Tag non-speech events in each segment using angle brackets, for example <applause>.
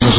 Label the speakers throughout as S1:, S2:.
S1: Nos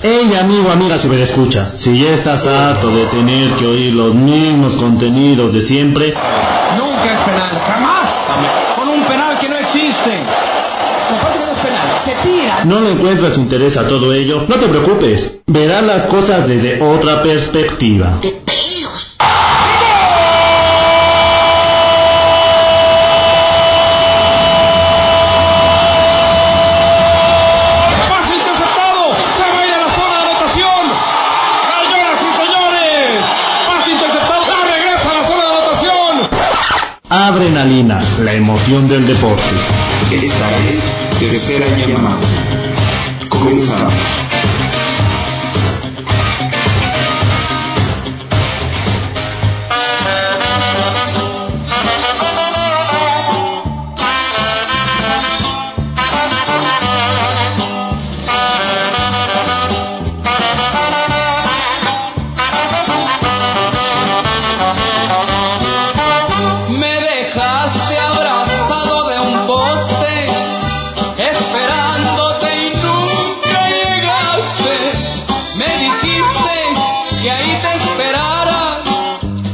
S2: Hey amigo, amiga, si me escucha, si ya estás harto de tener que oír los mismos contenidos de siempre,
S3: Nunca es penal, jamás. Con un penal que no existe. Me parece que no es penal. Se tira.
S2: no le encuentras interés a todo ello, no te preocupes, verás las cosas desde otra perspectiva.
S3: Pase interceptado. Se va a ir a la zona de anotación. Señoras y señores. Pase interceptado. La regresa a la zona de anotación.
S2: Adrenalina, la emoción del deporte.
S4: Esta es Tercera Llamada. Comenzamos.
S3: Me dejaste abrazado de un poste, esperándote y nunca llegaste. Me dijiste que ahí te esperara,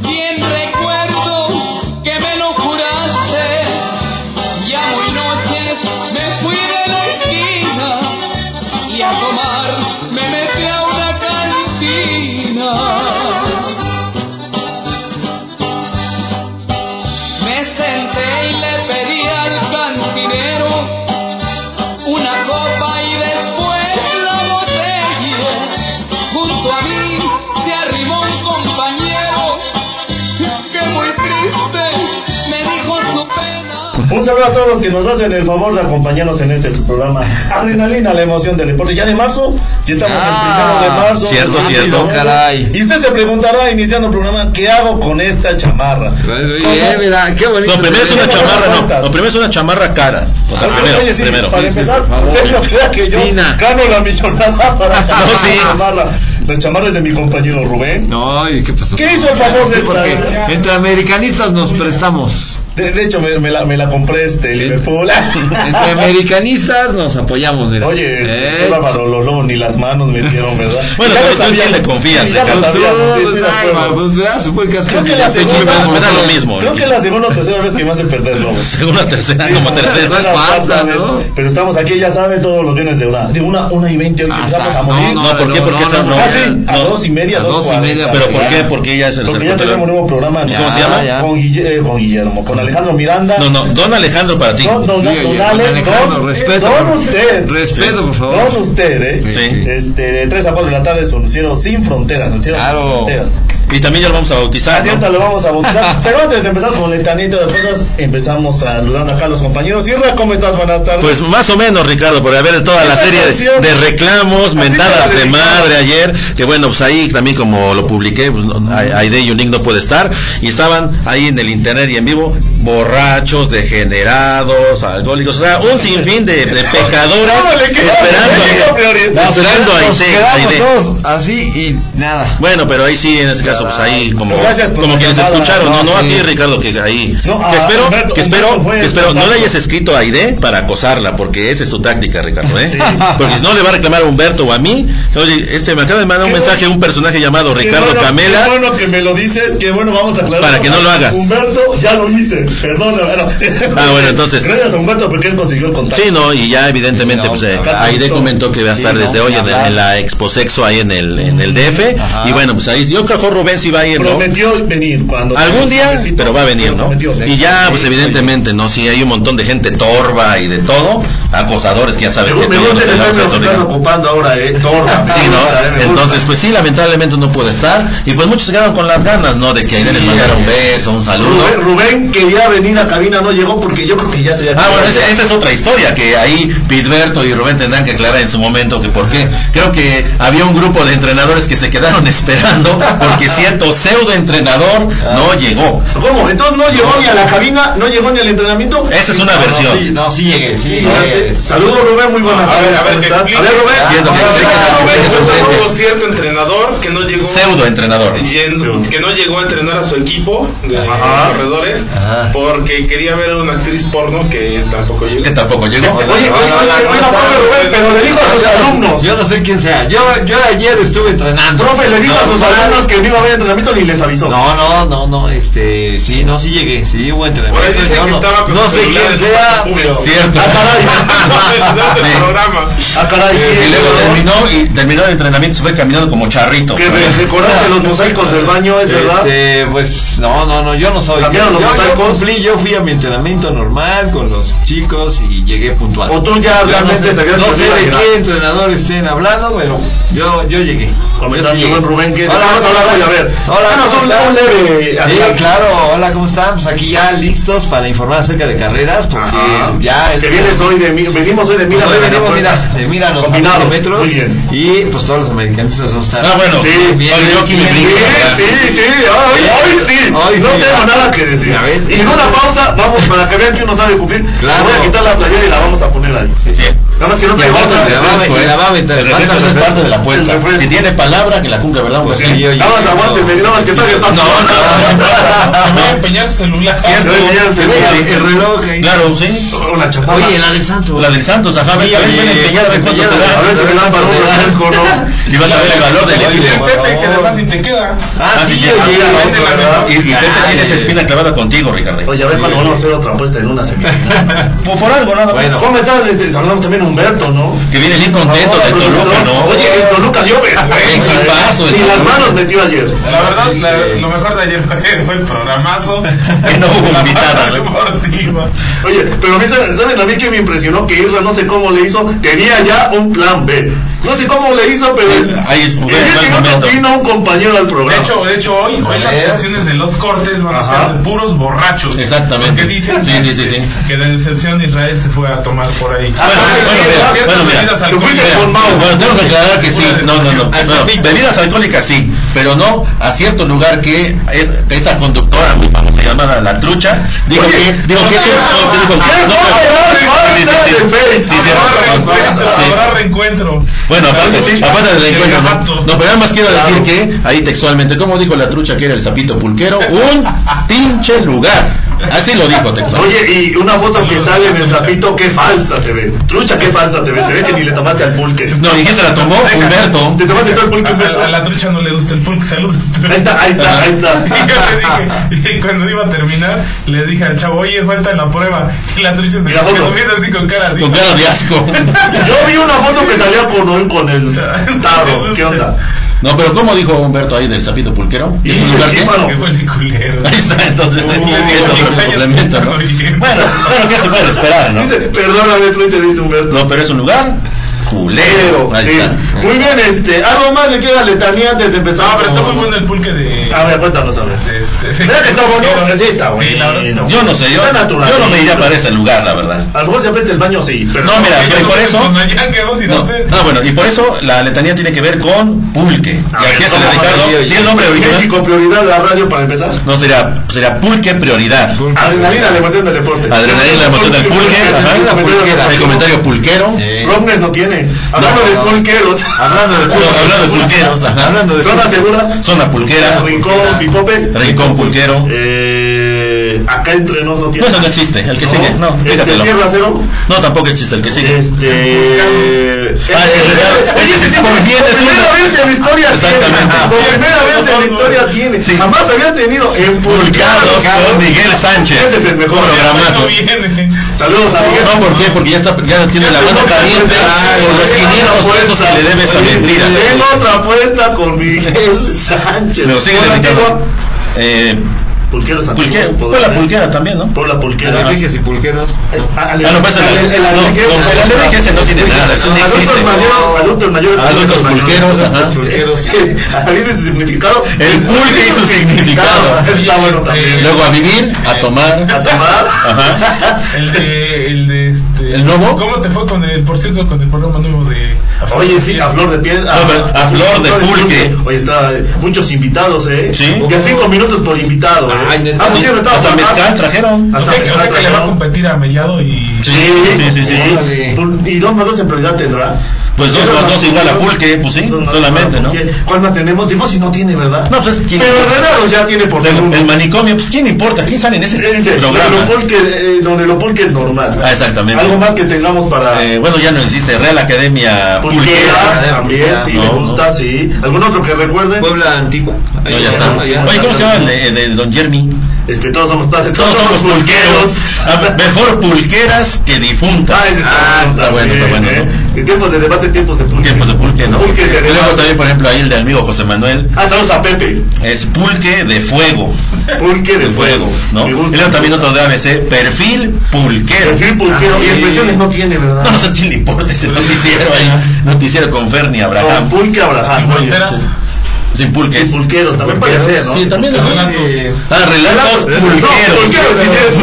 S3: bien recuerdo que me lo juraste. Ya muy noche me fui de la esquina y a tomar me metí a una cantina. Me senté y le pedí al cantinero una copa y después la botella. Junto a mí se arrimó un compañero que muy triste me dijo su pena.
S5: Un saludo a todos los que nos hacen el favor de acompañarnos en este su programa. Adrenalina, la emoción del deporte. Ya de marzo, ya estamos
S6: Ah,
S5: en primero de marzo.
S7: cierto,
S5: Rápido.
S7: cierto, caray.
S5: Y usted se preguntará, iniciando el programa, ¿qué hago con esta chamarra?
S7: Bien, mira, qué bonito.
S6: Lo primero es una chamarra, no. Lo primero es una chamarra cara. O sea,
S5: Ah, oye, sí,
S6: primero, primero.
S5: para empezar, usted no crea que yo
S7: Fina.
S5: gano la millonada para
S6: <laughs> No, sí.
S5: la chamarra. Las chamarras de mi compañero Rubén.
S7: No, ¿y qué pasó?
S5: ¿Qué hizo el favor
S7: Sí,
S5: de
S7: porque
S5: traer?
S7: entre americanistas nos prestamos.
S5: De, de hecho, me, me la, me la compré este Liverpool.
S7: Entre americanistas nos apoyamos,
S5: <laughs>
S7: mira.
S5: Oye, este,
S7: Eh,
S5: qué bárbaro, los lobos ni las manos metieron, ¿verdad?
S6: Bueno,
S5: Ya
S6: pero
S5: lo
S6: tú en quién
S5: sabíamos.
S6: le confías,
S5: Sí, ya
S6: Ricardo?
S5: lo
S7: pues tú,
S5: sabíamos, sí, sí,
S7: pues,
S5: de
S7: ay,
S5: acuerdo.
S7: pues verás, fue el casco
S5: Creo
S7: de
S5: que la
S7: la pecho,
S5: segunda-
S7: me-
S6: este Me da lo mismo.
S5: Creo que la segunda o tercera vez que me hace perder
S7: <laughs>
S5: lobos.
S6: <laughs> Segunda, tercera, como tercera.
S5: Tercera,
S7: cuarta,
S5: vez.
S7: ¿no?
S5: Pero estamos aquí, ya saben, todos los viernes de una, de una, una y veinte, hoy que
S7: Hasta-
S5: empezamos a morir.
S7: Ah, no,
S6: No, ¿por qué?
S7: no,
S6: Porque
S7: no,
S6: esa
S7: no,
S6: no.
S5: Ah, sí, a
S6: no.
S5: dos y media,
S7: A
S5: dos,
S7: dos y
S5: cuarenta.
S7: media,
S6: Pero ¿por qué? Porque ella es el
S5: Porque ya tenemos un
S6: secretario.
S5: nuevo programa. ¿no?
S7: ¿Cómo se llama? Ya.
S5: Con, Guille- eh, con Guillermo, con Alejandro Miranda.
S6: No, no, don Alejandro para ti.
S5: Don, don,
S7: Sí,
S5: don,
S7: oye,
S5: don
S7: don
S5: Ale,
S7: Alejandro,
S5: don-
S7: respeto,
S5: don
S7: por-
S5: usted.
S7: Respeto, por favor.
S5: Don usted, ¿eh?
S7: Sí,
S6: Sí.
S7: sí.
S5: Este, de 3 a 4 de la tarde, su noticiero sin fronteras. Noticiero sin
S6: Claro.
S5: fronteras.
S6: Y también ya lo vamos a
S5: A
S6: bautizar.
S5: cierta
S6: ¿no?
S5: lo vamos a bautizar. Pero antes de empezar con el tanito de las cosas, empezamos saludando acá a los compañeros. Sierra, ¿cómo estás? Buenas tardes.
S6: Pues más o menos, Ricardo, por haber toda Pues, la
S5: Esa
S6: serie
S5: canción.
S6: de, de reclamos,
S5: Así
S6: mentadas
S5: te la
S6: de
S5: dedicamos.
S6: madre ayer, que bueno, pues ahí también como lo publiqué, pues, no, A- Aide y Unique no puede estar, y estaban ahí en el internet y en vivo, borrachos, degenerados, alcohólicos, o sea, un sinfín de, de pecadoras
S8: <laughs>
S5: ¿Cómo le quedó? México
S6: esperando,
S5: prioridad.
S6: a- esperando a
S7: Nos
S6: Aide.
S7: quedamos
S6: Aide.
S7: todos así y nada.
S6: Bueno, pero ahí sí, en ese caso, pues ahí como,
S5: Gracias por
S6: como
S5: la
S6: quienes
S5: llamada.
S6: escucharon, no,
S5: No,
S6: no, a
S5: sí.
S6: ti, Ricardo, que ahí.
S5: No, a
S6: que espero,
S5: Humberto-
S6: que espero,
S5: Humberto fue
S6: que espero, no
S5: contacto.
S6: le hayas escrito a Aide para acosarla, porque esa es su táctica, Ricardo, ¿eh?
S5: Sí.
S6: Porque si no le va a reclamar a Humberto o a mí, oye, este me acaba de mandar un
S5: Qué
S6: mensaje un personaje llamado
S5: Qué
S6: Ricardo
S5: bueno-
S6: Camela.
S5: Qué bueno que me lo dices, que bueno, vamos a aclarar.
S6: Para que no lo hagas.
S5: Humberto, ya lo hice. Perdón, bueno.
S6: Ah, bueno, entonces.
S5: Gracias a Humberto porque él consiguió el contacto.
S6: Sí, no, y ya evidentemente,
S7: Sí, no,
S6: pues, eh,
S7: claro.
S6: Aide comentó que va a
S7: Sí,
S6: estar
S7: no,
S6: desde
S7: ni
S6: hoy en,
S7: hablar.
S6: en la Expo Sexo ahí en el, en el DF.
S7: Ajá.
S6: Y bueno, pues ahí, yo creo que Rubén sí va a ir, ¿no?
S5: Prometió venir cuando.
S6: Algún día,
S5: necesito,
S6: pero va a venir,
S5: pero
S6: ¿no?
S5: prometió.
S6: Y ya, pues
S5: Sí, soy
S6: evidentemente, ¿no? Sí, hay un montón de gente torva y de todo, acosadores que ya sabes
S5: yo.
S6: que
S5: Me
S6: todos
S5: gusta ese
S6: tenemos
S5: término que estás
S6: autoridad.
S5: ocupando ahora, eh. Torba.
S6: pues, Sí,
S5: Me gusta, eh, me
S6: ¿no?
S5: gusta.
S6: Entonces, pues sí, lamentablemente no puede estar. Y pues muchos se quedaron con las ganas, ¿no? De que Aide les mandara un beso, un saludo.
S5: Rubén, Rubén quería venir a cabina, no llegó porque yo creo que ya se había.
S6: Ah, bueno, esa, esa es otra historia que ahí Pitberto y Rubén tendrán que aclarar en su momento que por qué. Creo que había un grupo de entrenadores que se quedaron <laughs> esperando porque cierto pseudo entrenador no llegó.
S5: ¿Cómo? Entonces no llegó ni a la cabina, no llegó ni al entrenamiento.
S6: Esa es una versión.
S7: sí, no, sí llegué, sí, llegué.
S5: Saludos Rubén, muy buenas
S9: A ver,
S5: tardes,
S9: a ver,
S5: ¿cómo
S9: que
S5: estás?
S9: explique.
S5: eh, A ver, Rubén.
S6: Ah, Entiendo que
S5: Ah,
S6: explique.
S5: ah, Rubén,
S6: Explique su
S5: cuéntanos.
S6: ausencia.
S9: Hubo cierto entrenador que no llegó
S6: Pseudo entrenador.
S9: y en- que no llegó a entrenar a su equipo de
S5: Ajá.
S9: corredores porque quería ver a una actriz porno que tampoco llegó.
S6: Que tampoco llegó.
S5: Oye, oye,
S7: No, no,
S5: oye,
S7: no,
S5: oye,
S7: no,
S5: profe
S7: no,
S5: Rubén, pero le dijo a sus alumnos.
S7: Yo no sé quién sea. Yo, yo ayer estuve entrenando.
S5: Profe, le dijo a sus alumnos que no iba a haber entrenamiento ni les avisó.
S7: No, no, no, no, este, sí, no, sí llegué, sí hubo entrenamiento.
S9: Por ahí dicen
S7: Yo
S9: que
S7: no,
S9: estaba con
S7: no
S9: su
S7: sé
S9: celular
S7: quién
S9: en su
S7: sea.
S9: público.
S6: Cierto.
S5: <laughs>
S7: Ah, <laughs> Este
S9: No, del
S6: Sí.
S9: programa.
S5: Ah, caray, sí.
S6: Y luego
S5: ¿no?
S6: terminó y terminó el entrenamiento, se fue caminando como charrito.
S5: Que re- recordaste los mosaicos del baño, es verdad.
S7: Este, pues, no, no, no, yo no soy. Yo,
S5: Cambiaron los
S7: yo- yo
S5: mosaicos.
S7: cumplí, yo fui a mi entrenamiento normal con los chicos y llegué puntual.
S5: O tú ya
S7: Yo
S5: realmente
S7: no sé,
S5: sabías
S7: no
S5: que
S7: sé
S5: iba a
S7: de
S5: llegar.
S7: qué entrenador estén hablando, pero yo, yo llegué.
S5: ¿Cómo
S7: Yo
S5: estás,
S7: sí
S5: mi
S7: llegué.
S5: buen Rubén? ¿Qué-
S7: Hola,
S5: vamos a hablar hoy? A ver.
S7: Hola,
S5: Danos
S7: ¿cómo
S5: un-
S7: están?
S5: un leve-
S7: Sí,
S5: aclaro.
S7: claro. Hola, ¿cómo están? Pues aquí ya listos para informar acerca de carreras, porque
S5: Ah,
S7: ya el-
S5: que vienes hoy de mi- venimos hoy de mira,
S7: hoy
S5: de
S7: venimos,
S5: Veracruz.
S7: mira, de mira los
S5: pues. Combinado.
S7: metros
S5: Muy bien.
S7: y pues todos los americanistas vamos a estar.
S6: Ah, bueno.
S5: Sí,
S7: bien,
S6: Oye, yo aquí me
S7: bien,
S6: brinco,
S7: bien,
S6: ¿verdad?
S5: Sí, sí, sí, hoy, hoy sí.
S7: Hoy
S5: no
S7: sí,
S5: tengo
S7: ya.
S5: nada que decir.
S7: Ya ves.
S5: Y en una pausa, vamos para que vean que uno sabe cumplir.
S7: Claro.
S5: Voy a quitar la playera y la vamos a poner ahí.
S6: Bien.
S5: Nada más que no
S7: Y
S5: te
S7: aparte
S5: falta-
S7: le va a-
S6: refresco,
S7: y
S6: ¿eh?
S7: la va a aventar,
S6: El
S7: falta
S6: refresco
S7: el
S6: es
S7: refresco.
S6: parte de la
S5: El
S6: apuesta.
S5: refresco.
S6: Si tiene palabra, que la cumpla, ¿verdad?
S7: Pues
S6: Porque-
S7: sí, yo
S5: Nada más
S7: llegué,
S5: aguánteme, nada más que pague el
S6: No,
S5: paso.
S6: no, Ah, no, no, no.
S9: empeñar su celular.
S6: Cierto.
S5: Yo ya <laughs>
S7: Sí,
S5: se
S7: el, el reloj ahí.
S6: Claro, pues, sí.
S5: Una chapada.
S7: Oye, la del Santos.
S6: La del Santos, ajá, ven,
S7: Sí,
S6: ven, ven,
S7: oye,
S6: empeñada, ven cuánto
S7: empeñada,
S6: te da.
S5: a ver si me dan para un
S7: Te dan.
S5: refresco, ¿no?
S6: Y vas a ver el valor del equipo.
S9: Pepe, que además si te queda.
S7: Ah, sí,
S6: sí, sí,
S7: yo llegué,
S6: ah,
S7: ¿no?
S9: vende la mejor.
S6: Y, y Pepe
S7: Ay,
S6: tiene esa espina clavada contigo, Ricardo.
S5: Oye, a ver cuando vamos a hacer otra apuesta en una <laughs> semifinal.
S6: Por, por algo, nada más.
S7: Bueno.
S5: ¿Cómo estás? Este, saludamos también a Humberto, ¿no?
S6: Que viene bien contento
S5: Hola,
S6: del Toluca,
S5: profesor.
S6: ¿no?
S5: Oye, el Toluca dio
S6: Qué
S5: vergüenza. ¿eh?
S6: equipazo, el
S5: Y las
S6: Toluca.
S5: manos metió ayer.
S9: La verdad, la- lo mejor de ayer fue, fue el programazo.
S6: <laughs> Que no hubo
S9: La
S6: invitada,
S9: parte
S6: ¿no?
S9: deportiva.
S5: Oye, pero a mí, ¿saben saben a mí que me impresionó? Que Israel, no sé cómo le hizo, tenía ya un plan B. No sé cómo le hizo, pero...
S6: Ahí es-
S5: Y
S6: fue
S5: bien
S6: el
S5: que no
S6: momento.
S5: Eh, vino un compañero al
S9: De
S5: programa.
S9: hecho, de hecho hoy, hoy las
S7: ¿Ves?
S9: canciones de los cortes van a
S5: Ajá.
S9: ser de puros borrachos.
S6: Exactamente.
S9: Porque dicen
S6: Sí,
S9: que-
S6: sí, sí, sí.
S9: que la decepción de Israel se fue a tomar por ahí.
S5: Ah,
S6: Bueno, bueno, mira,
S9: Ciertas
S6: bueno, mira.
S9: bebidas
S6: Bueno,
S9: alcohólicas.
S6: mira, bueno, tengo que aclarar que sí, no, no, no. Bueno, bebidas alcohólicas sí, pero no a cierto lugar que es, esa conductora muy famosa llamada La Trucha dijo
S5: Oye,
S6: que dijo que es un- no, dijo que-
S5: ¡Qué
S6: no,
S5: joder, joder,
S6: sí, sí, sí.
S5: joder, joder,
S6: Sí, sí,
S9: Habrá
S6: sí.
S9: reencuentro,
S6: Sí.
S9: habrá reencuentro.
S6: Bueno, aparte,
S9: Trucha,
S6: sí, aparte del
S9: el
S6: encuentro, ¿no?
S9: gabato.
S6: No, pero nada más quiero decir que ahí textualmente, como dijo la trucha que era el sapito pulquero, un pinche lugar. Así lo dijo textualmente.
S5: Oye, y una foto que sale en el zapito, qué falsa se ve. Trucha, qué falsa te ve. Se ve que ni le tomaste al pulque.
S6: No, ¿y quién se la tomó? Humberto.
S5: ¿Te tomaste todo el pulque,
S9: A,
S5: Humberto?
S9: a- a la trucha no le gusta el pulque, saludos. trucha.
S5: Ahí está, ahí está, ahí está.
S9: Y yo le dije, <laughs> y cuando iba a terminar, le dije al chavo, oye, falta la prueba. Y la trucha se
S5: Mira,
S9: quedó
S5: foto.
S9: viendo así con cara de...
S6: Con cara
S5: <laughs>
S6: de asco.
S5: Yo vi una foto que salía con, un- con
S6: <laughs>
S5: el tarro. ¿Qué onda?
S6: No, pero ¿cómo dijo Humberto ahí del sapito pulquero? ¿Es un lugar qué?
S9: Qué buen culero.
S6: Ahí está, entonces es,
S9: Uh,
S6: es otro
S9: cállate,
S6: complemento, ¿no?
S9: oye.
S6: Bueno, bueno, ¿qué se puede esperar, no?
S5: Dice, perdóname, Trucha, dice Humberto.
S6: No, pero es un lugar culero. Ahí
S5: Sí.
S6: está.
S5: Muy bien, este, algo más le queda letanía antes de empezar.
S9: No, pero está muy bueno el pulque de...
S5: A ver, cuéntanos, a ver.
S9: de este, <laughs>
S5: Mira que está bonito. Sí, está
S9: Sí,
S5: bonito.
S9: la verdad está
S6: Yo no sé, yo,
S5: Está natural.
S6: yo no me iría para ese lugar, la verdad.
S5: A lo mejor se apesta el baño, sí. Pero
S6: No, mira, yo y por eso...
S9: Con Ayán quedó sin
S6: No,
S9: hacer.
S6: ah, bueno, y por eso la letanía tiene que ver con pulque.
S5: A
S6: y
S5: ver,
S6: aquí es el
S5: ¿cómo
S6: Ricardo.
S7: apareció?
S6: ¿Y el nombre original?
S5: México, prioridad la radio para empezar.
S6: No, será, será pulque prioridad.
S5: Adrenalina, la emoción del deporte.
S6: Adrenalina, la emoción del pulque. ajá,
S5: Adrenalina, pulquera.
S6: El comentario pulquero.
S7: Eh,
S5: Romnes no tiene. Hablando
S7: No,
S5: de
S7: no.
S5: pulqueros.
S7: Hablando del
S6: No, hablando de pulqueros, ajá.
S7: Hablando de
S5: Zona segura. <laughs>
S6: Zona pulquera.
S5: Rincón, Pipope.
S6: Rincón pulquero.
S5: Eh, acá entre nos no tiene.
S6: Eso no existe, el que sigue.
S5: No, este,
S6: Fíjatelo.
S5: Fierro Acero,
S6: No, tampoco existe el que sigue.
S5: Este.
S6: Ah, el regalo.
S5: Oye, ese sí,
S6: Por
S5: por
S6: bien es
S5: primera
S6: uno.
S5: vez en la historia
S6: Exactamente.
S5: tiene. Por primera vez en la historia tiene.
S6: Sí.
S5: Jamás había tenido
S6: Pulgados
S5: empulgados.
S6: con Miguel Sánchez.
S5: Ese es el mejor
S6: programazo.
S9: No viene.
S5: Saludos a Miguel.
S6: No, ¿por qué? Porque ya, está, ya tiene la mano caliente por los 500 pesos que le debe esta mentira.
S5: Tengo otra apuesta con Miguel Sánchez.
S6: Pero sigue
S5: Hola,
S6: levitando.
S5: Diego.
S6: Eh,
S5: Pulquera Santiago.
S6: pulque, fue
S5: Podrá-
S6: la pulquera también, ¿no?
S5: Por la pulquera.
S4: Alebrijes y pulqueros.
S5: Ah,
S6: Ah, no, pues el,
S5: el- el
S6: no, no,
S5: alebrije-
S6: el alebrije ese no tiene nada, eso no
S5: Adultos
S6: existe.
S5: mayores, adultos mayores.
S6: Adultos pulqueros, ajá.
S4: Pulqueros.
S5: A mí su significado.
S6: El pulque y su significado.
S5: Está bueno también.
S6: Luego a vivir, a
S5: A
S6: tomar.
S5: tomar.
S6: Ajá.
S9: El de, el de este.
S6: ¿El nuevo?
S9: ¿Cómo te fue con el, por cierto, con el programa nuevo de.
S5: Oye, sí, a flor de piel. Ah,
S6: No, pero a flor de pulque.
S5: Oye, está eh, muchos invitados, ¿eh?
S6: Sí.
S5: Y a cinco minutos por invitado, ¿eh?
S4: Ay, neta.
S5: Ah, por cierto, estaba
S6: Hasta
S5: Juan-
S6: mezcal trajeron.
S9: O
S5: Hasta
S9: sea, que- o sea
S5: mezcal
S9: que le va a
S5: trajeron.
S9: competir a Mellado y.
S5: Sí, sí, sí.
S4: Órale.
S5: Pul- Y dos más dos en prioridad tendrá.
S6: Pues dos más dos igual a pulque, pues sí,
S5: Dos más dos
S6: solamente,
S5: igual a
S6: ¿no?
S5: pulque. ¿Cuál más tenemos? Digo, si no tiene, ¿verdad?
S6: No, pues es quien-
S5: Pero Renato ya tiene por
S6: del-
S5: seguro.
S6: el manicomio, pues quién importa, quién sale en ese
S5: Él dice,
S6: programa.
S5: donde lo pulque, eh, donde lo pulque es normal.
S6: Ah, exactamente.
S5: Algo más que tengamos para...
S6: Eh, bueno, ya no existe Real Academia
S5: Pulquera
S6: Pulquera.
S5: Pues también, si
S6: No,
S5: me
S6: no.
S5: gusta, sí. ¿Algún otro que recuerden?
S4: Puebla Antigua.
S6: No, ya está.
S4: Allá.
S6: Oye, ¿cómo se llama el, el- el Don Jeremy?
S5: Este, todos somos padres,
S6: Todos somos pulqueros. Ah, Mejor pulqueras que difuntas.
S5: Ah, ese está
S6: Ah, está bueno, está
S5: también,
S6: bueno, ¿no?
S5: ¿eh? En tiempos de debate, tiempos de pulque.
S6: Tiempos de pulque, ¿no?
S5: Pulque de
S6: Y luego
S5: debate.
S6: también, por ejemplo, ahí el de amigo José Manuel
S5: Ah, saludos a Pepe.
S6: es pulque de fuego.
S5: Pulque <laughs> de
S6: De fuego,
S5: fuego,
S6: ¿no?
S5: Me
S6: Y
S5: gusta.
S6: luego también otro de ABC, perfil pulquero.
S5: Perfil pulquero. y expresiones no tiene, ¿verdad?
S6: No, no sé quién le importa ese noticiero ahí. Noticiero con Ferni
S5: Con
S6: Abraham.
S5: pulque
S9: y
S5: Abraham. oye,
S9: Volteras.
S5: sí.
S6: Sin pulques.
S5: Sin pulqueros, también puede ser, ¿no?
S6: Sí, también. ¿no?
S9: Relatos.
S6: Ah, relatos
S5: No, pulqueros,
S6: pulqueros.
S5: si quieres.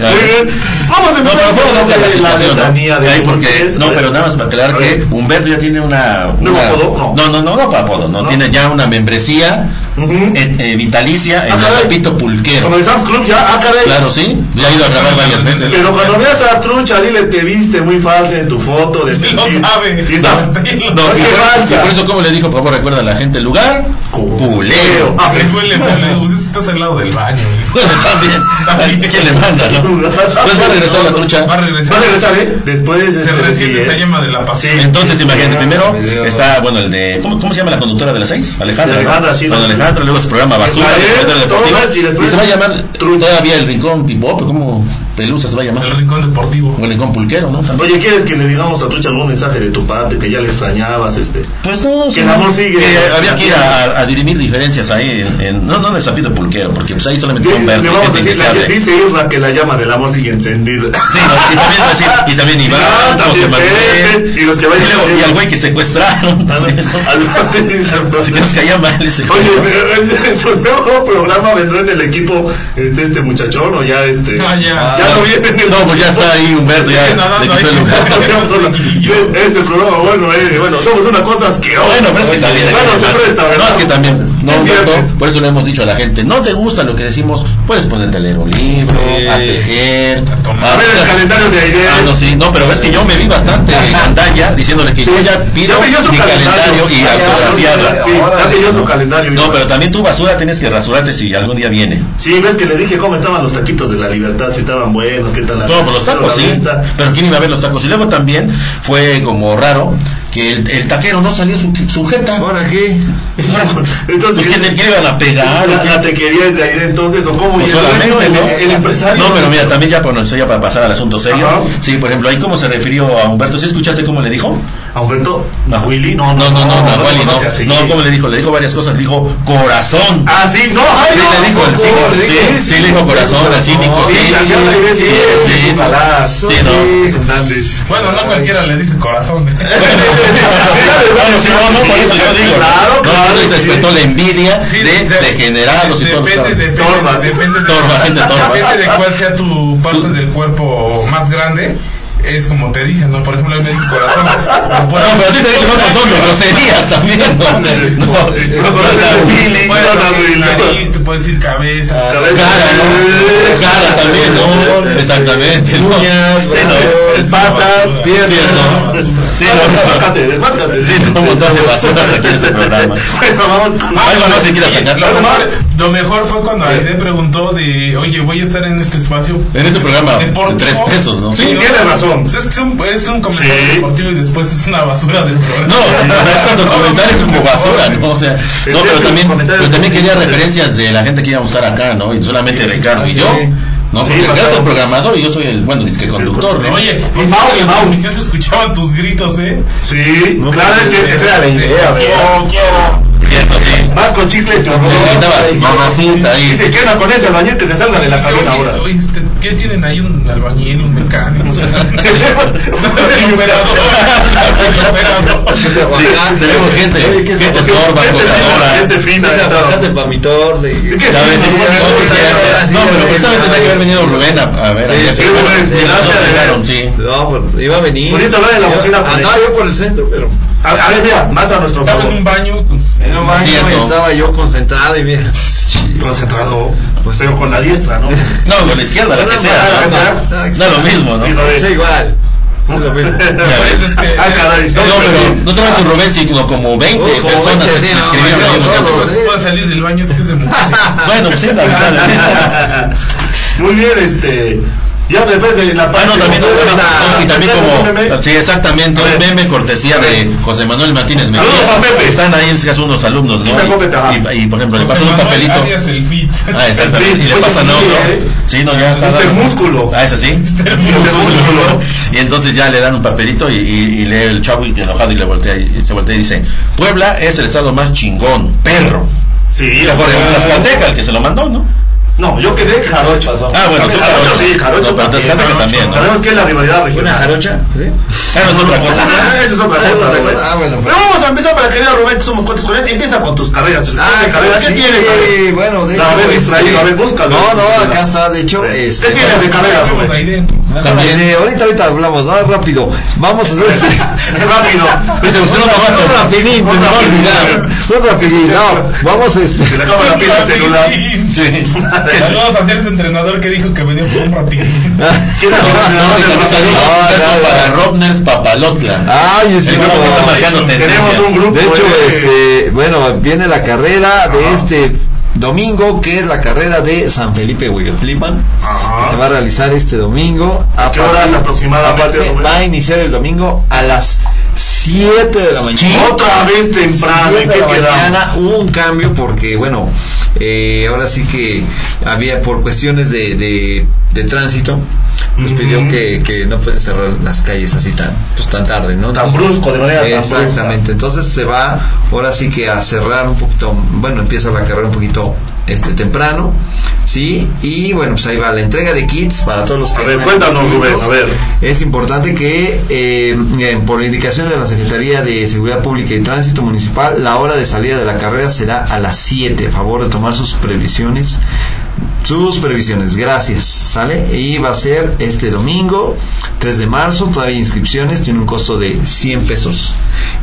S5: Muy bien. Vamos a
S6: No,
S5: empezar
S6: pero
S5: con
S6: puedo dar la
S5: la
S6: clasificación, ¿no?
S5: letanía de
S6: Ahí porque,
S5: pulques.
S6: no, pero nada más para aclarar
S5: A
S6: que
S5: ver.
S6: Humberto ya tiene una,
S5: ¿No
S6: una-
S5: apodo?
S6: no, no, no, no para apodo, no,
S5: No.
S6: tiene ya una membresía
S5: Ujú.
S6: eh, eh, vitalicia en
S5: Ah,
S6: el
S5: caray.
S6: Zapito Pulquero.
S5: Comenzamos club ya, ah, caray.
S6: Claro, sí, ya ha ido a grabar varias veces.
S5: Pero cuando veas a Trucha, dile, te viste muy falsa en tu foto.
S9: <laughs>
S5: De
S9: Lo sabe.
S5: Y
S6: No,
S5: sabe.
S6: no, y
S5: Qué
S6: por, y
S5: falsa.
S6: por eso, como le dijo, por favor, recuerda a la gente el lugar,
S9: <laughs>
S6: culero.
S5: Ah,
S9: Le
S5: <laughs>
S9: fue el pues ese estás al lado del baño.
S6: Bueno, también, también, ¿quién le manda, no? Pues va a regresar la trucha.
S9: Va a
S5: Va a
S9: regresar.
S5: regresar, ¿eh? Después.
S9: Se
S5: este,
S9: reciente
S5: sigue,
S9: esa
S5: ¿eh?
S9: llama de la
S5: Sí.
S9: pasión.
S6: Entonces, imagínate, primero
S4: Video.
S6: está, bueno, el de. ¿Cómo, cómo se llama la conductora de las seis? Alejandra. ¿no?
S5: Alejandra, sí,
S6: Bueno,
S5: sí.
S6: Alejandra, luego su programa Basura,
S5: Ismael,
S6: después del deportivo.
S5: Tomás, y
S6: y,
S5: después-
S6: se va a llamar
S5: Trucha.
S6: todavía el rincón pibop, ¿cómo pelusa se va a
S9: El
S6: llamar?
S9: rincón deportivo.
S6: O el rincón pulquero, ¿no? También.
S5: Oye, ¿quieres que le digamos a Trucha algún mensaje de tu parte que ya le extrañabas? este
S6: Pues no, sí,
S5: el
S6: no.
S5: amor sigue.
S6: Que había que ir a, a- a dirimir diferencias ahí, en, en- no, no en el sapito pulquero, porque pues ahí solamente
S5: Le
S6: con verde,
S5: vamos a
S6: gente
S5: decir la que
S6: indeseable.
S5: dice Irra que la llama del amor sigue encendida.
S6: <laughs> Sí, no, y también decir, y también Iván,
S5: Ah,
S6: José
S5: también
S6: Manuel,
S5: Pepe, y los que vayan
S6: luego-
S5: haciendo.
S6: y al güey que secuestraron.
S5: <laughs> Ah, no.
S6: también. <laughs> Si nos caía mal ese güey.
S5: Oye, <laughs> pero en su nuevo programa vendrá en el equipo este, este muchachón o ya este.
S9: Ah, ya.
S5: Ya no viene en el
S6: No, pues ya está ahí Humberto, ya le quitó el lugar.
S5: Ese programa, bueno, eh, bueno, somos una cosa asquerosa.
S6: Bueno, <laughs> pero es que también.
S5: Bueno, se presta, ¿verdad?
S6: No, es que también. No,
S5: Es
S6: Humberto,
S5: viernes.
S6: por eso le hemos dicho a la gente: no te gusta lo que decimos, puedes ponerte a leer un libro, a tejer, a
S9: tomar.
S5: A ver el calendario de Aide.
S6: Ah, no, sí, no, pero es que yo me vi bastante gandalla diciéndole que yo ya pido
S5: Ya pidió su
S6: mi calendario,
S5: calendario
S6: y
S5: Ah, ya,
S6: autografiada.
S5: Sí, ya pidió su calendario.
S6: No, pero también tú basura tienes que rasurarte si algún día viene.
S5: Sí, ves que le dije cómo estaban los taquitos de la libertad, si estaban buenos, qué tal la
S6: No, pero los tacos
S5: la
S6: sí.
S5: venta.
S6: Pero quién iba a ver los tacos. Y luego también fue como raro que el, el taquero no salió su, su jeta.
S4: ¿Ahora qué?
S5: Entonces,
S6: Pues que te quieren a pegar.
S5: la,
S6: o
S5: la
S6: qué?
S5: tequería es de ahí de entonces o cómo
S6: Pues
S5: Y el
S6: solamente,
S5: dueño, el,
S6: ¿no?
S5: el empresario.
S6: No, pero mira, también ya, bueno, eso ya para pasar al asunto serio.
S5: Ajá.
S6: Sí, por ejemplo, ahí cómo se refirió a Humberto. ¿Sí escuchaste cómo le dijo?
S5: ¿A Humberto?
S6: No.
S5: Willy? No,
S6: No, no, no, no,
S5: lo
S6: Wally,
S5: conoce
S6: no.
S5: así.
S6: No, ¿cómo le dijo? Le dijo varias cosas. Le dijo corazón.
S5: Ah, sí, no, ay,
S6: Sí,
S5: no,
S6: le dijo el
S5: no,
S6: sí,
S5: no,
S6: sí, sí, le dijo corazón, así, dijo
S5: sí,
S6: sí,
S5: así al aire, sí,
S6: sí,
S5: sí,
S6: sí,
S5: ojalá.
S6: sí, no.
S5: Fernández.
S9: Bueno, no cualquiera le dice corazón. <laughs>
S6: Bueno, bueno, sí, no, no, por eso yo digo.
S5: Claro,
S6: No,
S5: claro,
S6: no, se
S5: sí.
S6: respetó la envidia
S9: Sí,
S6: de
S9: de-
S6: degenerados y todos los
S9: Depende,
S6: cabros.
S9: depende,
S5: Torba, sí.
S9: depende, de-
S6: Torba, gente torba.
S9: depende de cuál sea tu parte del cuerpo más grande. Es como te dicen, ¿no? Por ejemplo, el médico corazón. No,
S6: No, pero a ti te dicen un montón de groserías también. No, no, no,
S5: Bueno, no,
S9: Bueno, te
S5: no,
S9: puede
S5: no.
S9: decir nariz, te puede decir cabeza.
S5: Cabeza.
S6: Cara, ¿no? Cara también, ¿no? Exactamente. ¿no? Sí, no.
S9: Es una
S5: Patas,
S9: basura.
S5: piernas.
S6: Sí, no. Sí, no, no.
S5: Desmárcate, desmárcate.
S6: Sí, no, un montón de basuras aquí en este programa.
S5: <laughs> Bueno, vamos con-
S6: Algo más que quieras sacar.
S5: Algo más.
S9: Lo mejor fue cuando Aide preguntó de, oye, voy a estar en este espacio.
S6: En este programa, de
S9: deportivo.
S6: tres pesos, ¿no?
S9: Sí,
S6: Sí,
S9: tiene
S5: no,
S9: razón.
S5: no.
S9: Pues es que es un, es un comentario deportivo y después es una basura del programa.
S6: No, o sea, es un comentario como basura, ¿no? O sea, no, pero también, pero también quería referencias de la gente que iba a usar acá, ¿no? Y solamente Ricardo y yo. No, porque Ricardo es el programador y yo soy el, bueno, disque conductor, ¿no?
S9: Oye,
S5: Y
S9: en
S5: Mau, y
S9: la
S5: Mau.
S9: comisión se escuchaban tus gritos, ¿eh?
S5: Sí, claro,
S6: pues,
S5: es
S6: eh,
S5: que esa era la idea, ¿verdad?
S9: Quiero, quiero.
S6: Cierto, sí.
S5: Más con chicle y se
S6: Le gritaba, mamacita, ahí.
S5: Y se queda con ese albañil que se salga de la
S9: Oye,
S5: cabina ahora. <laughs>
S9: oye, este, ¿Qué tienen ahí? ¿Un albañil, un mecánico? Un operador. Un operador.
S6: Sí, ah, <laughs> tenemos gente, gente torba, contadora.
S5: Gente fina,
S7: Ese
S5: esa
S7: trabajante
S5: traba.
S7: para mi torre.
S5: ¿Qué
S6: Ya ves,
S5: fina,
S6: sí,
S5: ¿no?
S6: no, porque- no, pero precisamente tenía que haber venido Rubén a, a ver. ahí,
S7: sí,
S6: pero-
S7: Rubén,
S6: y las dos
S7: gracias,
S6: llegaron, sí.
S7: No, pero iba a venir.
S5: Por eso hablaba de la
S6: Ah,
S7: Iba-
S5: bocina, pues.
S7: Andaba yo por el centro, pero.
S5: A a ver, mira, más a nuestro
S9: Estaba
S5: favor.
S9: en un baño. Pues,
S6: Pues,
S7: En un baño
S6: Cierto.
S7: estaba yo concentrado y mira.
S5: Concentrado, pues pero con la diestra, ¿no?
S6: No, con la izquierda, la que sea.
S5: Ah,
S6: ¿no?
S5: ah,
S6: Da lo mismo, ¿no?
S5: Y lo
S7: Es
S5: de-
S7: igual. Es lo mismo.
S5: <laughs> Ah, caray.
S6: No, pero no solo con Rubén, sino como 20
S7: Uh, como
S6: personas
S7: 20,
S6: que
S7: sí, no,
S6: escribieron
S7: no,
S6: ahí en los
S7: todos,
S6: capítulos.
S7: ¿eh?
S9: Puedo salir del baño, es que
S6: <laughs>
S9: se mueve.
S6: Bueno, pues sí, lamentablemente.
S5: Muy bien, este. Ya después de la
S6: Ah,
S5: parte.
S6: no, también,
S5: de-
S7: ah,
S6: y también como, sí, exactamente,
S5: A
S6: un
S5: ver.
S6: meme cortesía de José Manuel Martínez Mejía.
S5: Saludos a Pepe.
S6: Están ahí en este caso unos alumnos, ¿no?
S5: Sí, sacó Pepe, ajá.
S6: Y, y, por ejemplo, le
S9: José
S6: pasan un
S9: Manuel
S6: papelito.
S9: Arias, el fit.
S6: Ah,
S5: <laughs>
S6: exactamente.
S5: El
S6: Y le
S5: fin,
S6: pasan a
S5: oye, sí,
S6: otro.
S5: ¿eh?
S6: Sí, no, ya está.
S5: Este
S6: dando-
S5: músculo.
S6: Ah, es así. <laughs>
S5: músculo.
S6: Y entonces ya le dan un papelito y, y- y lee el chavo y enojado y le voltea y se voltea y dice, Puebla es el estado más chingón, perro.
S5: Sí,
S6: Y la corre a Tlaxcalteca, el que se lo mandó, ¿no?
S5: No, yo quedé jarocho. o sea.
S6: Ah, bueno, tú
S5: jarocho.
S6: jarocho.
S5: Sí,
S6: No,
S5: jarocho.
S6: pero
S7: pues,
S5: también,
S6: Tlaxcalteca
S5: jarocho.
S6: también, ¿no?
S5: Sabemos que es la rivalidad
S7: ¿Una
S5: regional.
S7: jarocha? ¿Sí?
S6: Ah, no es otra
S7: <laughs>
S6: cosa.
S5: Ah, Eso es otra
S7: Ah,
S5: cosa,
S7: otra
S5: güey.
S7: cosa. Ah, bueno, pues.
S5: Pero vamos a empezar para que vea Rubén que somos cuates con él. Empieza con tus carreras. tus cuatro carreras. ¿Qué
S7: Ah, sí,
S5: tienes? güey?
S7: Bueno, de
S5: A ver,
S7: este,
S5: distraído, a ver, búscalo.
S7: No, no, acá está, de hecho, este,
S5: ¿Qué tienes de carrera,
S9: Vemos
S5: Rubén?
S9: ahí dentro.
S7: También, eh, ahorita, ahorita hablamos, ¿no? Rápido. Vamos a hacer.
S5: Rápido.
S7: Dice, usted no
S6: Un
S7: trabaja. Un rapidín, se me va a olvidar. Un rapidín, no. Vamos a este.
S5: Se le acaba la pila al celular.
S9: Saludos a cierto entrenador que dijo que venía por un rapidín.
S5: ¿Quién es el ganador del
S6: Saludos
S5: Rosario?
S7: Ah,
S6: saludos
S7: ya, ya.
S6: para Robners Papalotla.
S7: Ay, ese
S6: El grupo que está
S7: grupo.
S6: marcando
S5: Tenemos
S6: tendencia.
S5: un grupo.
S7: De hecho,
S5: eh,
S7: este, bueno, viene la carrera de este domingo, que es la carrera de San Felipe Huigatlipan,
S5: Ajá.
S7: que se va a realizar este domingo. ¿A
S5: qué horas aproximadamente,
S7: aparte,
S5: Rubén?
S7: Va a iniciar el domingo a las 7 de la mañana.
S5: Otra vez temprano.
S7: Siete
S5: ¿En
S7: de
S5: qué
S7: la
S5: quedamos?
S7: mañana hubo un cambio porque, bueno, eh, ahora sí que había por cuestiones de, de, de tránsito, nos
S5: Ujú.
S7: pidió que, que no pueden cerrar las calles así tan, pues, tan tarde, ¿no?
S5: Tan brusco, de manera tan brusca.
S7: Exactamente, entonces se va ahora sí que a cerrar un poquito, bueno, empieza la carrera un poquito este temprano, ¿sí? Y bueno, pues ahí va la entrega de kits para todos los que...
S5: A ver,
S7: están
S5: cuéntanos, Rubén,
S7: inscritos.
S5: a ver.
S7: Es importante que, eh, eh, por indicación de la Secretaría de Seguridad Pública y Tránsito Municipal, la hora de salida de la carrera será a las 7. Favor de tomar sus previsiones. Sus previsiones, gracias. ¿Sale? Y va a ser este domingo, 3 de marzo. Todavía hay inscripciones, tiene un costo de 100 pesos.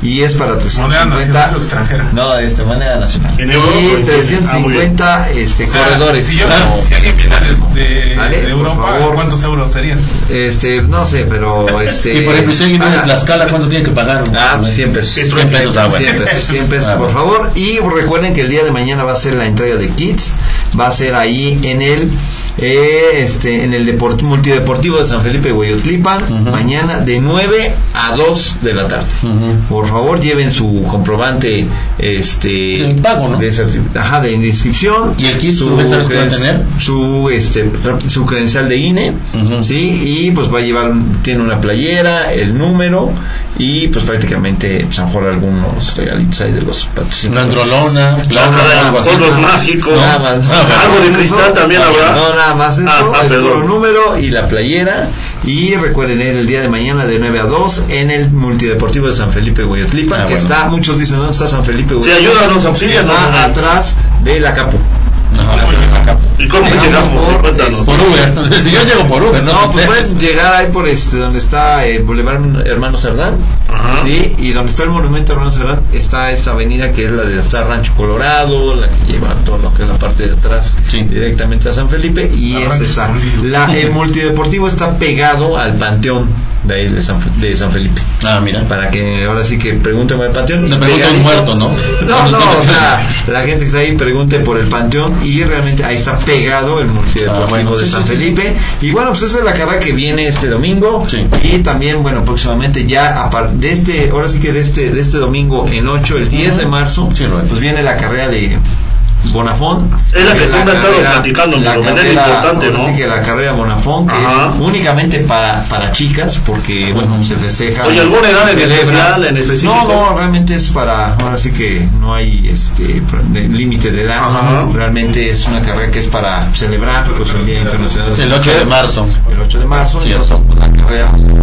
S7: Y es para
S9: Moneda
S7: 350.
S9: nacional o extranjera.
S7: No, este, moneda nacional.
S5: En pues, euros, ¿o en
S7: Y
S5: qué?
S7: 350 este,
S9: O sea,
S7: corredores.
S9: Si, yo,
S7: Ah,
S9: si alguien viene de,
S7: Dale,
S9: Este, de
S7: por
S9: Europa,
S7: favor.
S9: ¿cuántos euros serían?
S7: Este, no sé, pero este.
S6: Y por ejemplo, si alguien viene de
S7: ah,
S6: Tlaxcala, ¿cuánto tiene que pagar?
S7: Ah, pues, 100 pesos.
S6: 100 pesos, ah, bueno.
S5: <laughs>
S7: 100
S6: <laughs>
S7: pesos, 100 pesos,
S6: Ah,
S7: por
S6: bueno.
S7: favor. Y recuerden que el día de mañana va a ser la entrega de kits. Va a ser ahí en el eh, este en el deport- multideportivo de San Felipe Hueyotlipan
S6: Ujú.
S7: mañana de 9 a 2 de la tarde.
S6: Ujú.
S7: Por favor, lleven su comprobante este
S6: De pago, ¿no?
S7: de, certi- ajá, de inscripción
S6: ¿Y el kit,
S7: su
S6: Rubén, sabes qué va a
S7: creden-
S6: tener?
S7: su este su credencial de INE,
S6: Ujú.
S7: sí, y pues va a llevar un- tiene una playera, el número y pues prácticamente pues, a lo mejor algunos regalitos ahí de los
S6: Una
S7: patrocinadores.
S6: androlona, plata,
S5: nada,
S6: algo así.
S5: solo- Polvos mágicos.
S7: Nada más.
S6: Ah, bueno.
S5: Algo de cristal también habrá.
S7: No, nada más eso.
S5: Ah, ah,
S7: el
S5: perdón.
S7: puro número y la playera. Y recuerden ir el día de mañana de 9 a 2 en el Multideportivo de San Felipe Guayotlipa,
S6: Ah,
S7: que
S6: bueno.
S7: está, muchos dicen, ¿dónde está San Felipe
S5: Sí,
S7: Guayotlipa?
S5: ayúdanos, auxílianos.
S7: está
S5: Rubén.
S7: atrás de la Capo.
S6: Ajá.
S5: ¿Y cómo llegamos?
S7: por-
S5: Cuéntanos.
S6: Por Uber. Si yo llego por Uber, no,
S7: No, pues
S6: Ustedes.
S7: pueden llegar ahí por este, donde está eh, Boulevard Hermano Cerdán,
S5: Ajá.
S7: ¿sí? Y donde está el monumento Hermano Cerdán está esa avenida que es la de está Rancho Colorado, la que lleva todo lo que es la parte de atrás
S6: Sí.
S7: directamente a San Felipe y es
S9: Arranque
S7: esa.
S9: escondido.
S7: La, el multideportivo está pegado al panteón de ahí de San, de San Felipe.
S6: Ah, mira.
S7: Para que ahora sí que pregúnteme al panteón.
S6: Le pregunto a un
S7: Pegadito.
S6: muerto, ¿no? <laughs>
S7: No, no, o sea, la gente que está ahí pregunte por el panteón y realmente ahí está pegado el multideportivo
S6: Ah, bueno,
S7: de
S6: sí,
S7: San
S6: sí, sí,
S7: Felipe. Y bueno, pues esa es la carrera que viene este domingo.
S6: Sí.
S7: Y también, bueno, próximamente ya a par- de este, ahora sí que de este, de este domingo en 8, el 10 de marzo,
S6: Sí, lo es.
S7: pues viene la carrera de Bonafón.
S5: Es la que siempre ha estado
S7: carrera-
S5: platicando, pero me da
S7: carrera-
S5: importante,
S7: ahora
S5: ¿no?
S7: sí que la carrera Bonafón, que
S5: Ajá.
S7: es únicamente para, para chicas, porque, bueno, se festeja.
S5: Oye, ¿alguna edad en
S7: se celebra.
S5: especial, en específico?
S7: No, no, realmente es para, ahora sí que no hay este pro- de- límite de edad,
S5: Ajá.
S7: realmente es una carrera que es para celebrar pues, el Día Internacional de
S6: El 8 de marzo.
S7: el 8 de marzo,
S6: Sí,
S7: entonces, pues, la carrera va a ser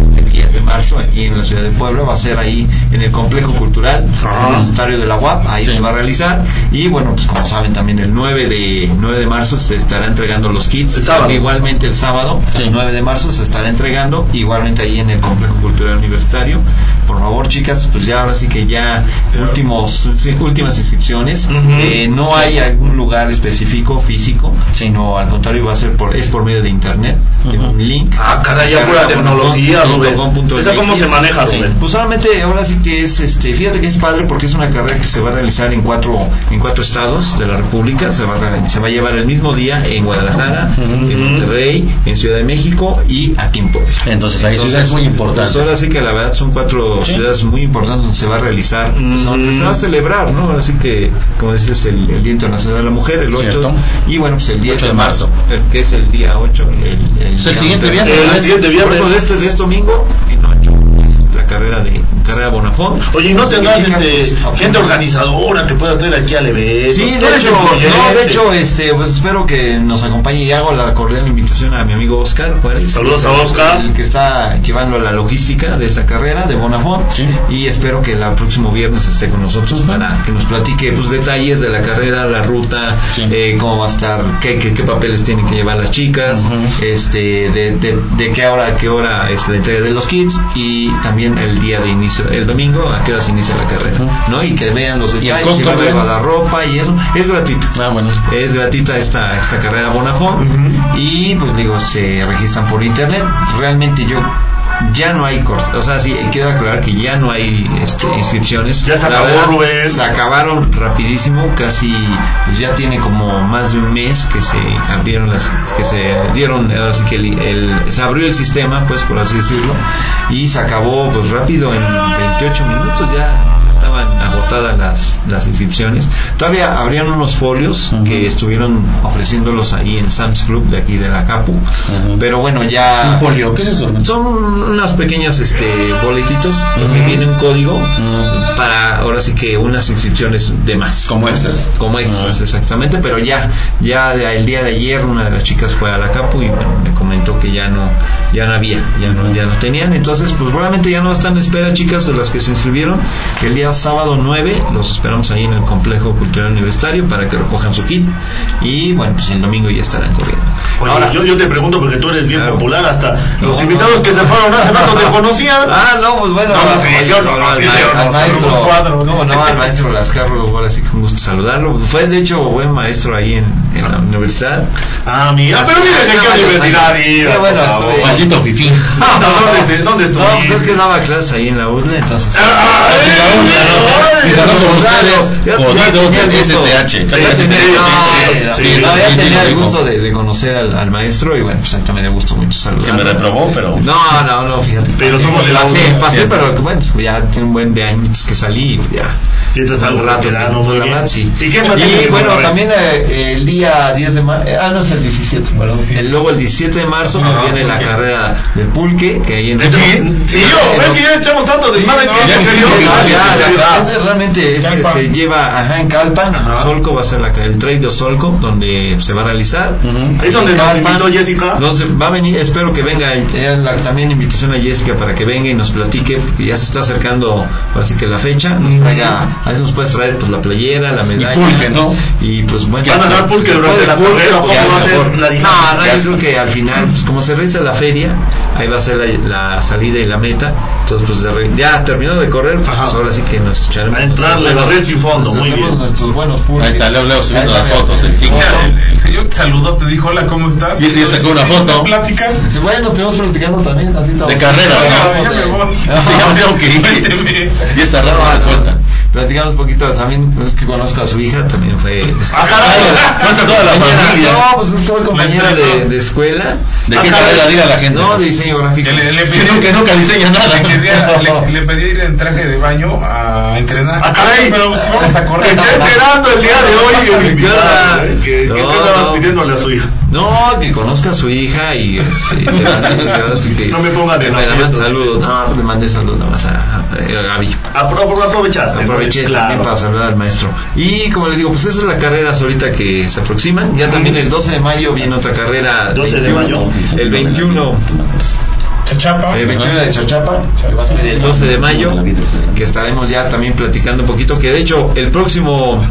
S7: este 10 de marzo aquí en la ciudad de Puebla, va a ser ahí en el complejo cultural universitario de la UAP, ahí se va a realizar y bueno, pues como saben también el 9 de 9 de marzo se estará entregando los kits, igualmente el sábado,
S6: Sí.
S7: 9 de marzo se estará entregando igualmente ahí en el complejo cultural universitario. Por favor, chicas, pues ya ahora sí que ya últimos sí, últimas inscripciones, Eh, no hay algún lugar específico físico, sino al contrario va a ser por es por medio de internet, en un link.
S5: Ah, caray, ya pura tecnología, Rubén.
S7: .com.mx.
S5: ¿Esa cómo se maneja,
S7: Sí.
S5: Rubén?
S7: Pues solamente ahora sí que es, este, fíjate que es padre porque es una carrera que se va a realizar en cuatro, en cuatro estados de la República, se va a, reali- se va a llevar el mismo día en Guadalajara, en Monterrey, en Ciudad de México y aquí en Puebla.
S6: Entonces, ahí ciudad es muy
S7: Pues
S6: importante.
S7: ahora sí que la verdad son cuatro ciudades muy importantes donde se va a realizar, pues, donde se va a celebrar, ¿no? Ahora sí que, como dices, el, el Día Internacional de la Mujer, el 8,
S6: Cierto.
S7: y bueno, pues el 10
S6: 8 de
S7: de
S6: marzo.
S7: marzo, el que es el día 8, el,
S6: Es el
S7: día
S6: siguiente
S7: internacional.
S6: viernes.
S5: El siguiente
S7: Por
S5: viernes.
S7: eso de este, de este domingo, en 8, es la carrera de carrera Bonafón.
S5: Oye, ¿y no
S7: Así que,
S5: tendrás
S7: chicas,
S5: este,
S7: pues, apúntense.
S5: gente organizadora que puedas traer aquí al evento?
S7: Sí,
S5: Tú
S7: de
S5: eres
S7: hecho, no,
S5: influyente.
S7: de hecho, este, pues espero que nos acompañe y hago la cordial invitación a mi amigo Oscar Juárez.
S5: Saludos
S7: que
S5: a
S7: es el-
S5: Oscar.
S7: El que está llevando la logística de esta carrera de Bonafont. Y espero que el próximo viernes esté con nosotros para que nos platique pues, detalles de la carrera, la ruta,
S6: Sí.
S7: eh, cómo va a estar, qué, qué, qué papeles tienen que llevar las chicas, este, de, de, de qué hora a qué hora es la entrega de los kits y también el día de inicio, el domingo, a qué hora se inicia la carrera, ¿no? Y que vean los
S6: el
S7: detalles,
S6: costo,
S7: si va a haber
S6: ¿verdad?
S7: ropa y eso. Es gratuito.
S6: Ah, bueno.
S7: Es gratuita esta, esta carrera Bonafón. Y pues digo, se registran por internet. Realmente yo. Ya no hay corte, o sea, sí, quiero aclarar que ya no hay este, inscripciones.
S5: Ya se
S7: La
S5: acabó, Rubén.
S7: Se acabaron rapidísimo, casi, pues ya tiene como más de un mes que se abrieron las, que se dieron, ahora sí que el, el- se abrió el sistema, pues por así decirlo, y se acabó pues rápido, en 28 minutos ya estaban agotadas las, las inscripciones. Todavía habrían unos folios que estuvieron ofreciéndolos ahí en Sam's Club de aquí de la Capu. Pero bueno, ya...
S6: Un folio, ¿qué es eso?
S7: Son unas pequeñas este, boletitos donde viene un código para ahora sí que unas inscripciones de más.
S6: Como extras. Ah.
S7: Como extras, exactamente. Pero ya, ya de- el día de ayer una de las chicas fue a la Capu y bueno, me comentó que ya no, ya no había, ya no, ya no tenían. Entonces, pues probablemente ya no están en espera, chicas, de las que se inscribieron. que El día sábado 9 los esperamos ahí en el Complejo Cultural Universitario para que recojan su kit. Y bueno, pues el domingo ya estarán corriendo.
S5: Oye, yo, yo te pregunto porque tú eres bien
S7: Claro.
S5: popular, hasta los
S7: No,
S5: invitados
S7: no.
S5: que se fueron hace rato te conocían.
S7: Ah, no, pues bueno.
S5: No,
S7: al-
S5: la selección, no, la
S7: al,
S5: selección,
S7: ma- al
S5: no,
S7: maestro.
S5: un cuadro.
S7: ¿Cómo no? Al maestro Lascarro, ahora sí que un gusto saludarlo. Pues, Fue, de hecho, buen maestro ahí en, en la universidad. <laughs>
S5: Ah, mira, pero mira de qué
S7: Ah,
S5: universidad
S7: sí.
S5: iba.
S7: Qué bueno,
S5: por
S7: estuve-
S5: favor.
S6: Maldito fifí.
S5: Ah, no, <laughs> ¿Dónde, se- dónde
S7: No, pues
S5: estuviste? Ah,
S7: es que daba clases ahí en la UDLE, entonces.
S6: Empezando con
S7: Ya- ya
S6: ustedes, jodidos
S7: tenía
S6: del
S7: el gusto.
S6: SSH.
S7: Ya tenía- no,
S6: Sí,
S7: no,
S6: sí,
S7: ya
S6: sí,
S7: tenía el
S6: rico.
S7: gusto de, de conocer al, al maestro y bueno, pues a mí también me gustó mucho
S6: Que me
S7: saludarlo.
S6: reprobó, pero.
S7: No, no, no, fíjate.
S5: Pero somos de la
S7: pasé,
S5: UDLE.
S7: pasé, pero bueno, pues, ya tiene un buen de años que salí y ya.
S5: Sí, esto es
S7: Un
S5: algo
S7: rato,
S5: veterano,
S7: pues,
S5: muy
S7: la
S5: bien.
S7: verdad, sí.
S5: ¿Y qué más
S7: Y
S5: tienes?
S7: bueno,
S5: A ver.
S7: también eh, el día 10 de marzo, ah, no, es el 17, perdón. El- luego el 17 de marzo pues, viene la carrera del pulque, que ahí en...
S5: Sí, sí, yo, ves que ya echamos tanto de madre
S9: no,
S5: que
S9: ya
S5: en
S9: en
S5: serio. Ah,
S9: serio,
S7: Sí, ya,
S9: ya, ya,
S7: ya,
S9: ya,
S7: ya.
S9: ya.
S7: Ese realmente ese
S9: Calpan.
S7: se lleva ajá, en Calpan. Solco va a ser la, el trade de Solco, donde se va a realizar.
S5: Es donde nos
S7: Calpan.
S5: invitó Jessica.
S7: Entonces, va a venir, espero que venga eh, la- también invitación a Jessica para que venga y nos platique, porque ya se está acercando, así que la fecha,
S10: Mm.
S7: nos traiga, a veces nos puedes traer pues la playera, la medalla.
S6: pulque, ¿no?
S7: Y pues bueno.
S5: Van a dar pulque durante la carrera,
S7: pues,
S5: ¿cómo va a
S7: ya
S5: ser
S7: mejor.
S5: la dinámica?
S7: No, no, yo creo que al final, pues como se realiza la feria, ahí va a ser la, la salida y la meta. Entonces, pues de re- ya terminó de correr, pues, ahora sí que nos echaremos.
S5: A entrarle a la red sin fondo,
S7: Nos
S5: muy
S7: hacemos
S5: bien.
S7: nuestros buenos pulques.
S6: Ahí está, Leo, Leo, subiendo
S7: Ahí está,
S6: las
S7: Leo.
S6: fotos. foto en
S9: Sí,
S6: foto.
S9: claro, el, el señor te saludó, te dijo hola, ¿cómo estás?
S6: Y ese ya sacó una
S9: Hicimos
S6: foto.
S9: plática.
S10: Dice, bueno, estuvimos platicando también tantito.
S6: De carrera,
S9: Ya,
S6: ¿no?
S9: ya me voy.
S6: Sí, ya me tengo que ir.
S9: Suélteme.
S6: Y esta rara no la suelta.
S7: Platicamos un poquito también, es que conozco a su hija, también <laughs> fue...
S6: Pasa toda la familia.
S7: Ah, No, pues es que fue compañera de, de escuela. Ah,
S6: ¿De qué carrera diga la gente?
S7: No, de diseño gráfico.
S9: Que le, le pedí,
S6: Sí, no, que nunca diseña nada.
S9: le quería- le- le pedí ir en traje de baño a entrenar.
S5: Ah, caray.
S9: Pero si vamos a correr.
S5: Se está enterando el día de hoy,
S7: No,
S5: Olimpiada.
S7: no.
S5: ¿eh? ¿Qué,
S7: No,
S5: ¿Qué te estabas
S7: no.
S5: pidiéndole a su hija?
S7: No, que conozca a su hija y este, le mande saludos. <laughs> y que-
S5: No me pongan
S7: le
S5: en
S7: mande
S5: aprietos.
S7: saludos. No, pues le mandé saludos nada más a, a- a Gaby.
S5: Apro- apro- aprovechaste.
S7: Aproveché también para saludar al maestro. Y como les digo, pues esas son las carreras ahorita que se aproximan. Ya también el 12 de mayo viene otra carrera.
S5: 12 de mayo.
S7: El 21,
S9: El Chapa.
S7: el 21 de Chachapa, que va a ser el 12 de mayo, que estaremos ya también platicando un poquito. Que de hecho, el próximo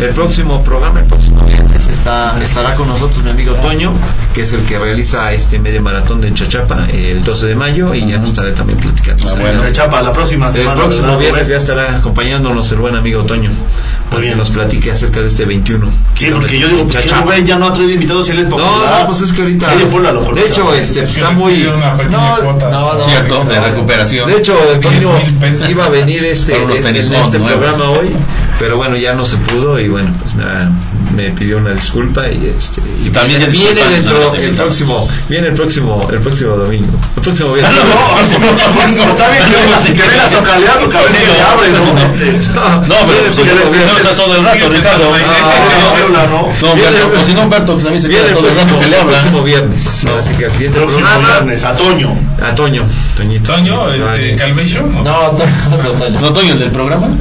S7: el próximo programa, el próximo viernes, está, estará con nosotros mi amigo Toño, que es el que realiza este medio maratón de Chachapa el 12 de mayo y ya nos estaré también platicando.
S5: Chapa, la próxima
S7: El
S5: Ah, semana.
S7: próximo
S5: ¿verdad,
S7: viernes
S5: Rubén?
S7: ya estará acompañándonos el buen amigo Toño para que nos platique acerca de este 21.
S5: Sí, porque yo digo, ¿por qué
S7: Chachapa.
S5: Rubén ya no ha traído invitados? Si él es
S7: No,
S5: popular.
S7: no, pues es que ahorita.
S5: Medio Puebla lo conoce.
S7: De hecho, este, pues, está muy.
S9: Una pequeña
S7: No,
S9: cuota.
S7: no, no.
S6: Cierto, de recuperación.
S7: De hecho, el
S9: Diez
S7: Toño
S9: mil pesos.
S7: iba a venir este,
S6: Para unos
S7: en-
S6: tenis
S7: en este
S6: nuevos.
S7: programa hoy, pero bueno, ya no se pudo y bueno, pues nada, me pidió una disculpa y este. Y
S6: También ya
S7: viene
S6: disculpa, no
S7: dentro
S6: nos
S7: el
S6: invitamos.
S7: próximo, viene el próximo, el próximo domingo, el próximo viernes.
S5: Está bien, que si querés la socalear, lo que
S6: Sí,
S5: le
S6: no.
S5: abre, ¿no? Este,
S6: No, pero pues, no está todo el rato, Ricardo.
S5: Puebla, ¿no?
S6: No, Humberto, pues si no, Humberto también se
S7: Viene
S6: queda
S7: el
S6: todo el rato
S7: próximo,
S6: que le
S7: el próximo
S6: hablan.
S7: viernes. Así que al siguiente
S5: Próximo
S7: programa.
S5: viernes, a Toño.
S7: A Toño. Toñito.
S9: Toño, este, Calmation. ¿no?
S10: No, no, no, no.
S6: ¿No, Toño, el del programa?
S7: No,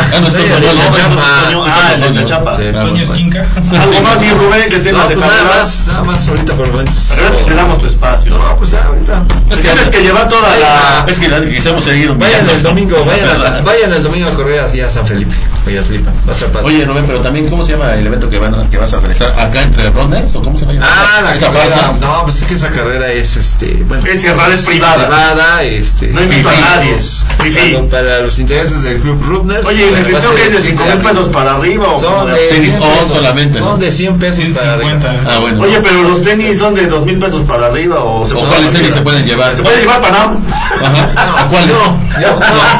S6: no,
S7: Toño,
S6: sí,
S7: de
S6: Toño,
S7: Chachapa.
S5: Toño, ah, el de
S6: Toño.
S5: Chachapa.
S7: Sí,
S9: Toño
S7: bueno, bueno.
S9: Esquinca. Ah,
S5: Algo más, mi Rubén, que
S7: No,
S5: temas de
S7: pues nada
S5: carreras.
S7: más, Pues nada más ahorita por el momento.
S5: Pero es que te damos tu espacio.
S7: No, pues ya, ahorita.
S5: Pues Tienes que llevar toda la.
S6: Es que la- quisiéramos seguir. un
S7: Vayan
S6: día.
S7: el domingo, vayan, a- vayan el domingo a correr hacia San Felipe. O ya flipa, va a estar padre.
S6: Oye, Rubén, pero también, ¿cómo se llama el evento que, van a- que vas a organizar? ¿Acá entre runners o cómo se va a llamar?
S7: ah, la
S6: Esa
S7: carrera.
S6: farsa.
S7: No, pues es que esa carrera es este. Bueno,
S5: Es cerrada, es privada.
S7: privada, este.
S5: No invito a
S7: fifí.
S5: nadie. Fifí.
S7: Para, para los integrantes del club Rubners.
S5: Oye, ¿y la
S7: va a
S5: inscripción
S7: ser
S5: que es de
S7: el
S5: 5
S7: 7
S5: mil
S7: abril.
S5: pesos para arriba o
S7: Son
S5: para-
S7: de
S6: Tenis
S7: 100
S6: on
S7: pesos.
S6: solamente, ¿no?
S7: Son de 100 pesos para arriba.
S9: 150.
S6: Ah, bueno.
S5: Oye, pero los tenis son de 2 mil pesos para arriba o se
S6: ¿O
S5: puede-
S6: cuáles tenis se pueden llevar?
S5: ¿Se puede llevar para
S7: <laughs>
S5: nada?
S6: Ajá. ¿O cuáles?
S7: No,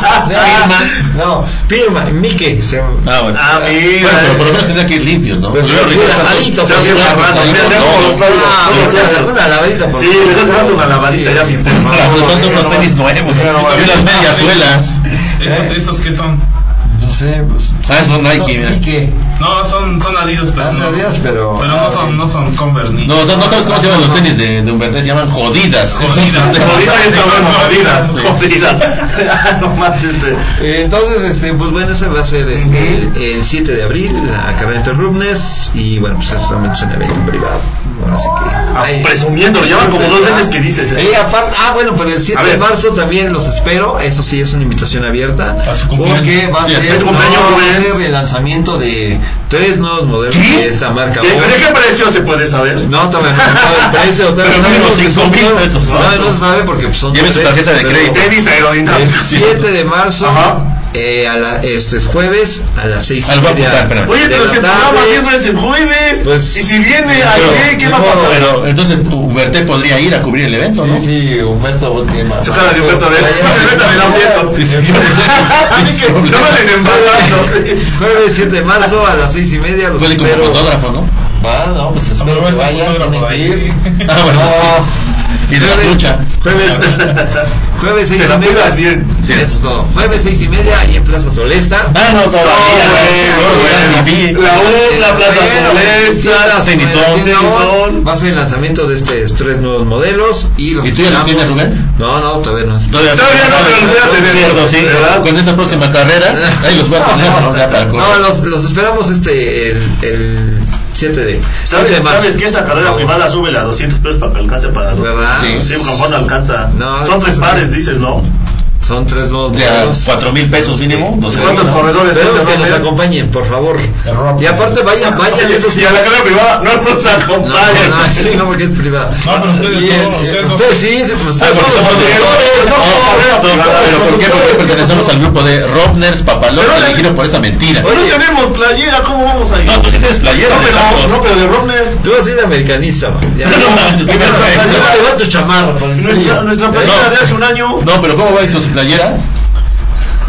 S7: firma, no, firma, Mike. Se,
S6: Ah, bueno.
S5: Ah, mira.
S6: Bueno, pero por lo menos tendría que ir limpios, ¿no?
S7: Pues,
S6: Primero
S7: sí,
S6: limpias,
S7: lavadito,
S6: ¿no?
S7: pues,
S6: Sí,
S7: bien
S6: lavas,
S7: lavado,
S6: ahí,
S7: bien
S6: ¿no?
S7: lavado.
S6: No,
S5: los labios.
S7: Ah,
S5: Todos los
S7: una-
S5: labios.
S7: una lavadita, por
S5: Sí,
S7: favor.
S5: le estás dando una lavadita, ya viste.
S7: por
S6: Ah,
S7: favor,
S6: Nos faltan unos
S7: no,
S6: tenis nuevos.
S7: no,
S6: Y unas medias suelas.
S9: ¿Esos, ¿Esos qué son?
S7: No sé, pues.
S6: Ah, son Nike, mira.
S7: Mike,
S9: No, son, son Adidas, pero
S7: gracias
S9: no.
S7: a Dios, pero.
S9: Pero no son, no son Converse ni. <laughs>
S6: No, o sea, no sabes cómo se llaman los tenis de, de Humberto, se llaman jodidas. <laughs>
S9: Jodidas.
S5: Jodidas está bueno, jodidas.
S6: Sí.
S7: pues, <laughs>
S5: Jodidas. No más, este.
S7: Eh, Entonces, Ah, este, pues bueno, ese va a ser este, el, el 7 de abril, la carrera entre Rubnes. Y bueno, pues es realmente es un evento privado. Ahora sí que.
S5: Ah,
S7: Ay.
S5: Presumiendo, llevan como dos veces que dices. ¿eh?
S7: Eh, aparte, ah, bueno, pero el 7
S5: A
S7: de
S5: ver.
S7: marzo también los espero. Eso sí es una invitación abierta.
S9: A su cumpleaños.
S7: Porque va a
S6: Sí,
S7: ser,
S5: tu cumpleaños,
S7: no, va a
S5: Rubén.
S7: ser el lanzamiento de tres nuevos modelos de esta marca.
S5: ¿De,
S7: Bosch.
S5: ¿De qué precio se puede saber?
S7: No, todavía no se sabe el precio. Todavía
S6: Pero
S7: no
S6: mínimo
S7: sabemos que
S6: cinco
S7: son
S6: mil
S7: nuevos.
S6: pesos, ¿no?
S7: Todavía no se sabe porque son
S6: Lleve su
S7: tres,
S6: tarjeta de
S7: pero
S6: crédito.
S5: Tenis
S7: El
S5: aerodinámicos.
S7: 7 de marzo,
S5: Ajá.
S7: eh, a la, este jueves a las 6
S6: Ah, lo voy a apuntar, espérame.
S5: Oye, pero
S7: de
S5: si el
S7: la
S5: programa
S7: tarde.
S5: viernes el jueves.
S7: Pues-
S5: y si viene ayer, ¿qué va a
S6: Pero,
S5: pasar?
S6: pero, entonces tu Humberto podría ir a cubrir el evento, ¿no?
S10: Sí, Humberto, porque más.
S5: Su cara de oferta de oferta de aprietos. Así que no me les embargando.
S7: Jueves 7 de marzo a las 6 y media los
S6: Puede ir como
S7: espero.
S6: fotógrafo, ¿no?
S10: Va,
S7: Ah,
S10: no, pues espero
S9: Pero
S10: que
S9: ese
S10: vayan,
S9: fotógrafo
S10: tienen que ir.
S9: ahí. <laughs>
S6: Ah, bueno, sí. Y de la Ah, lucha.
S7: Jueves, <laughs> jueves 6
S5: Te
S7: y
S5: la
S7: media.
S5: pegas bien.
S7: Sí, Eso es todo. Jueves 6 y media ahí en Plaza Solesta.
S6: Ah, no, todavía.
S7: No,
S6: güey, no, güey,
S5: La U, la Plaza
S7: Bueno,
S5: Solesta, la
S6: Cenizón.
S5: Cenizón.
S7: Va a ser el lanzamiento de este, estos tres nuevos modelos y los
S6: ¿Y tú ya los
S7: esperamos.
S6: tienes, Rubén?
S7: No, no, todavía no.
S5: Todavía
S6: Todavía
S5: no, pero lo voy a tener.
S6: Cierto, sí.
S5: ¿Verdad?
S6: Con esa próxima carrera, <laughs> ahí los voy a poner, ¿no? Ya para correr.
S7: No, los, los esperamos este el, el 7 de. 7 de
S5: ¿Sabes,
S7: marzo.
S5: ¿Sabes que esa carrera
S7: Por favor.
S5: privada sube a 200 pesos para que alcance para los...
S7: ¿Verdad?
S6: Sí.
S5: Sí, con Juan alcanza.
S7: No,
S5: Son tres
S7: no.
S5: pares, dices, ¿no?
S7: Son tres nuevos
S6: De a cuatro mil pesos mínimo. No sé.
S7: ¿Cuántos corredores? Esperemos
S5: son de
S7: que nos
S5: Robert?
S7: acompañen, por favor. Y aparte, vayan, vayan. Eso sí.
S5: Y a la carrera privada no nos
S7: No,
S5: acompañen.
S7: no, sí, no, porque es privada.
S9: No, pero ustedes
S7: Y,
S9: no,
S7: eh,
S9: ustedes no.
S7: ustedes sí, sí, pues, ustedes
S6: Ah,
S7: son
S6: porque
S7: los
S6: somos
S7: conductores,
S5: No, carrera privada,
S6: Ah, Pero ¿por qué? Porque
S5: somos-
S6: pertenecemos al grupo de Robners Papalote,
S5: Pero-
S6: elegido por esa mentira.
S5: Hoy no tenemos playera, ¿cómo vamos a ir?
S6: No, tú sí tienes playera.
S5: No,
S6: de
S5: pero,
S6: Santos.
S5: no, pero de Romners.
S7: Tú vas a ir de americanista, va. Ya.
S6: <laughs> No, no, manches,
S7: <laughs> Nuestra
S6: primero
S7: playera,
S6: regreso.
S7: lleva tu chamarra, por el
S5: Nuestra,
S7: frío.
S5: nuestra playera
S6: No.
S5: de hace un año. <laughs>
S6: No, pero ¿cómo va a ir con su playera?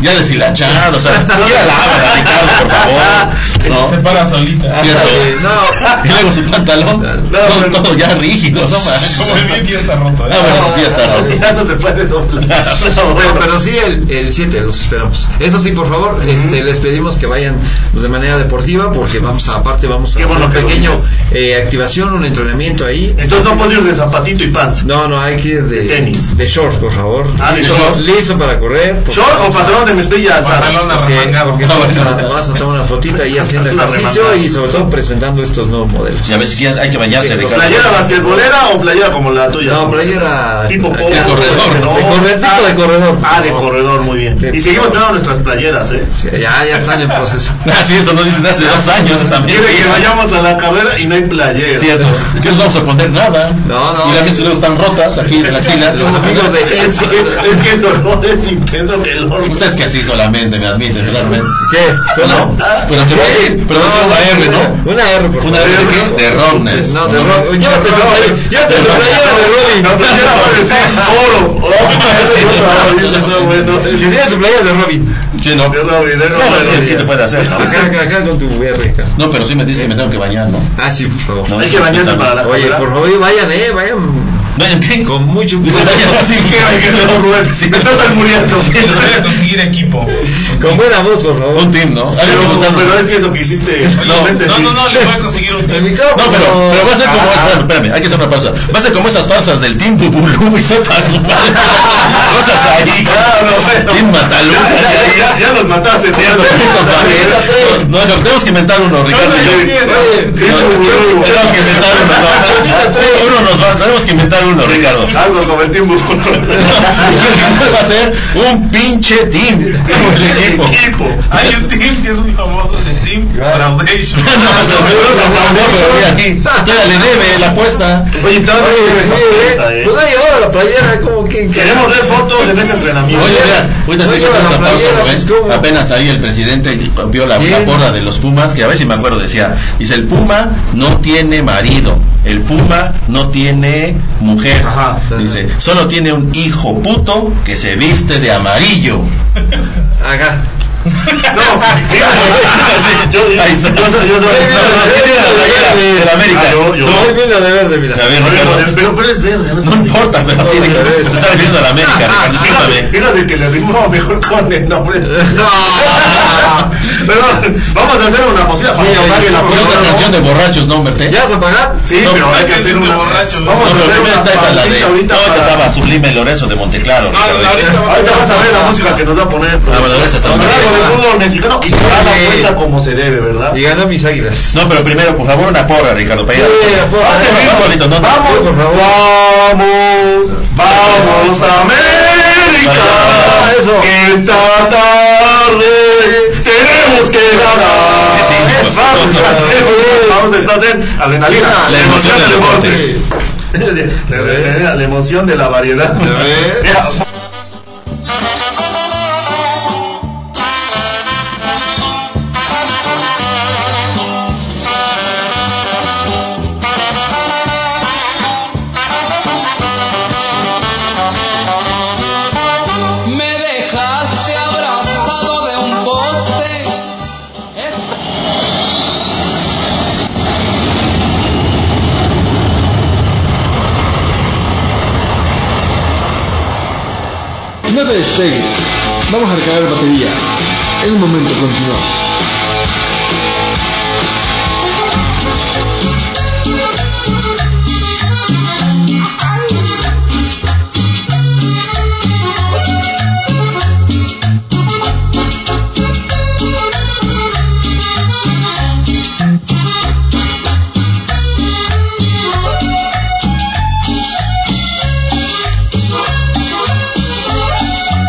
S6: Ya deshilachada, o sea,
S5: <laughs>
S6: ya lávala, Ricardo, por favor.
S9: Se
S6: ¿No?
S9: para solita.
S6: Cierto.
S7: Eh, No,
S6: Y luego su pantalón, todo, todo ya rígido, no manches.
S9: <laughs>
S6: <laughs>
S9: Como el bien ya está roto. ¿eh?
S6: Ah, bueno, sí, está roto.
S5: Ya no se puede doblar.
S7: No, <laughs> pero sí el, el 7, los esperamos. Eso sí, por favor, este, les pedimos que vayan pues, de manera deportiva porque vamos a, aparte vamos a
S5: Qué
S7: hacer
S5: bueno
S7: un
S5: que lo
S7: pequeño
S5: dices.
S7: eh, activación, un entrenamiento ahí.
S5: Entonces no puedo ir de zapatito y pants.
S7: No, no, hay que ir de,
S5: tenis.
S7: de short, por favor.
S5: Ah, de
S7: listo,
S5: short.
S7: listo para correr. porque
S5: Short o
S7: vamos a-
S5: pantalón de mezclilla alzada.
S9: Pantalón arremangado.
S7: porque
S6: Ah,
S7: vamos a, vas a tomar una fotita ahí haciendo
S5: La
S7: ejercicio
S5: remangada.
S7: y sobre todo presentando estos nuevos modelos.
S6: Ya ves, si quieres, hay que bañarse,
S7: Sí,
S6: Ricardo.
S5: ¿Playera basquetbolera o playera como la tuya?
S7: No, playera
S5: Tipo
S7: acá,
S5: polo,
S7: de corredor,
S5: no.
S7: de corredor, de corredor.
S5: Ah, de corredor, muy bien. Y seguimos teniendo nuestras playeras, ¿eh?
S7: Sí, Ya, ya están
S5: <laughs>
S7: en proceso.
S6: <laughs> Ah, sí, eso nos dicen hace dos años también.
S5: Quiere que vayamos a la carrera y no hay playera.
S6: Cierto. ¿Qué nos vamos a poner? Nada.
S7: No, no.
S6: Y las mis luego están rotas aquí en la axila.
S7: Los amigos de
S5: <laughs> Es,
S7: Enzo.
S5: que- es que el dolor es intenso que el horno.
S6: Ustedes Pues que así solamente me admiten, realmente.
S7: ¿Qué?
S6: No, pero te voy a decir, pero es una R, ¿no?
S7: Una R, por
S6: Una
S7: favor.
S6: R de qué? De Robners.
S7: No, de Rob. Llévate la playera- llévate la playera de
S6: <laughs>
S7: Robin.
S5: La playera va a decir oro. Oh, no,
S6: Sí, no,
S5: no, no, bueno.
S7: Que tiene su playera de Robin.
S6: Sí, no.
S5: Yo no, mira, no,
S6: Bueno,
S5: bueno.
S6: sí, ¿qué se puede hacer, no?
S7: Acá, acá, acá con tu R. acá.
S6: No, pero sí me dice que me tengo que bañar, ¿no?
S7: Ah, sí, por favor.
S6: No,
S5: Hay que bañarse para la
S7: Oye,
S5: carrera.
S7: por favor, vayan, eh, vayan.
S6: ¿Vayan qué?
S7: Con mucho
S6: Dice, vayan así
S5: Hay que ser Rubén.
S6: Sí.
S5: Me estás muriendo.
S9: Les voy a conseguir <laughs> equipo.
S7: Con buena voz, por favor.
S6: Un team, ¿no? Hay que
S5: Pero,
S6: preguntarle.
S5: pero es que eso que hiciste. realmente,
S9: No,
S5: sí.
S9: no, no, les voy a conseguir un
S7: El
S9: tenis.
S7: micrófono.
S6: No, pero, pero va a ser como. Bueno, espérame, hay que hacer una pausa. Va a ser como esas farsas del Team Bubulú y sepas. ¿no? Cosas ahí.
S5: Claro, bueno.
S6: Team Matalú.
S5: Ya, ya, <laughs> ya, ya los mataste. tío.
S6: <laughs> Cierto, esas barreras. No, no, tenemos que inventar uno, Ricardo. y yo.
S7: Oye,
S6: No, no, Tenemos que inventar uno. no, no, Uno nos va, tenemos que inventar uno, Ricardo.
S5: Algo cometimos.
S6: <laughs> Va a ser un pinche team. Un pinche equipo.
S9: Equipo. Hay un team que es muy famoso, é el Team Foundation.
S6: No, seguro se aplaudió, pero mira aquí. Todavía le debe la apuesta.
S5: Oye, todavía
S7: Oye, sí, eh.
S5: eh.
S7: Pues ha llevado la playera, como que.
S5: Queremos ver fotos en ese entrenamiento.
S6: Oye, verás, ahorita
S7: No
S6: sí que
S7: lleva
S6: tenemos
S7: la
S6: la pausa,
S7: playera,
S6: ¿no
S7: pues,
S6: ves?
S7: ¿cómo?
S6: Apenas ahí el presidente vio la, la
S7: ¿Quién?
S6: porra de los Pumas, que a ver si me acuerdo, decía, dice, el Puma no tiene marido, el Puma no tiene mujer,
S5: Ajá.
S6: dice, solo tiene un hijo puto que se viste de amarillo.
S7: Acá.
S5: No, sí, yo, yo,
S6: Ahí está.
S5: yo soy- yo soy-
S6: No, no, tiene la playera del América.
S5: Ah, yo- yo-
S6: ¿Tú?
S7: Muy bien la de verde, mira.
S6: A ver, Ricardo,
S5: Pero, pero es verde, no es
S6: No importa, pero así de que se está viendo a la América, Ricardo,
S5: Fíjate,
S6: Ah, discúlpame.
S5: fíjate Ah, que le rimó <laughs> mejor con el <laughs> nombre.
S7: No.
S5: Pero vamos a hacer una posibilidad para
S7: Sí,
S5: que apague la
S7: sí,
S6: Fue otra
S5: puerta, ¿no?
S6: canción de borrachos, ¿no, Humberto?
S7: ¿Ya vas a pagar?
S5: Sí,
S6: No,
S5: pero hay que
S9: es
S5: hacer
S9: un
S5: una.
S9: borracho, ¿no?
S6: No,
S5: Vamos a
S6: pero
S5: hacer
S6: primero
S5: una
S6: está esa la de.
S5: pausita ahorita.
S6: No, ahorita
S5: para-
S6: estaba Sublime Lorenzo de Monteclaro,
S9: Ah,
S6: Ricardo.
S9: ahorita va-
S5: Ahorita vas a ver la música que nos va a poner.
S6: Ah, bueno, gracias,
S5: Vamos a hablar con el fútbol mexicano y dar la cuenta como se debe, ¿verdad?
S7: Y ganó mis águilas.
S6: No, pero primero, por favor, una porra, Ricardo. Para ir a-
S7: Vamos,
S6: Vamos, solito, no, no.
S7: por favor.
S5: Vamos, vamos América.
S7: Eso.
S5: Que esta tarde tenemos que ganar.
S6: Sí, sí,
S5: vamos,
S6: sí, sí, sí.
S5: vamos entonces, adrenalina,
S7: La
S6: emoción del
S5: La- la- la- La emoción de la variedad.
S7: ves?
S5: Mira,
S3: Me dejaste abrazado de un poste. Es-
S1: No te despegues. Vamos a recargar baterías. En un momento continuamos.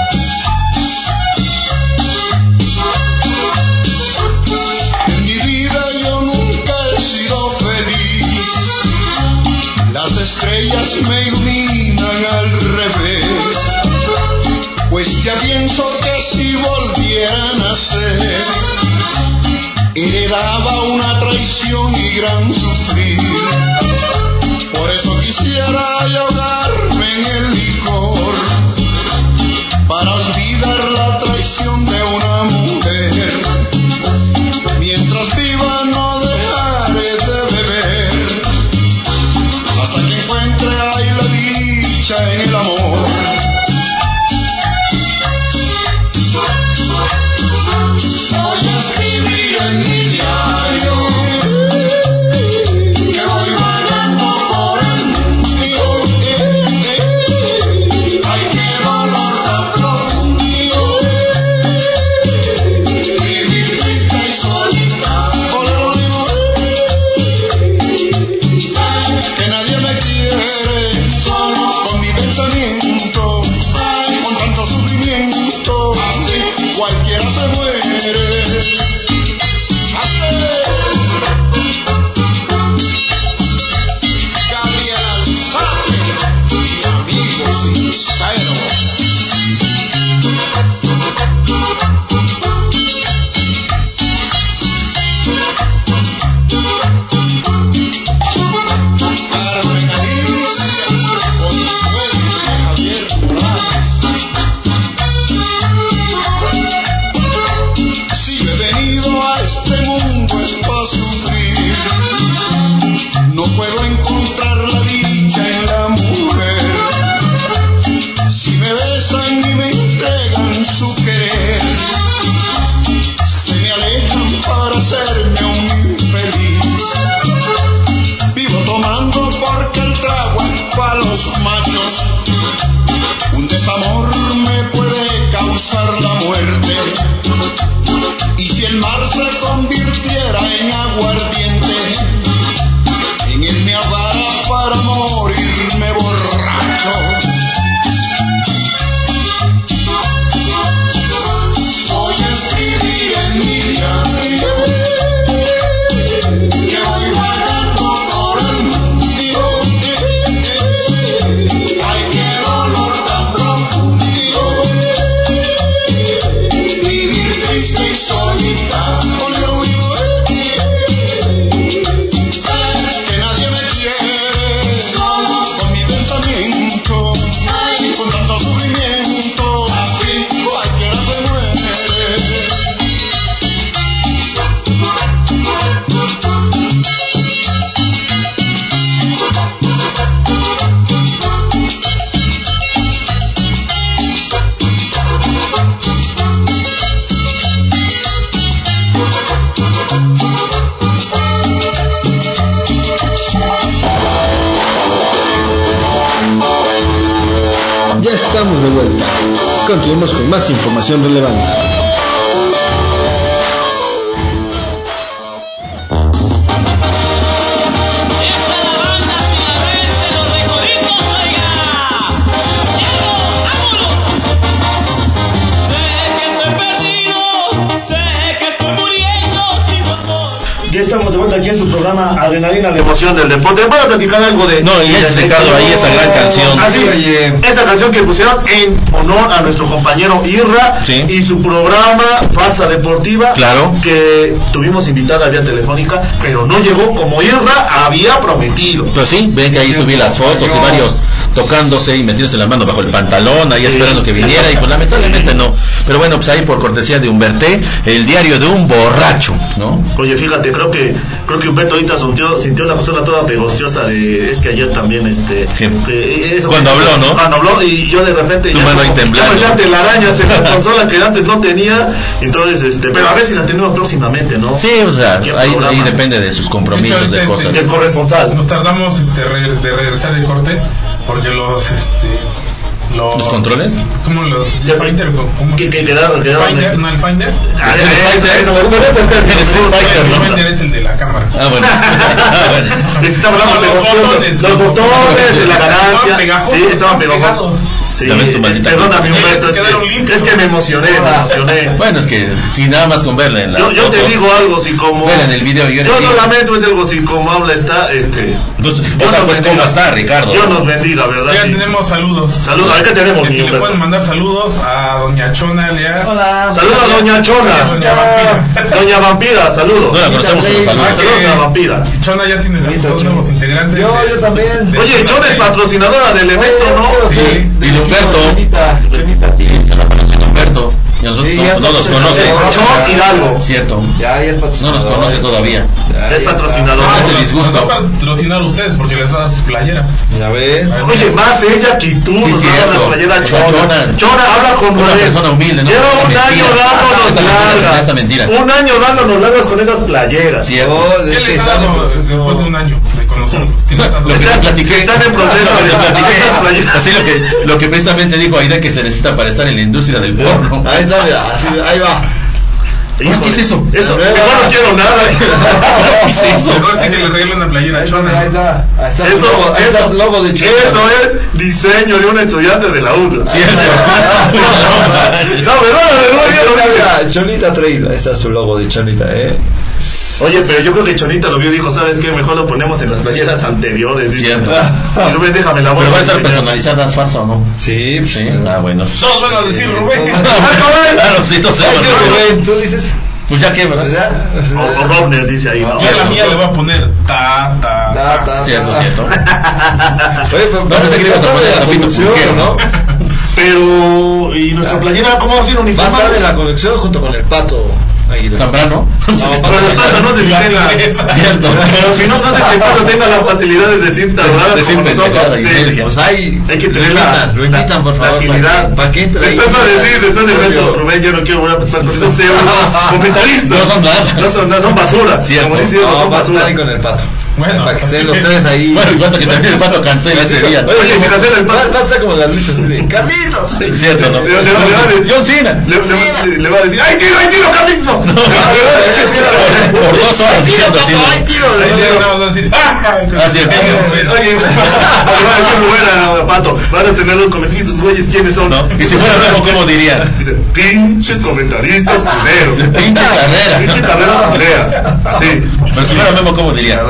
S11: Thank you.
S7: estrellas me iluminan al revés, pues ya pienso que si volviera a nacer, heredaba una traición y gran sufrir. Por eso quisiera yo ahogarme en el licor, para olvidar la traición de una mujer. Mientras viva no dejaré de beber hasta que encuentre ahí la dicha en el amor. Voy a escribir en mi diario que voy vagando por el mundo. Eh, eh. Ay, qué dolor tan profundo. Vivir triste y solitario. Olero, que nadie me quiere, solo con mi pensamiento, ay, con tanto sufrimiento, así cualquiera se muere. Gabriel Alzate, mi amigo sincero. Carmen Alicia Consuelo y Javier Morales. Si yo he venido a este mundo es para sufrir, no puedo encontrar la dicha en la mujer. Si me besan y me entregan su querer, se me alejan para hacerme un infeliz. Vivo tomando porque el trago es para los machos. Un desamor me puede causar la muerte. Y si el mar se convirtiera en aguardiente, en él me ahogara para morirme borracho. Voy a escribir en mi diario que voy vagando por el mundo. Ay, qué dolor tan profundo. Vivir triste y solitario. Que nadie me quiere, solo con mi pensamiento, con tanto sufrimiento, así cualquiera se muere.
S1: Ya estamos de vuelta. Continuemos con más información relevante.
S5: Ya estamos de vuelta aquí en su programa Adrenalina, la emoción del deporte. Voy a platicar algo de.
S6: No, y
S5: del
S6: es pecado
S5: deporte.
S6: ahí esa gran canción.
S5: Ah, sí,
S6: Oye.
S5: esa canción que pusieron en honor a nuestro compañero Irra
S6: Sí.
S5: y su programa Falsa Deportiva.
S6: Claro.
S5: Que tuvimos invitada vía telefónica, pero no llegó como Irra había prometido.
S6: Pues sí, ven que ahí subí las fotos y varios tocándose y metiéndose las manos bajo el pantalón, ahí esperando que viniera y pues lamentablemente no. Pero bueno, pues ahí por cortesía de Humberté, el diario de un borracho, ¿no?
S5: Oye, fíjate, creo que creo que Humberto ahorita sintió, sintió la persona toda pegostiosa de es que ayer también este que- eso-
S6: Cuando habló, ¿no?
S5: Cuando habló y yo de repente
S6: Tu mano ahí temblando.
S5: Ya te la araña se me <laughs> consola que antes no tenía. Entonces, este, pero a ver si la tenemos próximamente, ¿no?
S6: Sí, o sea,
S5: ¿Qué
S6: ahí,
S5: programa?
S6: ahí depende de sus compromisos, de
S9: Este,
S6: cosas.
S9: este,
S5: corresponsal.
S9: Nos tardamos este, re- de regresar de corte porque los este los,
S6: ¿Los controles?
S9: ¿Cómo los
S5: Se-
S9: Finder, ¿cómo?
S5: que que quedaron quedaron
S9: Finder, no el Finder.
S5: Ah, eh, eh, eso, bueno, ese es el-
S9: El
S6: ¿no?
S9: Finder es el de la cámara.
S6: Ah,
S5: <laughs>
S6: bueno. Ah,
S5: Necesitaba hablar
S9: No,
S5: de
S9: los
S5: botones,
S9: botones,
S5: los
S9: los
S5: botones,
S9: botones,
S5: la
S9: estaban
S5: ganancia.
S9: pegajosos,
S5: Sí, estaban
S9: estaban
S5: pegajosos.
S9: pegados.
S6: Sí, ves tu maldita
S5: Perdóname,
S6: culpa.
S5: Humberto, es que, es que me emocioné, me emocioné.
S6: Bueno, es que si nada más con verla en la
S5: Yo, yo te
S6: foto,
S5: digo algo, si como.
S6: Vela en el video, yo
S5: Yo,
S6: le digo.
S5: solamente es algo, si como habla está, este.
S6: Pues, o sea, pues cómo está Ricardo.
S5: Dios nos bendiga, ¿verdad?
S9: Ya tenemos saludos.
S5: Saludos, ¿a qué tenemos,
S9: Que
S5: mi
S9: si le
S5: Humberto?
S9: pueden mandar saludos a Doña Chona, alias. Hola.
S5: Saludos a Doña Chona.
S9: Doña Vampira.
S5: Doña Vampira, saludos.
S6: No la conocemos, pero saludos.
S5: Saludos a Vampira.
S9: Chona ya tiene dos nuevos integrantes.
S7: Yo,
S9: de-
S7: yo también.
S9: de-
S5: Oye, Chona es patrocinadora del evento, ¿no?
S7: Sí.
S6: Y Humberto,
S7: Chenita, Chenita.
S6: se la conoce Humberto. Y nosotros
S7: Sí,
S6: no-
S7: ya
S6: no los
S7: se-
S6: conoce.
S5: Chon Hidalgo.
S6: Cierto.
S7: Ya, ya es
S6: No nos conoce todavía.
S5: Es patrocinadora.
S6: Ah, ese
S9: Nos-
S6: disgusto.
S9: Nos va a patrocinar ustedes porque les va a dar sus playeras.
S7: Ya ves.
S5: Oye, más ella que tú,
S6: Sí,
S5: nos da
S6: cierto.
S5: la playera
S6: La
S5: Chona.
S6: Chona.
S5: Chona habla con
S6: Una persona humilde, ¿no?
S5: Lleva
S6: Esa
S5: un
S6: mentira. Ah,
S5: año
S6: Esa
S5: dándonos
S6: mentira,
S5: largas.
S6: esa mentira.
S5: Un año dándonos largas con esas playeras.
S6: Cierto.
S7: Oh,
S9: ¿Qué
S7: es que
S6: este,
S9: les ha
S7: sale,
S9: dado
S7: pues,
S9: después de un año de conocerlos? ¿Qué les ha dado?
S6: Lo que te platiqué.
S5: Están en proceso de-
S6: Lo que
S7: <laughs>
S6: te platiqué.
S5: esas playeras.
S6: Así lo que, lo que precisamente dijo Aida que se necesita para estar en la industria del porno.
S7: <laughs> Ahí está, mira, así, ahí va.
S5: Híjole,
S6: ¿Qué es eso?
S5: Eso, yo no
S7: <laughs>
S5: quiero <laughs> nada.
S6: ¿Qué es eso?
S9: Mejor sí que
S6: <laughs>
S9: le regalen una playera a Chona.
S7: Ahí está, ahí está el
S5: Eso,
S7: logo, ahí está
S5: eso,
S7: el logo de Chenita.
S5: eso es diseño de un estudiante de la UDLA.
S6: Cierto.
S5: No, perdóname, no, yo no
S7: Ahí
S5: vi.
S7: está, Chonita Trail, ahí está su logo de Chonita, eh.
S5: Oye, pero yo creo que Chonita lo vio y dijo, ¿sabes qué? Mejor lo ponemos en las playeras anteriores. Dice,
S6: Cierto.
S5: "Y Rubén, déjame la voz.
S6: Pero van a estar personalizadas, farsa o no?
S7: Sí,
S6: Sí. Ah, <laughs> bueno.
S9: Todos van a decir Rubén.
S7: ah,
S6: Claro, sí, entonces,
S7: Rubén, tú dices,
S6: Pues ya que, ¿verdad?
S7: ¿verdad? pues,
S5: O, o Robner dice ahí, ¿no?
S9: Yo a la mía le voy a poner ta, ta,
S7: Ta,
S9: ta.
S7: ta,
S6: Cierto,
S7: ta.
S6: cierto.
S7: Oye, pero-
S6: No pensé que le ibas a poner
S7: la
S6: a Pito
S7: conducción,
S6: Pulquero, ¿no?
S5: Pero, ¿y nuestra playera cómo va a ser
S7: Va a
S5: uniformada?
S7: estar en la conexión junto con el pato. Águila.
S6: Zambrano.
S5: Pero el pato no se sienta.
S6: <laughs> Cierto.
S5: Pero si no, no sé si el pato tenga la facilidad de decir tan raras
S6: decir
S5: como
S6: pendejadas
S5: nosotros.
S6: y
S5: Sí.
S6: media.
S7: Pues ahí.
S5: Hay que
S7: lo
S5: tener la-
S7: invitan, Lo invitan, por
S5: la
S7: favor.
S5: agilidad.
S7: Para que, para que entre ahí.
S5: Después va a decir, después el resto,
S7: Obvio.
S5: Rubén, yo no quiero volver a participar con esos
S6: <laughs>
S5: pseudo comentaristas.
S6: No son nada.
S5: No son, no son basura.
S6: Cierto.
S5: Como dicen, no,
S7: No,
S5: son
S7: va a estar ahí
S5: basura.
S7: con el pato.
S9: Bueno,
S7: para que estén
S6: <laughs>
S7: los
S9: así que-
S7: tres ahí.
S6: Bueno, y cuenta que también el pato cancela ese día.
S5: Oye, si cancela el pato.
S7: Va, va a estar como las luchas así de Carlitos.
S6: Cierto, ¿no?
S5: Le- le- le- le-
S6: John Cena.
S5: Le, se- le va a decir, ¡ay, tiro, ay, tiro, Carlitos!
S6: <laughs>
S5: No. <laughs> Le va a decir, "Tiro". <laughs>
S6: Por dos horas diciendo así.
S5: ¡Ay, tiro!
S9: Ahí le
S5: Oye,
S9: vamos a decir. ¡Ah!
S6: Ah, cierto.
S5: oye, le va a decir Rubén a Pato, van a tener los comentaristas, güeyes, ¿quiénes son?
S6: ¿No? Y si fuera nuevo, ¿cómo diría?
S5: Dice, pinches comentaristas culeros.
S6: <laughs> Pinche
S5: Pinche
S6: carrera.
S5: carrera culera. Así.
S6: Pero si fuera nuevo, ¿cómo diría?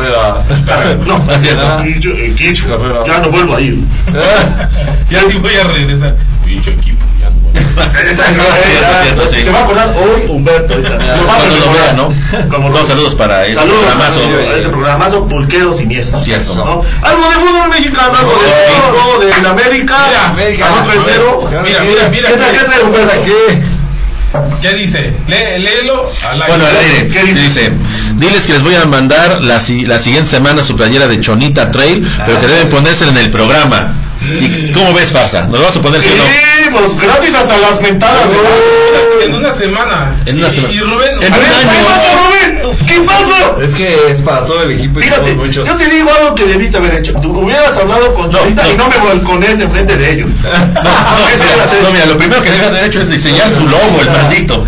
S5: No,
S6: Así es, ¿no?
S5: Y yo, eh, Quicho, ya no vuelvo
S6: <laughs>
S5: a ir.
S6: Ah.
S9: Ya sí voy a regresar. Dicho equipo, ya no voy a
S5: Exacto,
S6: Cierto, cierto, sí.
S5: Se va a acordar hoy Humberto. ahorita. Lo va a
S6: Cuando lo vea,
S5: recordar.
S6: ¿no?
S5: Como
S6: Todos saludos para ese
S5: Saludos
S6: programazo.
S5: a ese programazo pulquero siniestro.
S6: Cierto.
S5: ¿no? Algo de fútbol mexicano, algo de fútbol, algo de la América.
S7: América.
S5: Ganó 3-0.
S7: Mira,
S9: mira, mira, mira.
S5: ¿Qué tal, qué tal, Humberto?
S9: ¿Qué dice? Lé- léelo al aire.
S6: Bueno, al aire.
S5: ¿Qué dice?
S6: Dice, diles que les voy a mandar la, si- la siguiente semana su playera de Chonita Trail, pero que deben ponérsela en el programa. ¿Y cómo ves, Farsa? ¿Nos vas a poner sí o no?
S5: Sí, pues gratis hasta las mentadas, ¿no?
S9: En una semana.
S6: En una
S9: Y-
S6: semana.
S9: Y Rubén.
S6: En
S5: A ver,
S6: un
S5: ¿Qué
S6: año.
S5: pasa, Rubén? ¿Qué pasa?
S7: Es que es para todo el equipo y
S5: Fíjate,
S7: somos muchos.
S5: yo te digo algo que debiste haber hecho. Tú hubieras hablado con Chorita y no me balcones enfrente de <laughs> ellos.
S6: No, no,
S5: Eso
S6: mira,
S5: hubieras hecho.
S6: no, mira, lo primero que deben haber hecho es diseñar su logo, el maldito.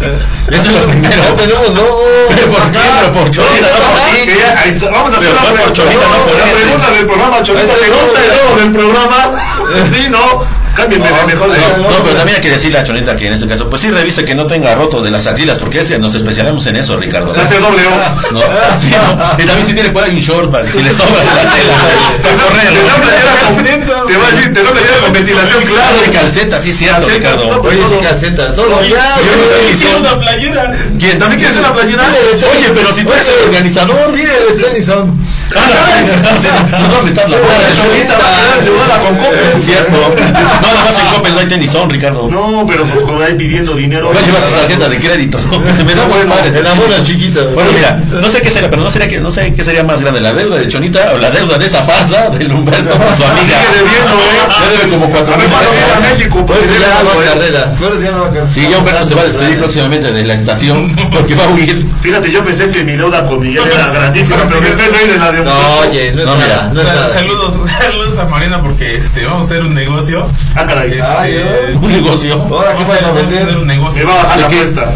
S6: Eso es lo primero.
S7: No tenemos logo.
S6: Pero ¿Por qué? Pero por Chonita, no por ti.
S5: Sí, ahí está. Vamos a hacer la
S6: Pero fue
S5: pregunta,
S6: por Chorita, no por
S5: la
S6: este.
S5: pregunta del programa. Chorita, ¿te gusta el logo del programa? <laughs> Sí, no. Cámbienme de mejor
S6: No,
S5: logo.
S6: no, pero también hay que decirle a Chonita que en este caso, pues sí, revise que no tenga roto de las axilas, porque ese- nos especializamos en eso, Ricardo.
S5: La
S6: <laughs>
S5: CW.
S6: No, sí, no. Y también si tiene por ahí un short, para- si le sobra la
S5: <laughs>
S6: tela, para
S5: Te da una
S6: correr.
S5: playera con- <laughs> Te va a decir, te da una playera con ventilación, claro.
S6: Claro, de calceta, sí, cierto,
S5: Calcetas,
S6: Ricardo.
S5: no,
S7: Oye, sin calcetas. Todo
S5: Oye,
S7: ya.
S6: yo
S7: güey.
S6: no estoy
S9: Hicieron
S6: diciendo-
S9: una playera.
S6: ¿Quién?
S5: ¿También quieres una playera?
S6: Oye, pero si tú eres el organizador,
S7: Mire, los tenis son.
S6: Ah, sí, nos va a meter la cara.
S5: Chorita va a quedar de bola con Coppel. <laughs>
S6: Cierto. No, nada más en Coppel no hay tenisón, Ricardo. No
S5: No, pero pues como ahí pidiendo dinero.
S6: llevas tu
S5: <laughs>
S6: tarjeta de crédito, Ah, ¿no? Se me da buen padre.
S7: El amor al chiquito.
S6: Bueno, <laughs> mira, no sé qué sería, pero no sería que, no sé qué sería más grande, la deuda de Chonita o la deuda de esa farsa del Humberto con su amiga.
S5: Sigue debiendo, ¿eh?
S6: Ya debe como cuatro
S5: A
S6: mil
S5: ver, cuando
S6: pesos.
S5: venga a México,
S7: Por
S5: puede
S7: eso
S5: ser
S7: ya no
S5: algo,
S7: va
S5: ¿eh?
S7: carreras. Por eso ya no va carreras.
S6: Sí, ya Humberto se va a despedir próximamente de la <laughs> estación porque va a huir.
S5: Fíjate, yo pensé que mi deuda con Miguel era grandísima, pero me pensé en la de un
S7: No, oye, no es
S6: No, mira,
S7: nada. No es
S9: Sal-
S7: nada.
S9: <laughs> Saludos, saludos a Marina porque este vamos a hacer un negocio.
S5: Ah, caray.
S9: Este, eh,
S6: un negocio.
S9: Ahora, ¿qué vas a meter? Un negocio.
S5: va a
S9: <laughs>
S5: bajar
S6: ¿De
S5: la
S6: qué? ¿Eh?
S5: apuesta.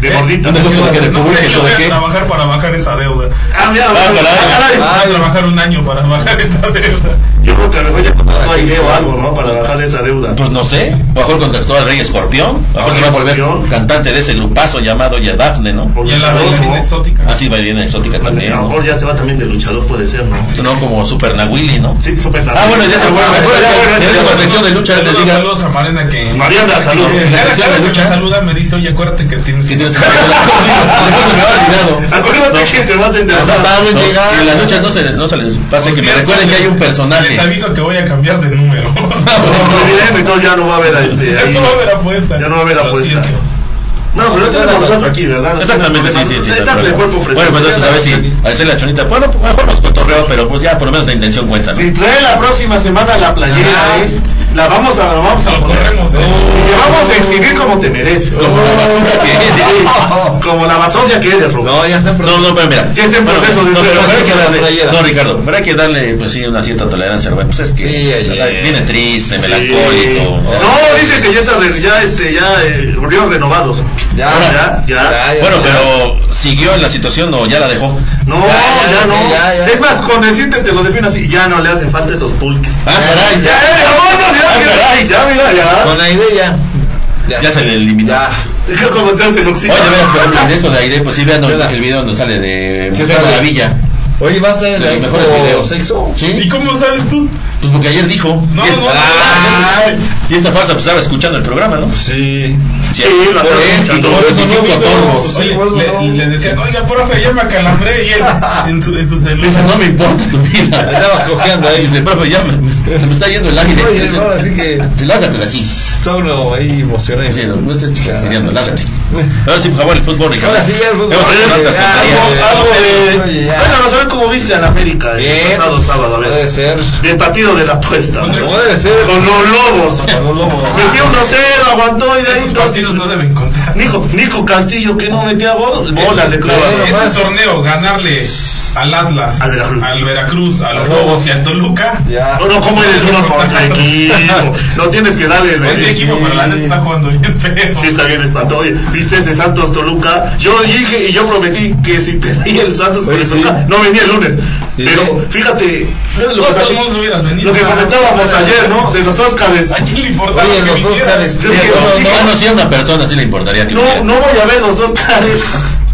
S5: De gordita.
S6: ¿Un negocio de qué? ¿De
S9: No sé,
S6: cubrejes
S9: yo
S6: o
S9: voy
S6: de
S9: a
S6: qué?
S9: trabajar para bajar esa deuda.
S5: Ah, mira,
S9: Ah,
S5: bueno,
S9: caray.
S5: ah, caray.
S9: Voy a trabajar un año para bajar esa deuda.
S5: Yo creo que a lo mejor ya contrató a Idea o algo, ¿no? Para bajar esa deuda.
S6: Pues no sé, a lo mejor contrató al Rey Escorpión, a lo mejor se va a volver cantante de ese grupazo llamado ya Daphne, ¿no?
S5: O
S9: Y a la
S5: luchador,
S9: bailarina
S5: ¿no?
S9: exótica.
S6: Ah, sí, bailarina exótica
S5: A
S6: también,
S5: lo
S6: ¿no?
S5: mejor ya se va también de luchador, puede ser, ¿no?
S6: No, como Super Nahuili, ¿no?
S5: Sí, súper
S6: Ah, bueno, ya se fue. Acuérdate, ya la sección de lucha le
S9: Saludos,
S6: diga.
S9: saludos a Mariana que.
S5: Mariana, saludos.
S9: que-
S6: La sección de
S9: Cada que me
S6: luchas.
S9: saluda me dice, oye, acuérdate que tienes.
S6: Si tienes que hacer la comida, después se me había olvidado.
S5: Acuérdate que te vas a endeudar.
S6: No, que en las luchas no se les, no se les pase que me recuerden que hay un personaje.
S9: Les aviso que voy a cambiar de
S5: <laughs>
S9: número.
S5: Olvidemos, Entonces ya no va a haber a este.
S9: Ya
S5: ahí-
S9: no va a haber apuesta.
S5: Ya no va a haber
S9: Lo
S5: apuesta.
S9: siento.
S5: No, pero no tenemos nosotros aquí, ¿verdad? No
S6: Exactamente, sí,
S5: tenemos
S6: sí,
S5: problema.
S6: sí. no hay
S5: Está el
S6: problema.
S5: cuerpo
S6: Bueno, pues entonces a ver si a hacer la chonita. Bueno, pues, mejor nos cotorreo, pero pues ya por lo menos la intención cuenta, ¿no?
S5: Si trae la próxima semana la playera,
S6: Ah.
S5: ¿eh? La vamos a, la vamos a
S9: Lo
S5: poner.
S9: corremos,
S5: Y
S9: eh.
S5: te vamos a exhibir como te mereces.
S6: Como la basura que eres.
S5: <laughs> Como la basofia que eres, Rubén.
S6: No, ya está en proceso. No, no, pero mira.
S5: Ya está en
S6: Bueno,
S5: proceso de-
S6: no, pero
S5: de-
S6: hay que
S5: de-
S6: darle-
S5: playera.
S6: no, Ricardo, pero hay que darle, pues sí, una cierta tolerancia al güey. Pues es que
S7: ayer.
S6: viene triste,
S5: Sí.
S6: melancólico. o sea,
S5: No, dicen que ya está, re- ya este, ya eh, volvieron renovados.
S7: Ya,
S5: ya, ya.
S6: bueno, pero siguió en la situación o ya la dejó.
S5: No, ya,
S7: ya, ya,
S5: no.
S7: ya, ya.
S5: Es más, con decirte te lo defino así, ya no le hacen falta esos pulques.
S6: Ah, caray,
S5: Ya, eh, vámonos, ya,
S6: Ah,
S5: mira,
S6: caray.
S5: ya, mira, ya.
S7: Con la idea ya.
S6: Ya se le eliminó.
S5: Deja como se hace el
S6: Oye,
S5: oxígeno.
S6: verás, por ejemplo, de eso de Aire, pues sí, vean
S7: ¿Verdad?
S6: el video donde sale de
S7: ¿Qué
S6: Mujer
S7: sale?
S6: Maravilla.
S7: Oye, va a estar en
S6: De
S7: la
S6: los mejores
S7: expo
S6: videos.
S7: sexo.
S9: ¿Y
S6: ¿Sí?
S9: cómo sabes tú?
S6: Pues porque ayer dijo.
S9: No,
S6: y,
S9: no, no.
S6: Ay, y esta farsa pues estaba escuchando el programa, ¿no?
S7: Sí.
S5: Sí,
S6: Sí.
S5: lo
S6: Por
S5: andaba
S6: él,
S5: escuchando.
S6: y por eso no
S7: Cinco
S6: me
S7: cotorros.
S9: Oye,
S7: Sí, bueno,
S9: le,
S7: no.
S9: le decían, oiga, profe, ya me acalambré. Y él, en su, en su
S6: Dice,
S9: celular.
S6: no me importa tu
S7: <laughs>
S6: vida.
S7: Estaba cojeando ahí.
S6: Dice, profe, ya me, me- se me está yendo el aire.
S7: Oye,
S6: Dice,
S7: ahora sí que-
S6: Lárgatela así.
S7: Está uno ahí emocionado.
S6: Sí, no, no estés fastidiando, lárgate. Ahora sí, por favor, el fútbol, Ricardo.
S7: Ahora sí, ya el fútbol.
S6: Vamos a hacer
S7: Oye,
S6: notas
S7: ya,
S6: tonterías.
S7: algo-
S5: Algo de-
S7: Oye, ya.
S5: Bueno, vamos a ver cómo viste al América el
S7: Bien,
S5: pasado
S7: pues,
S5: sábado, a ver.
S7: Puede ser.
S5: Del partido de la apuesta. ¿no?
S7: Como debe ser.
S5: pues, Con los lobos.
S7: los lobos.
S5: <laughs> Metió 1-0, aguantó y de ahí
S9: Esos
S5: dos-
S9: partidos no deben contar.
S5: Nico, Nico Castillo, que no metía gol, bola, le clava.
S7: Bueno,
S9: Este
S7: más.
S9: torneo, ganarle al Atlas,
S5: Al Veracruz.
S9: Veracruz, a los
S7: Al Lobos.
S9: Lobos y al Toluca.
S7: Ya.
S5: No, no, ¿cómo eres uno contra equipo? No tienes que darle el
S9: Buen este equipo, pero la neta está jugando bien feo.
S5: Sí, está bien espantado. Oye, ¿viste ese Santos Toluca? Yo dije y yo prometí que si perdía el Santos con
S7: Oye,
S5: el
S7: sí.
S5: Toluca, no venía el lunes.
S7: Sí,
S5: Pero
S7: sí.
S5: fíjate, lo
S9: No,
S5: que,
S9: todo el mundo hubieras venido.
S5: lo que comentábamos ayer, ¿no? De los Óscares.
S9: ¿A quién le importa
S7: Oye,
S9: lo que
S7: los
S9: vinieras?
S7: Óscares.
S5: Yo dije,
S6: Cierto.
S5: no,
S6: Ah, no, si a una persona sí le importaría que
S5: No,
S6: hubiera.
S5: no voy a ver los Óscares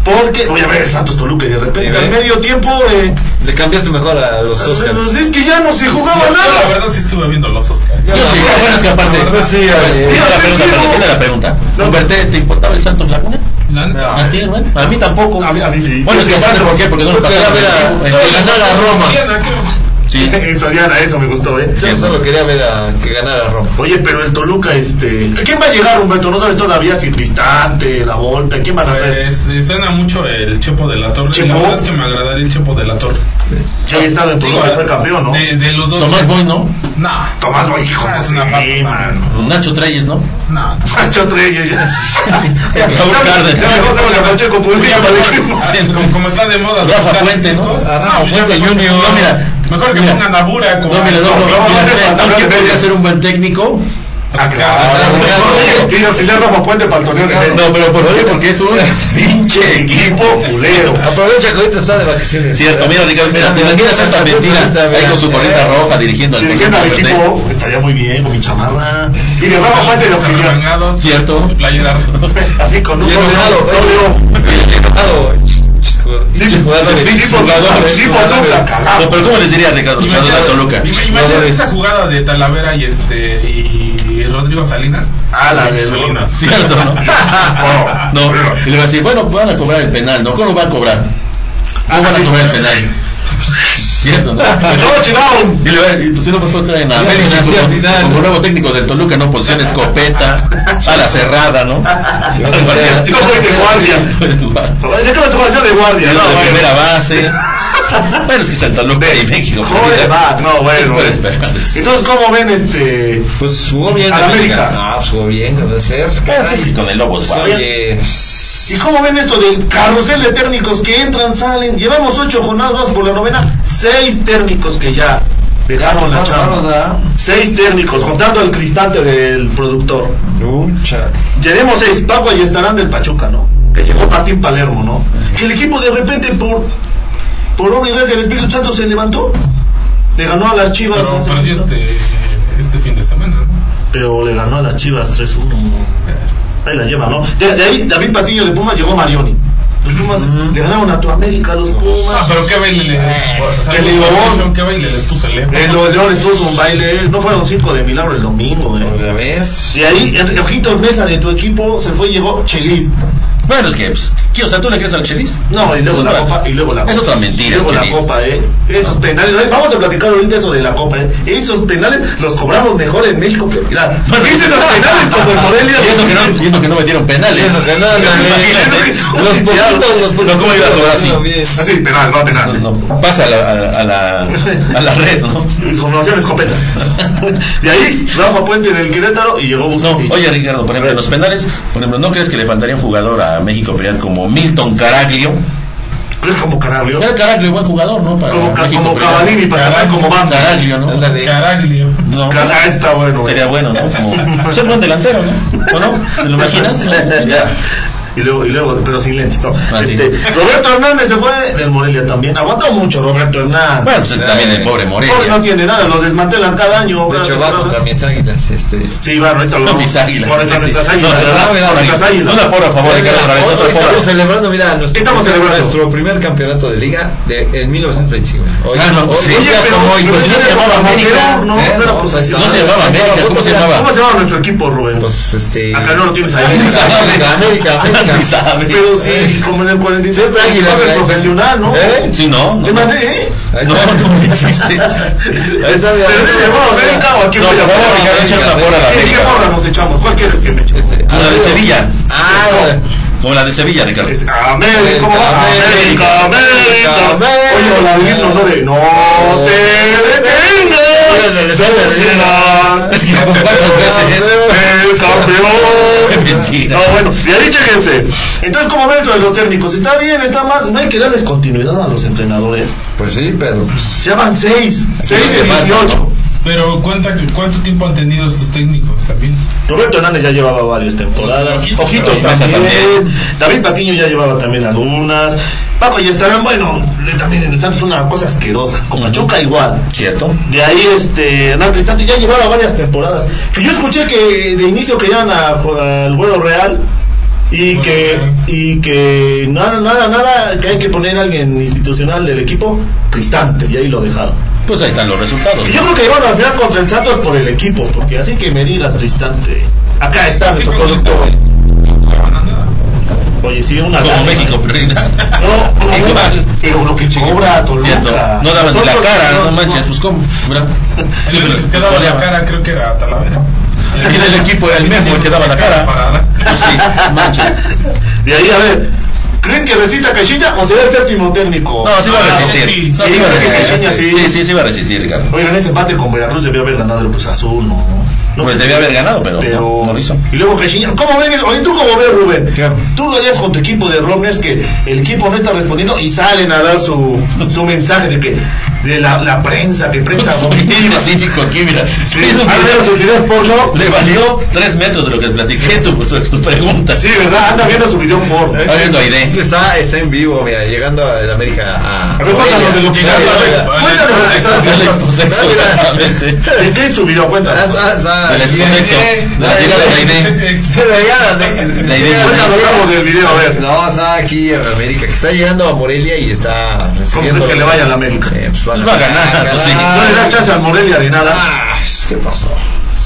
S5: porque voy a ver el Santos Toluca y de repente
S7: Ya
S5: al
S7: ve.
S5: medio tiempo eh,
S7: Le cambiaste mejor a los Oscars.
S5: pues es que ya no se jugaba
S9: Yo, la
S5: nada.
S9: verdad sí estuve viendo los Oscars.
S6: Yo sí, bueno, es que aparte.
S7: La verdad, sí,
S6: Bueno,
S7: oye.
S6: esa es la pregunta,
S5: Sí,
S6: pero
S5: no.
S6: esa es la pregunta.
S5: No.
S6: Humberté, ¿te importaba el Santos Laguna?
S9: La neta,
S6: ¿A ti, Rubén? A mí tampoco.
S5: A mí- a mí sí.
S6: Bueno, es que aparte, ¿por qué? Porque no lo
S7: Porque
S6: pasaba.
S7: a ver a-
S6: en-
S7: a ganar a Roma.
S9: Diana, ¿qué?
S6: Sí.
S5: En Soriana, eso me gustó, ¿eh?
S7: Yo solo quería ver a que ganara Roma.
S5: Oye, pero el Toluca, este. ¿Quién va a llegar, Humberto? No sabes todavía si Cristante, la Volpe, ¿quién va a traer?
S9: Pues, eh, suena mucho el Chepo de la Torre.
S5: Chepo.
S9: La verdad es que me agradaría el Chepo de la Torre.
S5: Ya había estado en Toluca, fue campeón, ¿no?
S9: De, de los dos.
S6: Tomás Boy, ¿no?
S9: Nah.
S5: Tomás Boy, hijo,
S9: Ah, es una
S5: sí,
S9: farsa,
S5: man.
S9: man.
S6: Nacho Treyes, ¿no? <laughs>
S9: Nah.
S5: Pancho Treyes, ya.
S6: Raúl Cárdenas.
S5: Ya mejor dame la Pacheco Pulga, para el primo.
S9: Sí, Ah, como, como está de moda.
S6: Rafa
S9: los
S6: Puente, ¿no?
S9: clásicos.
S6: Ah,
S9: No,
S6: Rafa
S9: pues ya
S6: Puente
S9: mejor que
S6: Jr.
S9: pongan-
S6: No, mira.
S9: Mejor que
S6: Mira.
S9: pongan a Bura
S6: No,
S9: como
S6: mira,
S9: a-
S6: no, no,
S9: como
S6: no,
S9: a-
S6: mira, ¿tú ¿Quién podría ser un buen técnico?
S5: Ah, claro.
S6: claro.
S5: Oye, Y auxiliar Rafa Puente para el torneo.
S6: <laughs> No, pero ¿por qué? Porque es un pinche equipo culero.
S5: Ah, pues,
S7: Aprovecha que ahorita está de vacaciones.
S6: Cierto, mira, Ricardo, mira, ¿te imaginas esta mentira? Ahí con su coleta roja dirigiendo al
S5: Dirigiendo al
S6: Verde.
S5: Eh, equipo, estaría muy bien con mi chamarra. Y de Rafa Puente de auxiliar.
S9: Arremangados,
S6: Cierto.
S9: su
S6: <laughs>
S9: playera roja.
S5: Así con un
S7: Y enojado, eh.
S5: doble- doble-
S7: Enojado. eh. Dicho jugadores.
S5: Dicho jugadores. Sí, por dupla, carajo.
S6: No, pero ¿cómo les diría Ricardo?
S9: Imagina-
S6: Saludos a Toluca.
S9: ima-
S5: <laughs>
S9: Imagina esa jugada de Talavera y este y Rodrigo Salinas.
S5: Ah, la de-
S9: Salinas.
S6: Cierto,
S5: <laughs>
S6: ¿no?
S5: Oh.
S6: No, y le va a decir, bueno, pues van a cobrar el penal, ¿no? ¿Cómo van a cobrar?
S5: Ah,
S6: ¿Cómo van a cobrar
S5: <laughs>
S6: el penal? Cierto, ¿no?
S5: No, chingado.
S6: Y le va a decir, pues si no pues otra en América,
S7: sí, al
S6: como,
S7: final.
S6: como nuevo técnico del Toluca, ¿no? Posición <laughs> escopeta, ala cerrada, ¿no?
S5: Yo voy de
S6: <laughs>
S5: guardia. Ya que me subo yo de guardia.
S6: Piloto
S5: No,
S6: de
S5: bueno.
S6: primera base. Bueno, es que es el Toluca y México.
S5: Joder, va, no, bueno.
S6: Puedes esperarles.
S5: Entonces, ¿cómo ven este?
S7: Pues jugó bien.
S5: Al América. Pues,
S7: Ah, pues jugó bien, debe ser.
S6: Claro, sí, con el Lobos, va.
S7: Oye.
S5: ¿Y cómo ven esto del carrusel de técnicos que entran, salen? Llevamos ocho jornadas más por la novena, seis técnicos que ya Dejaron la
S7: ¿verdad?
S5: chamba. Seis técnicos, contando el cristante del productor. Tenemos seis, Paco y estarán del Pachuca, ¿no? Que llegó Patín Palermo, ¿no? Que el equipo de repente por por obra y gracia del Espíritu Santo se levantó. Le ganó a las Chivas.
S9: <laughs> Pero perdió este, este fin de semana.
S5: Pero le ganó a las Chivas 3-1. Ahí la lleva, ¿no? De, de ahí David Patiño de Pumas llegó Marioni. Los Pumas le ganaron a tu América, los
S6: Uh,
S5: Pumas.
S9: Ah, pero qué baile le. o sea,
S5: el
S9: la
S5: León.
S9: información, ¿Qué baile les puso el León?
S5: El Eh, León les puso un baile, no fueron cinco de milagro el domingo, eh.
S7: ¿Otra vez?
S5: Y ahí el Ojitos Mesa de tu equipo se fue y llegó Chelis.
S6: Bueno, es que, pues, ¿qué? O sea, ¿tú le crees al Chelis?
S5: No, y luego
S6: Es
S5: la
S6: otra-
S5: copa, y luego la
S6: Es
S5: copa.
S6: otra mentira,
S5: Y luego la
S6: Chelis.
S5: copa, eh. Esos penales, ay, vamos a platicar ahorita eso de la copa, eh. Esos penales los cobramos mejor en México que mira, porque dicen los penales como el Morelia.
S6: Y eso que no,
S5: <laughs>
S6: y eso que no metieron penales. Eso que no,
S5: Los poquitos, los
S6: No, ¿cómo iba a cobrar así?
S5: Así, Ah, penal, no penal.
S6: No, no, pasa a la, a la- a la, a la red, ¿no?
S5: Información escopeta. De ahí, Rafa Puente en el Querétaro y llegó
S6: No,
S5: Bucetich.
S6: oye Ricardo, por ejemplo, en los penales, por ejemplo, ¿no crees que le faltaría un jugador a México Imperial como Milton Caraglio?
S5: Es como Caraglio.
S6: Era Caraglio, buen jugador, ¿no? Para
S5: Como ca-
S6: México
S5: como
S6: Imperial.
S5: Cavallini, para acabar como banda.
S6: Caraglio, ¿no?
S9: Caraglio.
S6: No, pues,
S5: Ah, está bueno, güey.
S6: sería bueno, ¿no? Como ser buen delantero, ¿no? ¿O no? ¿Te lo imaginas?
S5: Y luego, y luego, pero silencio. no.
S6: Ah, sí.
S5: Este, Roberto Hernández se fue del Morelia también. Aguantó mucho Roberto Hernández.
S6: Bueno, pues también el pobre
S5: Pobre no
S6: Morelia.
S5: tiene nada, lo desmantelan cada año.
S10: De
S5: cada
S10: hecho, va
S5: temporada.
S10: contra mis águilas. Este.
S5: Sí, bueno, ahorita lo
S6: No, mis águilas.
S5: Por eso
S6: Sí,
S5: nuestras
S6: sí.
S5: águilas.
S6: No,
S5: ¿verdad?
S6: no, no,
S5: Nuestras
S6: no,
S5: águilas.
S6: Una porra a favor de
S10: Mira,
S6: cada otra vez,
S10: hoy
S6: otra porra.
S10: estamos celebrando, mira, nuestro,
S5: ¿Qué estamos celebrando?
S10: nuestro primer campeonato de liga de, en 1925. Hoy,
S6: Ah, no,
S10: hoy,
S6: sí.
S10: hoy
S5: Oye,
S10: ya
S5: pero,
S10: como hoy,
S5: pero
S10: pues,
S5: si no
S10: ya
S5: se
S10: como
S5: llamaba
S10: América,
S5: América, no,
S10: eh,
S5: pero,
S10: pues,
S5: pues,
S10: ahí
S5: ahí
S10: está.
S6: No se llamaba América, ¿cómo se llamaba?
S5: ¿Cómo se llama nuestro equipo, Rubén?
S10: Pues este.
S5: Acá no lo tienes ahí.
S10: América, América, América.
S6: Ni sabe.
S5: Pero sí, como en el 46,
S10: Siempre águila,
S5: fue
S10: ¿verdad?
S5: profesional, ¿no?
S10: ¿Eh?
S6: Sí, no, no.
S5: Le mandé, ¿eh?
S10: Ahí
S6: No,
S10: está.
S6: no,
S5: <laughs>
S6: no existe.
S10: Ahí está, mira.
S5: ¿Pero se llamaba América o aquí
S6: No, por favor, Ricardo, echa una porra a la
S5: ¿Qué
S6: América.
S5: porra nos echamos? ¿Cuál quieres que me eche?
S6: A la de Sevilla.
S10: Ah,
S6: Este, Como la de Sevilla, Ricardo. Este,
S5: Es Pues, América, ¿cómo va?
S10: América,
S5: América, América,
S10: América.
S5: Oye, la de irnos, ¿no? De no te
S6: este,
S5: detengas. serás
S6: Es que como cuántas
S5: <laughs>
S6: veces.
S5: el campeón.
S6: este, Mentira.
S5: No, bueno, y ahí chéquense. Entonces, como ven eso de los técnicos? ¿Está bien? ¿Está mal? No hay que darles continuidad a los entrenadores.
S10: Pues sí, pero.
S5: Ya van seis, seis de
S6: que falta,
S5: 18.
S6: ¿no?
S9: Pero cuenta que- cuánto tiempo han tenido estos técnicos también.
S5: Roberto Hernández ya llevaba varias temporadas.
S9: Ojitos,
S5: Ojitos
S6: pero Mesa
S5: también. David Patiño ya llevaba también algunas. Paco y estarán, bueno, le- también en el Santos una cosa asquerosa. Con Pachuca igual.
S6: ¿Cierto?
S5: De ahí, este, Hernán Cristante ya llevaba varias temporadas. Que yo escuché que de inicio querían a- al Güero Real y
S9: Güero
S5: que,
S9: Real.
S5: y que nada, nada, nada, que hay que poner a alguien institucional del equipo, Cristante, y ahí lo dejaron.
S6: Pues ahí están los resultados.
S5: Y yo creo que llevan al final contra el Santos por el equipo, porque así que me digas, Cristante. Acá está
S9: Sí,
S5: nuestro
S9: ¿cómo
S5: producto.
S9: No ganan Ah, nada.
S5: Oye, sí, una
S6: Como
S5: lástima.
S6: México prioridad.
S5: No, como
S6: Igual.
S5: México, pero lo que cobra
S6: Cierto.
S5: Toluca.
S6: No daban ni la
S5: Nosotros
S6: cara,
S5: no-
S6: no manches, pues cómo.
S5: <laughs>
S6: Mira.
S9: El único que daba la cara creo que era Talavera.
S6: Y del equipo era el mismo el que daba la cara.
S9: Parada.
S6: Pues sí, manches.
S5: De ahí, a ver, ¿creen que resista Caixinha o será el séptimo técnico? Ah,
S6: No, sí va a
S9: sí,
S6: resistir. No,
S5: sí,
S6: sí va a
S5: creo que
S6: resistir.
S5: Caixinha sí.
S6: Sí, sí, sí va a resistir, Ricardo.
S5: Oigan, ese empate con Veracruz debió haber ganado el Cruz Azul, ¿no? No
S6: Pues
S5: sé,
S6: debía haber ganado, pero
S5: pero-
S6: no, no lo hizo.
S5: Y luego Caixinha, ¿cómo ven? eso? Oye, ¿tú cómo ves, Rubén? Tú lo harías con tu equipo de Romners que el equipo no está respondiendo y salen a dar su, su mensaje de que de la, la prensa, que prensa
S6: <laughs> Mira,
S5: vomitiva.
S6: sí, Nico, aquí, mira.
S5: Sí, han visto sus videos porno?
S6: Le valió tres metros de lo que platiqué tu, tu, tu pregunta.
S5: Sí, ¿verdad? Anda viendo su video porno.
S6: Está viendo Aide. Ah,
S10: Está, está en vivo, mira, llegando a la América a.
S5: A ver, cuéntanos de lo que
S9: Mira,
S5: ganó, a ver,
S9: mira,
S5: cuéntanos de lo que
S6: Exacto,
S5: ganó.
S6: el exposexo, exactamente.
S5: ¿De qué es tu video? Cuéntanos.
S10: <laughs>
S6: Del exposexo. De la llegada de Aide. La idea
S5: Cuéntanos algo del video, a
S6: ah,
S5: ver.
S10: No, está aquí en América, que está llegando a Morelia y está
S5: ¿Cómo crees
S10: recibiendo.
S5: que le vaya a la América?
S10: Eh, pues
S6: Pues va a ganar, pues sí.
S5: No le da chance al Morelia de nada.
S10: Ah, ¿Qué pasó?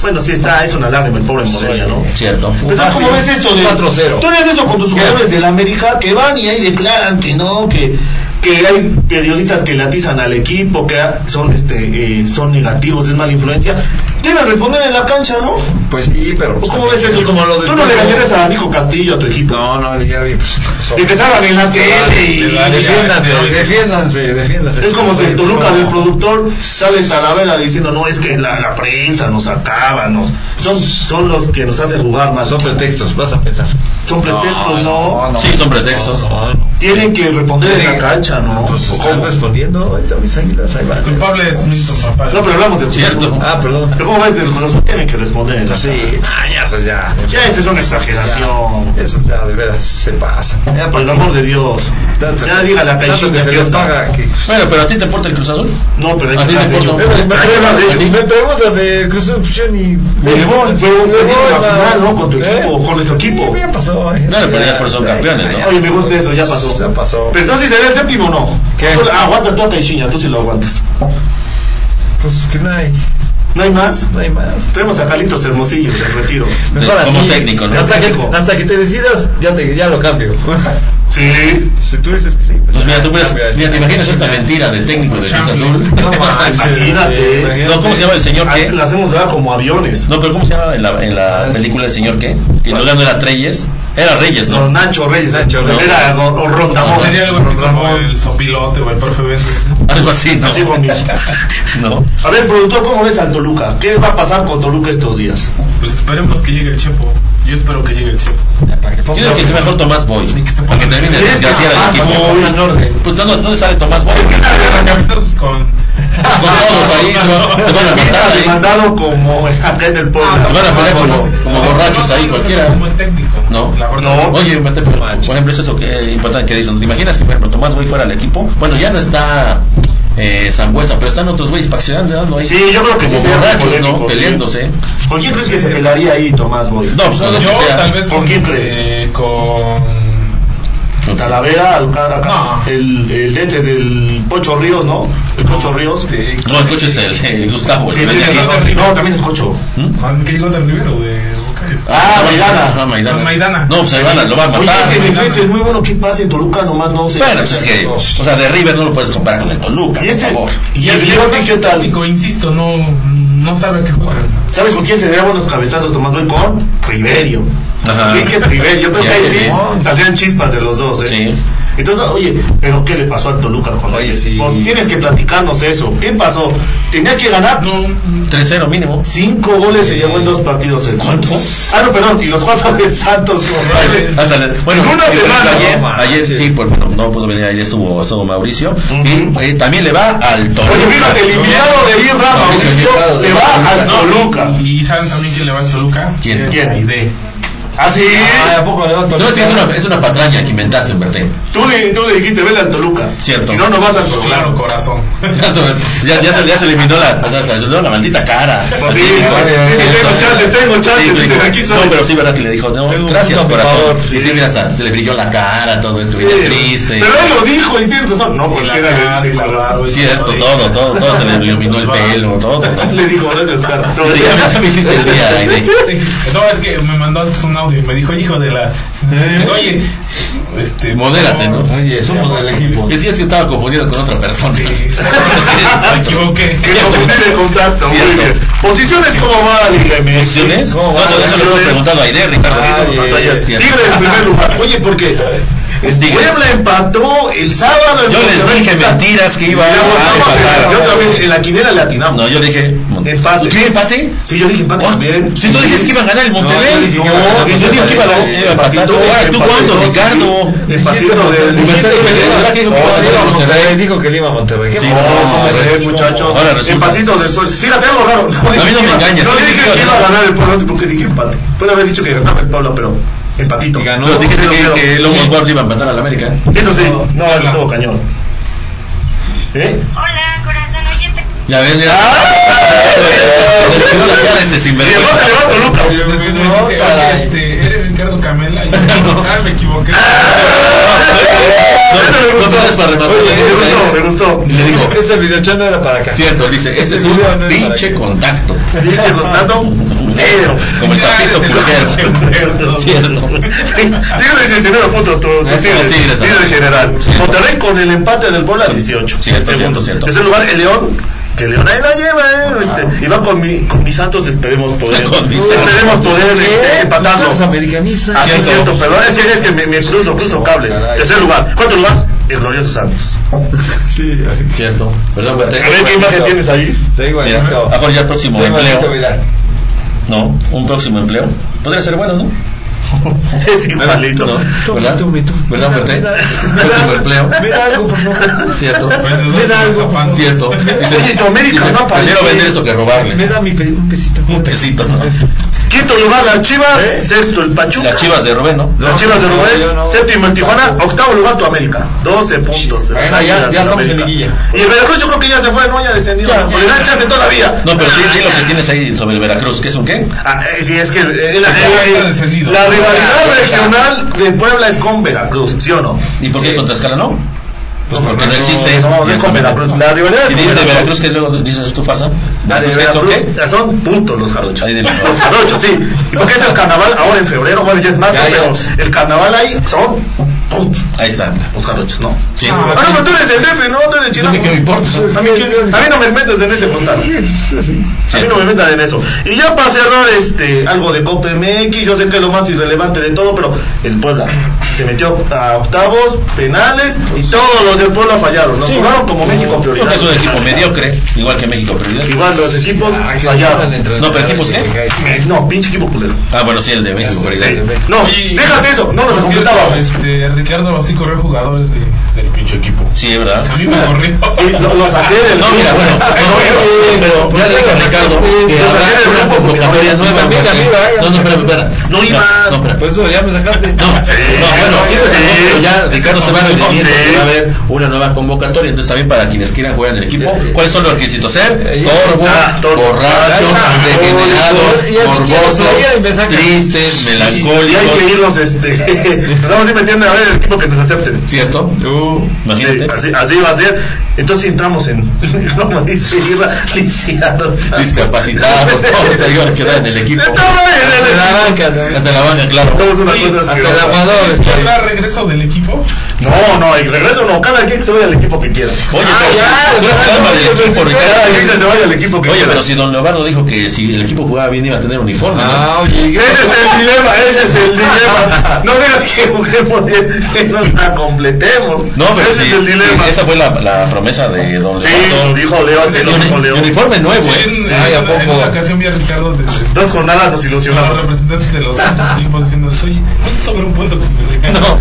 S5: Bueno, sí está, es una lágrima el pobre Morelia, ¿no? Ah,
S6: Cierto.
S5: Pero
S10: Fácil,
S5: ¿cómo ves esto de
S10: 4-0.
S5: Tú harías eso con tus jugadores del América que van y ahí declaran que no, que que hay periodistas que le atizan al equipo, que son este eh, son negativos, es mala influencia. quieren responder en la cancha, ¿no?
S7: Pues sí, pero.
S5: Pues, ¿Cómo ves eso?
S7: Como lo del
S5: Tú no le
S7: fútbol.
S5: gañares a Nico Castillo, a tu equipo.
S7: No, no, ya vi. Pues,
S5: Y que salgan en la tele y-
S7: Defiéndanse,
S5: y-
S7: defiéndanse, defiéndanse.
S5: Es como si en Toluca
S7: No.
S5: del productor sale Talavera diciendo, no, es que la, la prensa nos acaba, nos, son, son los que nos hacen jugar más. Son
S7: pretextos, vas a pensar.
S5: Son pretextos, no.
S7: no, no.
S6: Sí, son pretextos.
S5: Tienen que responder en la
S7: Tienen-
S5: cancha, ¿no?
S7: Pues
S5: ¿O
S7: están
S5: cómo?
S7: respondiendo ahorita mis águilas. Ahí van.
S9: Culpable es Milton Papá.
S5: No, pero hablamos de
S6: Cierto.
S7: Ah, perdón.
S5: ¿Cómo ves? El corazón tiene que responder en la
S7: Sí,
S5: cancha.
S7: ah, ya, eso ya.
S5: Ya, esa es una exageración.
S7: Eso ya, de veras, se pasa. Ya,
S5: Por el amor de Dios.
S7: Tanto-
S5: Ya diga la
S7: tanto
S5: caixinha
S7: que se
S5: que
S7: les
S5: onda.
S7: paga. Que...
S6: Bueno, pero a ti te importa el Cruz Azul.
S5: No, pero hay
S6: A
S5: que
S6: ti te
S5: hablar de
S6: importa.
S5: ello.
S7: Me, me- me- me preguntas de Cruz Azul y.
S5: Me voy, pero me voy a la final, ¿no? Con tu
S7: ¿Eh?
S5: equipo, con nuestro equipo.
S7: Ya pasó.
S6: No, pero ya por son campeones, ¿no?
S5: Oye, me gusta Pues eso, ya pasó.
S7: Ya pasó.
S5: Pero entonces será el séptimo o no.
S7: ¿Qué?
S5: Tú- ah, aguantas tú a Caixinha, tú sí lo aguantas.
S7: Pues es que no hay,
S5: No hay más.
S7: no hay más.
S5: Tenemos a Jalitos Hermosillo en retiro.
S7: Mejor
S6: Como
S7: así.
S6: técnico, ¿no?
S7: Hasta que,
S5: Técnico.
S7: hasta que te decidas, ya, te, ya lo cambio. <laughs>
S5: Sí.
S7: si tú dices que sí, pues
S6: Pues mira, tú ves,
S7: Cambia.
S6: mira, te imaginas esta mentira de técnico de Cruz Azul.
S7: No manches,
S5: Imagínate.
S7: imagínate.
S6: No, ¿cómo se llama el señor
S5: Ah,
S6: que?
S5: La hacemos dar como aviones.
S6: No, pero ¿cómo se llama en la, en la película el señor que? Que no ganó era Treyes. Era Reyes,
S5: Don
S6: ¿no?
S5: Nacho Reyes, Nacho
S6: Reyes.
S5: Era Don don Rondamón.
S9: Sería algo así como el sopilote o el profe Ventes.
S6: Algo así, ¿no?
S5: Así bonito.
S6: ¿No?
S5: A ver, productor, ¿cómo ves al Toluca? ¿Qué va a pasar con Toluca estos días?
S9: Pues esperemos que llegue el Chepo. Yo espero que llegue el
S6: Yo
S9: Chepo.
S6: digo que mejor Tomás Boy. Para que termine de desgraciar al equipo. Pues ¿dónde, dónde sale Tomás Boy? Con
S9: A cabezazos con.
S6: todos ahí, ¿no? Se van <laughs> a matar ahí.
S5: Mandado como <laughs> acá en el pueblo.
S6: Se van a poner como, como borrachos ahí, cualquiera.
S9: Como el técnico.
S6: No.
S9: La verdad.
S6: Oye, vete, pero, por ejemplo, es eso que eh, importante que dicen. ¿Te imaginas que, por ejemplo, Tomás Boy fuera al equipo? Bueno, ya no está eh, Zambuesa, pero están otros güeyes para que se dan dando ahí.
S5: Sí, yo creo que sí
S6: como
S5: sería
S6: borrachos,
S5: polémico,
S6: ¿no?
S5: sí.
S6: Peleándose.
S5: ¿Con quién crees que se pelearía ahí, Tomás Boy?
S6: No, pues no lo que
S9: Yo
S6: sea.
S9: tal vez
S5: ¿Con
S9: con.
S5: quién crees?
S9: eh, con.
S5: Talavera, al ca- acá,
S9: No.
S5: el, el este del Pocho Ríos, ¿no? El Pocho Ríos.
S9: Este,
S6: No, el coche es el, <laughs> el Gustavo. el
S5: Sí,
S6: que vende
S5: tienes
S6: aquí.
S5: razón. No, también es Pocho.
S9: Juan, ¿qué digo tan Rivero de Bucares?
S5: Ah, Maidana.
S6: Ah, Maidana.
S9: Con Maidana.
S6: No, pues ahí van a- lo van a
S5: Oye,
S6: matar.
S5: ese
S6: Maidana.
S5: defensa es muy bueno que pase en Toluca, nomás no se.
S6: Bueno, pues es que, o sea, de River no lo puedes comparar con el Toluca,
S5: Y
S6: por
S5: este,
S6: favor.
S5: y el Bigote, ¿qué tal?
S9: Técnico, insisto, no, no sabe a qué juega.
S5: ¿Sabes con quién se daban los cabezazos tomando el con? Riverio.
S6: Ajá.
S5: Enrique Riverio. Yo creo que ahí
S6: Ah. Sí,
S5: sí
S6: sí.
S5: salían chispas de los dos, ¿eh?
S6: Sí.
S5: Entonces, oye, ¿pero qué le pasó al Toluca con
S7: Oye,
S5: ellos?
S7: sí.
S5: Por- Tienes que platicarnos eso. ¿Qué pasó? ¿Tenía que ganar?
S9: No,
S6: 3-0 mínimo.
S5: Cinco goles se llevó en dos partidos. El
S6: ¿Cuánto?
S5: Ah, no, perdón. Y los cuatro <laughs> del Santos. compadre.
S6: <laughs> Hasta les- bueno,
S5: En una
S6: sí,
S5: semana,
S6: pero Ayer,
S5: no manches.
S6: ayer sí, pues, no, no pudo venir, ayer estuvo, estuvo Mauricio.
S5: Ujú.
S6: Y eh, también le va al Toluca.
S5: Oye, fíjate, eliminado de Birra,
S6: No,
S5: Mauricio,
S6: eliminado de
S5: te va al Toluca.
S9: Y saben también quién le va al Toluca.
S6: ¿Quién?
S5: ¿Quién? Aide. ¿Ah, sí?
S7: Ah, ¿a poco le va a
S6: No,
S7: tocar?
S6: es, que es una, es una patraña que inventaste, Bertén.
S5: Tú le, tú le dijiste, vele al Toluca.
S6: Cierto.
S5: Si no, no vas al
S9: Claro,
S5: Toluca.
S9: corazón.
S6: <laughs> Ya se, ya, ya se, ya se eliminó la, o sea, se eliminó la maldita cara.
S5: Pues sí,
S6: Así,
S5: dice,
S6: ¿no?
S5: dice, tengo
S6: entonces-
S5: chances, tengo chances,
S6: Sí,
S5: dice,
S6: dijo,
S5: aquí soy.
S6: No, pero sí, verdad que le dijo, no,
S7: un
S6: gracias,
S7: punto, por
S6: corazón.
S7: favor.
S6: Y sí, mira, hasta se le brilló la cara, todo esto, venía triste.
S5: Pero él lo dijo y tiene razón. No, porque era
S9: cara,
S5: de
S9: y la barba.
S6: Es Cierto, todo, todo, todo se le iluminó el pelo, todo,
S5: <laughs>
S6: todo.
S5: Le dijo, gracias, cara. No,
S6: Sí, ya me- ya me hiciste
S5: <laughs>
S6: el día, Aide.
S9: <laughs> No, es que me mandó antes un audio y me dijo, hijo de la. Oye, este.
S6: Modérate, ¿no?
S7: Oye, somos del equipo.
S6: Es que, es que estaba confundido con otra persona.
S9: Sí,
S6: Sí,
S9: me equivoqué.
S5: Que confundí de contacto, muy
S6: Cierto.
S5: bien. Posiciones, ¿cómo va la Liga MX?
S6: ¿Posiciones? No, eso, eso lo hemos preguntado a Aide, Ricardo.
S7: Ah,
S6: Dice,
S7: eh,
S6: batalla, cierto.
S5: Tigres en primer lugar. Oye, porque
S6: Es Tigres.
S5: Puebla empató el sábado. en
S6: Yo les
S5: Monterrey.
S6: dije mentiras que iba a
S5: Le apostamos en-
S6: empatar.
S5: Yo también en la quinera le atinamos.
S6: No, yo dije.
S5: Empate.
S6: ¿Qué empate?
S5: Sí, yo dije empate también.
S6: Si Oh, tú dijiste que iban a ganar el
S7: yo
S6: Monterrey.
S7: dije
S6: No,
S7: que iba a ganar
S6: yo dije que iba a ganar iba a empatar.
S5: Empatito,
S6: Ahora, ¿Tú
S5: empatito,
S6: cuándo,
S5: sí.
S6: Ricardo?
S5: Empatito del-
S7: Me está diciendo, ¿verdad que dijo que
S6: No,
S7: iba a
S6: sí,
S7: Monterrey?
S6: Monterrey.
S7: Dijo que le iba a Monterrey. ¿Qué
S6: Sí,
S7: mamá?
S6: no,
S5: ¿Cómo
S6: ahora
S5: ves,
S6: resulta.
S5: muchachos?
S6: Ahora resulta.
S5: Empatitos del Puebla. Fíjate algo raro. No,
S6: mí no me engañes.
S5: No
S6: Yo
S5: dije
S6: dije
S5: que iba a
S6: no.
S5: ganar el Puebla, no sé por qué dije empate. Puede haber dicho que ganaba el Puebla, pero empatito.
S6: No, dijiste que- que el Lobos Guard iba a empatar al América. ¿eh?
S5: Eso sí, no, eso estuvo cañón. ¿Eh?
S8: Hola, corazón oyente.
S6: Ya ven, ya.
S5: ¡Ah!
S6: La cara de este
S5: Levanta,
S6: sinvergüenza.
S5: levanta, Luca.
S9: Oye, me dice, oye, este, eres Ricardo Camela. Y yo, ah, me equivoqué.
S5: Eso me
S6: No,
S5: gustó.
S6: no tienes Ah, para rematar.
S5: Oye, me gustó, me gustó.
S6: Le digo,
S7: Ese videochat no era para acá.
S6: cierto, dice, este es un
S7: video no es para
S6: pinche
S7: que-
S6: contacto.
S5: Pinche contrato, negro.
S6: Como el sapito
S5: Pinche
S6: pulquero.
S5: cuerno.
S6: Cierto.
S5: Tigres 19 puntos, tú, tú
S6: Eso,
S5: Tigres,
S6: Eh, Tigres,
S5: Tigres
S6: ajá.
S5: en general.
S6: Cierto.
S5: Monterrey con el empate del Puebla 18.
S6: Cierto,
S5: segundo.
S6: cierto, cierto.
S5: Tercer lugar, el León que León ahí la lleva, eh. Este, y va con, mi, con mis santos, esperemos poder.
S6: Con mis
S5: esperemos
S6: Santos.
S5: poder
S6: ¿Qué?
S5: este, empatarlo.
S6: Los americanistas.
S5: Así es
S6: Cierto.
S5: cierto, perdón, es que, es que me, me cruzo, cruzo cables. Tercer lugar. Cuarto lugar, el glorioso Santos.
S10: Sí,
S6: Cierto. Perdón, pero
S5: A
S6: tengo-
S5: ver qué imagen tienes ahí. <laughs>
S10: Está
S6: Mira,
S10: igualito.
S6: ah, bueno, ya el próximo
S10: Está igualito,
S6: empleo.
S10: mira.
S6: No, un próximo empleo. Podría ser bueno, ¿no?
S5: Es igualito.
S6: ¿No? ¿Verdad? ¿Verdad, Fuerte? Próximo empleo.
S10: Me da algo, por favor.
S6: Cierto.
S10: Me da algo.
S6: Cierto.
S5: Oye,
S6: Dice,
S5: tu América
S6: dice,
S5: no aparece.
S6: prefiero vender eso que robarle.
S10: Me da mi pe- un pesito.
S6: Un pesito.
S5: Quinto lugar, las Chivas.
S6: ¿Eh?
S5: Sexto, el Pachuca.
S6: Las chivas de Rubén, ¿no?
S5: Las Chivas de
S10: No,
S5: Rubén,
S10: yo no.
S5: séptimo el Tijuana, octavo lugar tu América, 12 puntos.
S10: Bueno,
S5: Las
S10: ya-
S5: Águilas
S10: ya
S5: del
S10: estamos en
S5: América.
S10: liguilla.
S5: Y el Veracruz yo creo que ya se fue, no haya descendido.
S6: Ya.
S5: Porque le dan chance todavía.
S6: No, pero di, di lo que tienes ahí sobre el Veracruz, que es un qué?
S5: Ah, eh, sí, es que eh, la,
S9: está
S5: eh,
S9: descendido.
S5: la rivalidad regional de Puebla es con Veracruz, ¿sí o no?
S6: ¿Y por qué contra Escala no? Pues porque no
S5: No,
S6: existe.
S5: No, no es con Veracruz. La rivalidad
S6: Y
S5: es
S6: di
S5: con
S6: de
S5: Veracruz.
S6: Veracruz que luego dices tú farsa.
S5: La de
S6: ¿Veracruz qué es o
S5: Veracruz,
S6: qué?
S5: ya son puntos los jarochos.
S6: Ahí del-
S5: Los jarochos, sí. ¿Y por qué es el carnaval ahora en febrero? Bueno, ya es más,
S6: Ya, ya.
S5: pero el carnaval ahí son puntos
S6: Ahí está.
S5: los jarochos, ¿no.
S6: Sí.
S5: Ah, no, pero tú eres el DF, no, tú eres chino.
S6: A mí qué me importa.
S5: A mí, qué- a mí no me metas en ese costal. A mí no me metan en eso. Y ya para cerrar este, algo de Copa MX, yo sé que es lo más irrelevante de todo, pero el Puebla se metió a octavos, penales y todos los del Puebla fallaron. Nos jugaron como México prioridad.
S6: Porque es un equipo mediocre, igual que México prioridad.
S5: Igual los equipos fallaron.
S6: No, pero equipos qué?
S5: No, pinche equipo culero.
S6: Ah, bueno, sí, el de México prioridad.
S5: No,
S9: Y-
S5: déjate eso, no nos
S9: Por cierto,
S5: completábamos.
S9: este, Ricardo así corrió jugadores de, del pinche equipo.
S6: Sí, ¿verdad?
S9: A mí me corrió.
S5: Sí, lo, lo saqué del.
S6: No, mira, bueno, pero ya le dijo a Ricardo que habrá una convocatoria nueva. porque- No, no, espera, espera.
S5: No
S6: Espera,
S5: ibas.
S6: No, espera.
S10: Por eso ya me sacaste.
S6: No, no, bueno,
S5: Sí,
S6: tienes
S5: sí.
S6: razón, pero ya Ricardo se va redimiendo,
S5: Sí.
S6: que va a haber una nueva convocatoria, entonces también para quienes quieran jugar en el equipo, ¿cuáles son los requisitos? Ser torbo,
S5: Ah, torbo.
S6: borrachos,
S5: Ah,
S10: ya- ya-
S6: degenerados,
S10: ya me
S6: morbosos,
S10: saca.
S6: tristes,
S5: Y hay que
S6: melancólicos,
S5: irnos, este. <laughs> nos vamos a ir metiendo a ver el equipo que nos acepten.
S6: ¿cierto?
S5: Uh, Sí,
S6: Imagínate.
S5: así, así va a ser. Entonces entramos en. <laughs> ¿Cómo dice Irra? Lisiados.
S6: Discapacitados, todos ahí van a quedar en el equipo.
S5: Estamos en-
S6: Hasta la banca, claro.
S5: Somos una cosa asquerosa.
S6: este.
S9: ¿Sabes que habrá regreso del equipo?
S5: No, no, el regreso no. Cada quien que se vaya al equipo que quiera.
S6: Oye,
S5: Ah,
S6: pero-
S5: ya,
S6: no es
S5: ya,
S6: alma del equipo, Ricardo.
S5: Cada quien que se vaya al equipo que
S6: Oye,
S5: quiera.
S6: pero si Don Leobardo dijo que si el equipo jugaba bien iba a tener uniforme, ¿no?
S10: Ah, oye,
S5: Ese es el dilema, ese es el dilema. No digas que juguemos bien, que nos la completemos.
S6: No, pero
S5: ese
S6: sí,
S5: es el dilema.
S6: esa fue la, la promesa de Don
S5: Sí,
S6: Leobardo.
S5: lo dijo León, sí, lo
S6: Uni-
S5: dijo León.
S6: Uniforme nuevo,
S9: en,
S6: ¿eh?
S10: Ay, ¿a
S9: en-
S10: poco?
S9: en una ocasión vi a Ricardo de, de-
S5: Dos jornadas nos
S9: los
S5: ilusionamos.
S9: representantes de los otros equipos diciendo, oye, ¿no te sobra un punto? No,
S5: No,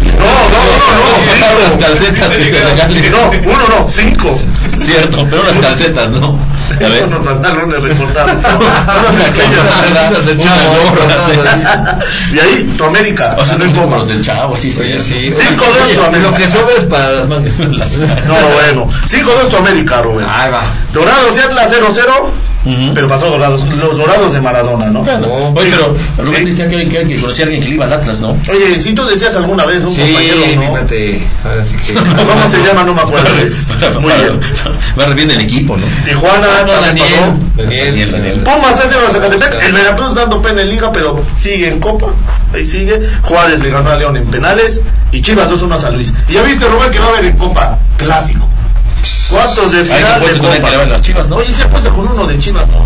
S6: Sí, <laughs>
S5: no,
S6: unas calcetas que te regalen.
S5: no, no. No, uno no, cinco.
S6: Cierto, pero unas calcetas,
S5: <laughs>
S6: ¿no? A ver.
S5: Unos pantalones recortados.
S6: <laughs> Una camiseta,
S10: Unas de
S6: una
S10: chavo,
S6: gorra,
S10: unas
S6: sí.
S5: Y ahí, tu América.
S6: O sea, no
S5: no
S6: como
S5: informa.
S6: los del chavo, sí, sí.
S10: sí.
S5: Cinco dos tu
S10: Lo que
S5: América.
S10: sobra es para las mangas.
S6: Las-
S5: No, bueno. Cinco dos tu América, Rubén.
S10: Ahí va.
S5: Dorados y Atlas 0-0.
S10: ¿Mm?
S6: Ujú.
S5: Pero pasó Dorados. Los Dorados de Maradona, ¿no?
S6: Claro. Oye, pero Rubén
S5: Sí.
S6: decía que, que, que conocía a alguien que le iba al Atlas, ¿no?
S5: Oye, si tú decías alguna vez un compañero,
S10: Sí,
S5: ¿no?
S10: fíjate. Ahora sí que.
S5: ¿Cómo se llama? No
S10: <laughs>
S5: me acuerdo. Pues,
S6: <laughs>
S5: Muy bien.
S6: Va re bien el equipo, ¿no?
S5: Tijuana,
S10: Ah, Daniel.
S5: Daniel.
S10: Daniel.
S6: Daniel, Daniel.
S5: Pumas 3-0 a Zacatepec. El Veracruz dando pena en liga, pero sigue en Copa. Ahí sigue. Juárez le ganó a León en penales. Y Chivas 2-1 a San Luis. Y ya viste, Rubén, que va a haber en Copa. Clásico. Cuartos de
S6: Ahí
S5: final
S6: te puedes
S5: de
S6: poner que le van
S5: Copa.
S6: las chivas, ¿no?
S5: Oye, se apuesta con uno de Chivas, ¿no?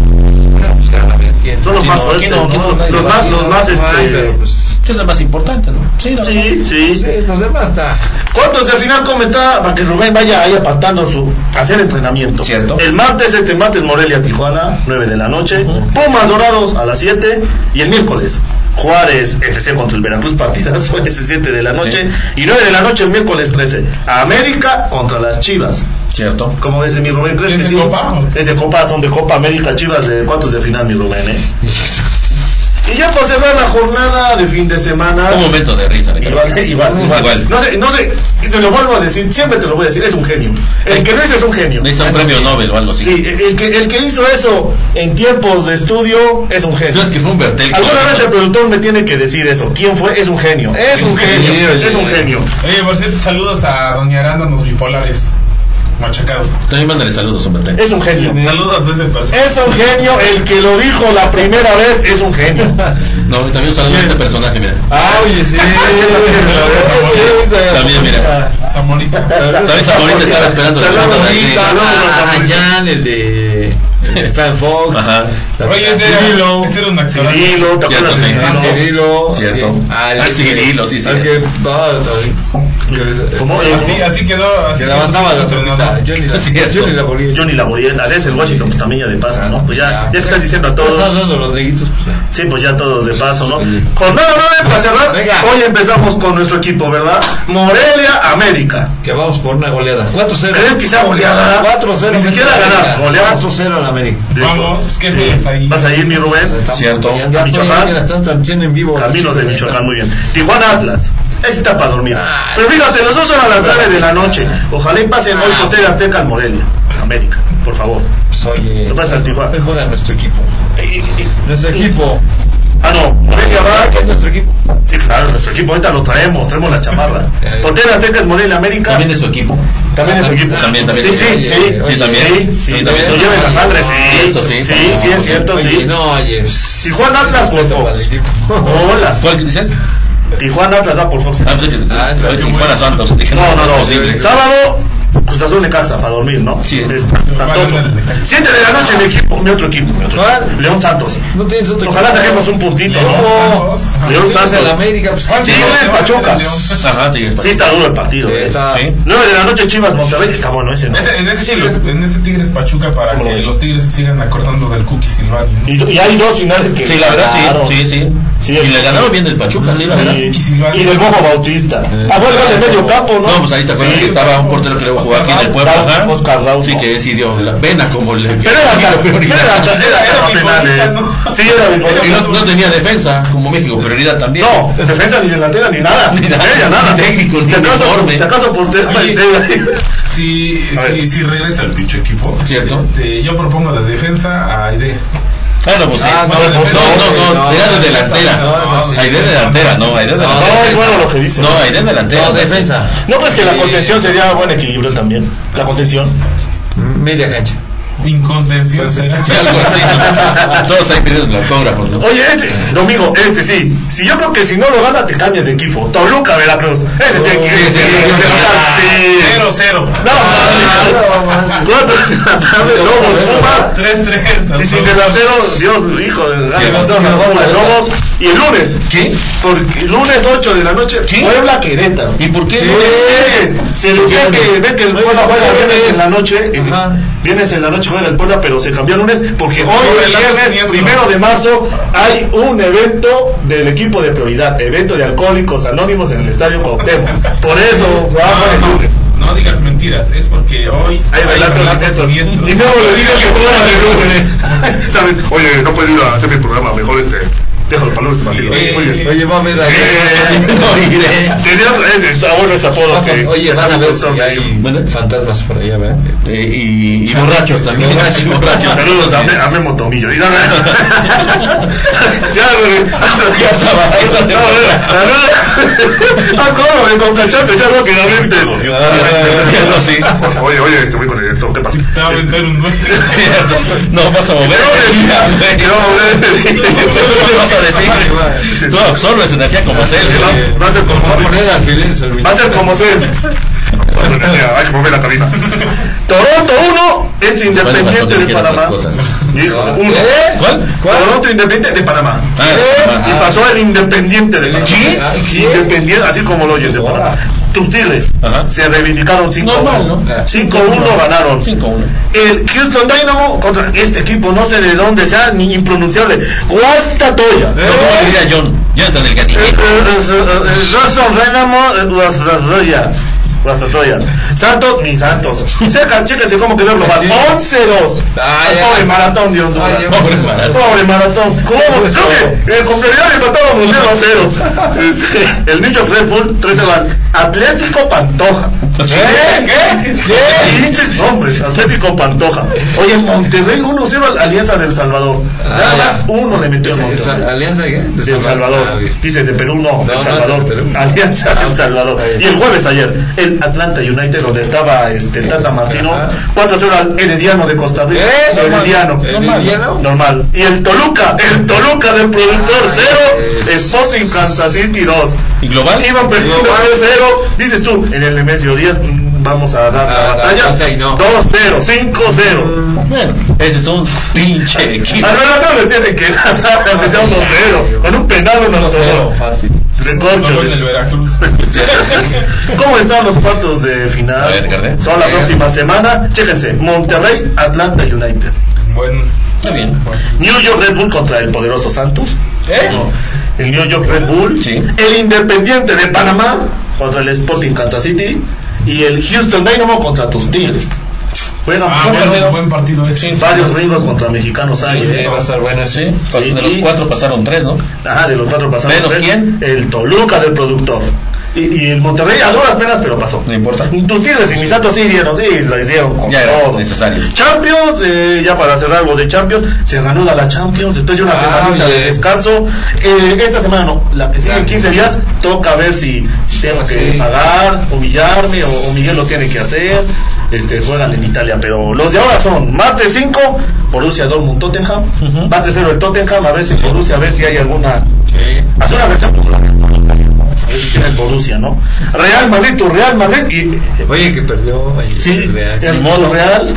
S5: Son los
S6: Sí,
S5: más
S6: no,
S5: fuertes,
S6: aquí no,
S5: ¿no?
S6: aquí no, nadie
S5: Los
S6: va.
S5: más, los más,
S10: Ay,
S5: este...
S10: pero pues.
S6: Es el más importante, ¿no? Sí, la verdad.
S5: Sí, sí.
S10: sí, Los demás está.
S5: ¿Cuántos de final cómo está? Para que Rubén vaya ahí apartando su hacer entrenamiento.
S6: Cierto.
S5: El martes, este martes, Morelia, Tijuana, 9 de la noche. Pumas Dorados a las 7. Y el miércoles, Juárez FC contra el Veracruz, <laughs> partidas ese 7 de la noche. Y 9 de la noche, el miércoles 13. América contra las Chivas.
S6: Cierto.
S5: ¿Cómo ves, mi Rubén? ¿Crees
S9: ¿Es
S5: que
S9: de
S5: sí?
S9: Copa?
S5: Es de Copa, son de Copa América, Chivas de cuartos de final, mi Rubén,
S9: <laughs>
S5: ¿eh? Y ya para cerrar la jornada de fin de semana.
S6: Un momento de risa, Ricardo.
S5: Igual, ¿eh? igual, igual.
S6: Igual.
S5: No sé, no sé, y te lo vuelvo a decir, siempre te lo voy a decir, es un genio. El que no hizo es un genio.
S6: Necesita un premio Nobel o algo así.
S5: Sí, el el que, el que hizo eso en tiempos de estudio es un genio.
S6: Yo es que fue un Bertel.
S5: Alguna vez el productor me tiene que decir eso. ¿Quién fue? Es un genio. Es un
S6: Sí,
S5: genio.
S6: oye.
S5: Es un genio.
S9: Oye, por cierto, saludos a Doña Aranda, los bipolares. Machacados.
S6: También mándale saludos a un Bertel.
S5: Es un genio.
S9: Saludos de ese
S6: <laughs>
S9: personaje.
S5: Es un genio. El que lo dijo la primera vez es un genio.
S6: No, también salió este personaje, mira.
S10: Ah, oye,
S5: <laughs>
S10: sí.
S6: También,
S5: ah,
S6: mira.
S9: Zamorita.
S6: También Zamorita estaba esperando.
S10: Ah, Jan, el de. el de Stan Fox.
S6: Ajá.
S9: Oye, ese era, ese era un accionario.
S10: Cirilo, ¿te
S6: Cierto,
S10: acuerdas de
S6: sí.
S10: Stan Fox? Cirilo?
S6: Cierto.
S10: Al-
S6: Ah, Cirilo, sí, sí.
S10: al que- ah, al-
S5: ¿Cómo?
S9: Así, así quedó. Así
S10: Que
S9: quedó
S10: la mandaba
S9: su
S10: la
S9: entrenador.
S10: tormenta. Johnny la
S6: Cierto.
S10: Johnny la ponía.
S5: Johnny Laboriel, a veces el Washington pues también ya de paso, ¿no? Pues ya, ya estás diciendo a
S10: Estás
S5: todos,
S10: dando los neguitos.
S5: sí, pues ya todos de paso, ¿no? Jornada 9 para cerrar,
S10: Venga.
S5: hoy empezamos con nuestro equipo, ¿verdad? Morelia América.
S10: Que vamos por una goleada. 4-0.
S5: ¿Crees que sea goleada?
S10: 4-0.
S5: Ni siquiera ganar, goleada.
S10: 4-0 al América.
S9: Vamos, es que
S5: Sí.
S9: es ahí.
S5: Vas a ir, mi
S10: O sea,
S5: Rubén.
S10: estamos-
S6: Cierto.
S10: Ya, ya estoy,
S5: Michoacán.
S10: ya la están transmitiendo en vivo.
S5: Caminos de Michoacán, muy bien. Tijuana Atlas. Ese está para dormir.
S10: Ay.
S5: Pero fíjate, los dos son a las 9 de la noche. Ojalá y pasen hoy Hotel Azteca al Morelia, América. Por favor.
S10: Pues, oye,
S5: Lo pasa al Tijuana.
S10: me joda nuestro equipo. Nuestro equipo.
S5: Ah, no, Morelia
S10: ¿Qué
S5: va.
S10: es nuestro equipo?
S5: Sí, claro, nuestro equipo ahorita lo traemos, traemos la chamarra. Hotel Azteca es Morelia América. Ah,
S6: También de su equipo.
S5: También es su equipo.
S6: También, también.
S5: Sí, sí, sí.
S6: Sí, también.
S5: Sí, sí, también.
S6: Sí, también.
S5: Se lleven la sangre, sí.
S6: Eso sí,
S5: sí,
S6: también.
S5: sí, es cierto,
S10: Oye,
S5: sí.
S10: No, oye. pss,
S5: Tijuana Atlas por
S10: respeto para el
S5: Fox.
S10: equipo.
S5: <laughs> Hola.
S6: ¿Cuál que dices?
S5: Tijuana Atlas va por Fox.
S6: Ah, pues,
S10: Ah,
S6: eh, Tijuana Santos. Dije,
S5: No, no, no.
S6: posible.
S5: Sábado, Cruz Azul Necaxa para dormir, ¿no?
S6: Sí.
S5: Es espantoso. Siete de la noche mi equipo, mi otro equipo, mi otro
S10: ¿Cuál?
S5: equipo. León Santos.
S10: No tienes otro
S5: Ojalá
S10: equipo.
S5: saquemos un puntito, ¿no?
S10: No.
S5: León
S10: Tú eres
S5: Santos.
S10: el América, pues.
S5: Sí, es Pachuca. Sí,
S6: Ajá, Tigres.
S5: está duro el partido. eh.
S10: Está-
S6: Sí.
S5: 9 de la noche Chivas Monterrey, está bueno ese, ¿no?
S9: Ese- en, ese tigres, en ese Tigres Pachuca para
S5: ¿Cómo lo
S9: que
S5: ves?
S9: los Tigres sigan acortando del Cookie Silvani. ¿no?
S5: Y, y hay dos finales que
S6: Sí, la verdad,
S5: ganaron.
S6: sí. Sí, sí.
S5: Sí,
S6: Y
S5: el-
S6: le ganaron bien el Pachuca, sí, la verdad. Eh.
S5: Sí.
S9: Silvani.
S5: Y del Bojo Bautista. Ah, bueno, de medio campo, ¿no?
S6: No, pues ahí se acuerdan
S5: Sí.
S6: que estaba un portero que luego jugaba aquí en el pueblo.
S5: Raus- Oscar Raus.
S6: Sí, que decidió la pena como le.
S5: Pero
S6: <laughs>
S5: era
S6: y lo
S5: tan-
S6: peor, y
S5: pero
S6: la-
S5: era tan- era- era penales.
S9: ¿no?
S5: Sí, era béisbol.
S6: y no, no tenía defensa, como México, prioridad también.
S5: No, defensa ni delantera ni nada.
S6: Ni nada,
S5: Media,
S6: ni
S5: nada.
S6: técnico, ni
S5: si acaso,
S6: uniforme.
S5: si acaso por
S9: Oye. Si,
S5: A ver.
S9: si, si regresa el pinche equipo,
S6: Cierto.
S9: Este, yo propongo la defensa a Aide.
S6: Bueno, pues sí.
S10: Ah,
S6: no,
S10: no,
S6: no,
S10: defensa,
S6: no,
S10: no,
S6: era de
S10: defensa,
S6: delantera.
S10: no, no, sí.
S6: Ahí de delantera, no, ahí de delantera.
S5: no, es bueno lo que dice.
S6: No, ahí de delantera.
S10: No, defensa.
S5: No, pues que la contención sería buen equilibrio también. La contención.
S10: Media cancha.
S9: Incontención
S6: <laughs>
S9: será.
S6: Sí, algo así. ¿no? Todos ahí pidiendo autógrafos, ¿no?
S5: Oye, este, domingo, este sí. Si yo creo que si no lo gana, te cambias de equipo. Toluca, Veracruz. Ese sí, hay que-
S6: ese
S5: ese sí.
S6: sí.
S5: Cero, cero. No, mames. Cuatro de la tarde, Lobos, Pumas.
S9: 3-3.
S5: Y sin delantero, Dios, hijo de la
S6: Sí,
S5: Gonzalo,
S6: no,
S5: Pumas, Lobos. Y el lunes,
S6: ¿Qué?
S5: porque lunes 8 de la noche, Puebla, Querétaro.
S6: ¿Y por qué?
S5: Eh, Se decía que ven que el Puebla juega viernes en la noche.
S10: Ajá.
S5: Viernes en la noche juega el Puebla, pero se cambió a lunes porque hoy
S9: Por el lado
S5: viernes
S9: siniestro.
S5: primero de marzo hay un evento del equipo de prioridad, evento de alcohólicos anónimos en el estadio Cuauhtémoc. Por eso jugamos el lunes.
S9: No digas mentiras, es porque hoy
S5: Hay relatos intensos. Y luego le digo que juegan el lunes. <laughs> ¿Saben? Oye, no puedo ir a hacer mi programa, mejor este. Déjalo para el lunes, Martín.
S9: Eh,
S5: Muy bien.
S10: Oye, va a haber <laughs> ahí-
S5: Eh,
S10: No iré.
S5: Tenía- ¿eh? ese- Está bueno ese apodo. que-
S10: Oye, van a ver si
S5: Son-
S10: hay
S6: Bueno.
S10: fantasmas por allá, ¿verdad?
S6: Eh, y, y borrachos también.
S10: Borrachos.
S6: borrachos.
S5: Saludos a, Me- a Memo Tomillo. Y dame- <laughs> ya, güey.
S6: Ya estaba, ya estaba.
S5: No, güey. Saludos. Ah, ¿cómo? Me concachaste, ya no, que ya vente.
S6: Eso sí.
S5: Oye, oye, este voy con el director, ¿qué pasa?
S9: Te va a vencer un
S5: <laughs>
S9: duelo.
S6: No vas a mover. <laughs> No le vas a decir. Tú absorbes energía como ser.
S5: Va a ser como
S10: Va a poner alfiler en su
S5: Va a ser como ser. Hay que mover la cabina. Toronto 1, este Independiente de Panamá. Híjole, uno.
S10: ¿Eh?
S6: ¿Cuál?
S5: Toronto Independiente de Panamá.
S6: Ah,
S5: Y
S6: ah,
S5: pasó el Independiente de Panamá.
S6: ¿Sí?
S5: Independiente, así como lo oyes de Panamá. Tus Tigres
S6: Ajá.
S5: se reivindicaron 5-1.
S6: Ah. Normal, ¿no?
S5: 5-1 ganaron.
S6: 5-1.
S5: El Houston Dynamo contra este equipo, no sé de dónde sea, ni impronunciable. Guastatoya.
S6: No, como
S5: eh,
S6: diría John. Jonathan el gatillito.
S5: Rostov Dynamo Guastatoya. Guastatoya. Santos, ni Santos. Checa, chéquense cómo quedó el global. 11-2.
S10: Ah,
S5: Al
S10: ya.
S5: Pobre maratón de Honduras.
S10: Ah, ya.
S6: Pobre maratón.
S5: Pobre maratón. Pues ¿Cómo? <laughs> Creo que eh, con prioridad empatábamos 0 a 0. El New York Red Bull 13 van. Atlético Pantoja. ¿Qué? ¿Qué? ¿Qué? Pinches nombres. Atlético Pantoja. Oye, Monterrey 1-0 al Alianza del Salvador. Nada más uno le metió el Monterrey.
S7: ¿Alianza qué?
S5: De El Salvador. Ah, Dice de Perú Ah, no, de El Salvador. Alianza del Salvador. Y el jueves ayer, el Atlanta United, donde estaba este el Tata Martino, 4-0 al Herediano de Costa Rica. ¿Eh? Herediano.
S7: ¿Herediano?
S5: Normal. Y el Toluca, el Toluca del productor 0, Sporting Kansas City 2.
S6: ¿Y global?
S5: Iban perdiendo 3-0. Dices tú, en el Nemesio Díaz mm, vamos a dar
S10: Ah,
S5: la batalla. 2-0, 5-0.
S6: Bueno, ese es un pinche equipo.
S5: Al menos Ah, no le tiene que dar, <laughs> aunque sea 1-0. Con un penal en el solo.
S9: Fácil.
S5: Recorcho.
S9: del Veracruz.
S5: ¿Cómo están los cuartos de final?
S6: A ver, Garde.
S5: Son la próxima semana. Chéquense. Monterrey, Atlanta United.
S9: Bueno,
S6: Está bien.
S5: New York Red Bull contra el poderoso Santos. No. El New York Red Bull.
S6: Sí.
S5: El Independiente de Panamá contra el Sporting Kansas City. Y el Houston Dynamo contra tus Tigres. Bueno,
S9: Ah,
S5: buen
S9: bueno,
S5: partido.
S9: buen partido ese.
S5: varios gringos contra mexicanos hay. ¿eh?
S6: va a estar bueno sí.
S5: Sí.
S6: De los cuatro pasaron tres, ¿no?
S5: Ajá, de los cuatro pasados.
S6: ¿Menos
S5: tres,
S6: quién?
S5: El Toluca del productor. Y, y el Monterrey a duras penas, pero pasó.
S6: No importa.
S5: Tus Tigres y mis Santos sí dieron, sí, lo hicieron con
S6: Ya era
S5: todo.
S6: necesario.
S5: Champions, eh, ya para cerrar lo de Champions, se reanuda la Champions, después de una
S6: Ah,
S5: semanita de descanso. Eh, esta semana no, la que sigue en 15 días, toca ver si tengo que pagar, humillarme o, o Miguel lo tiene que hacer. Este, juegan en Italia, pero los de ahora son martes 5, Borussia Dortmund Tottenham, martes 0 el Tottenham, a ver si Borussia, a ver si hay alguna hace una versión popular. A ver si tiene el Borussia, ¿no? Real Madrid, tu Real Madrid y
S10: Oye, que perdió. ayer.
S5: sí,
S10: Real.
S5: el modo Real.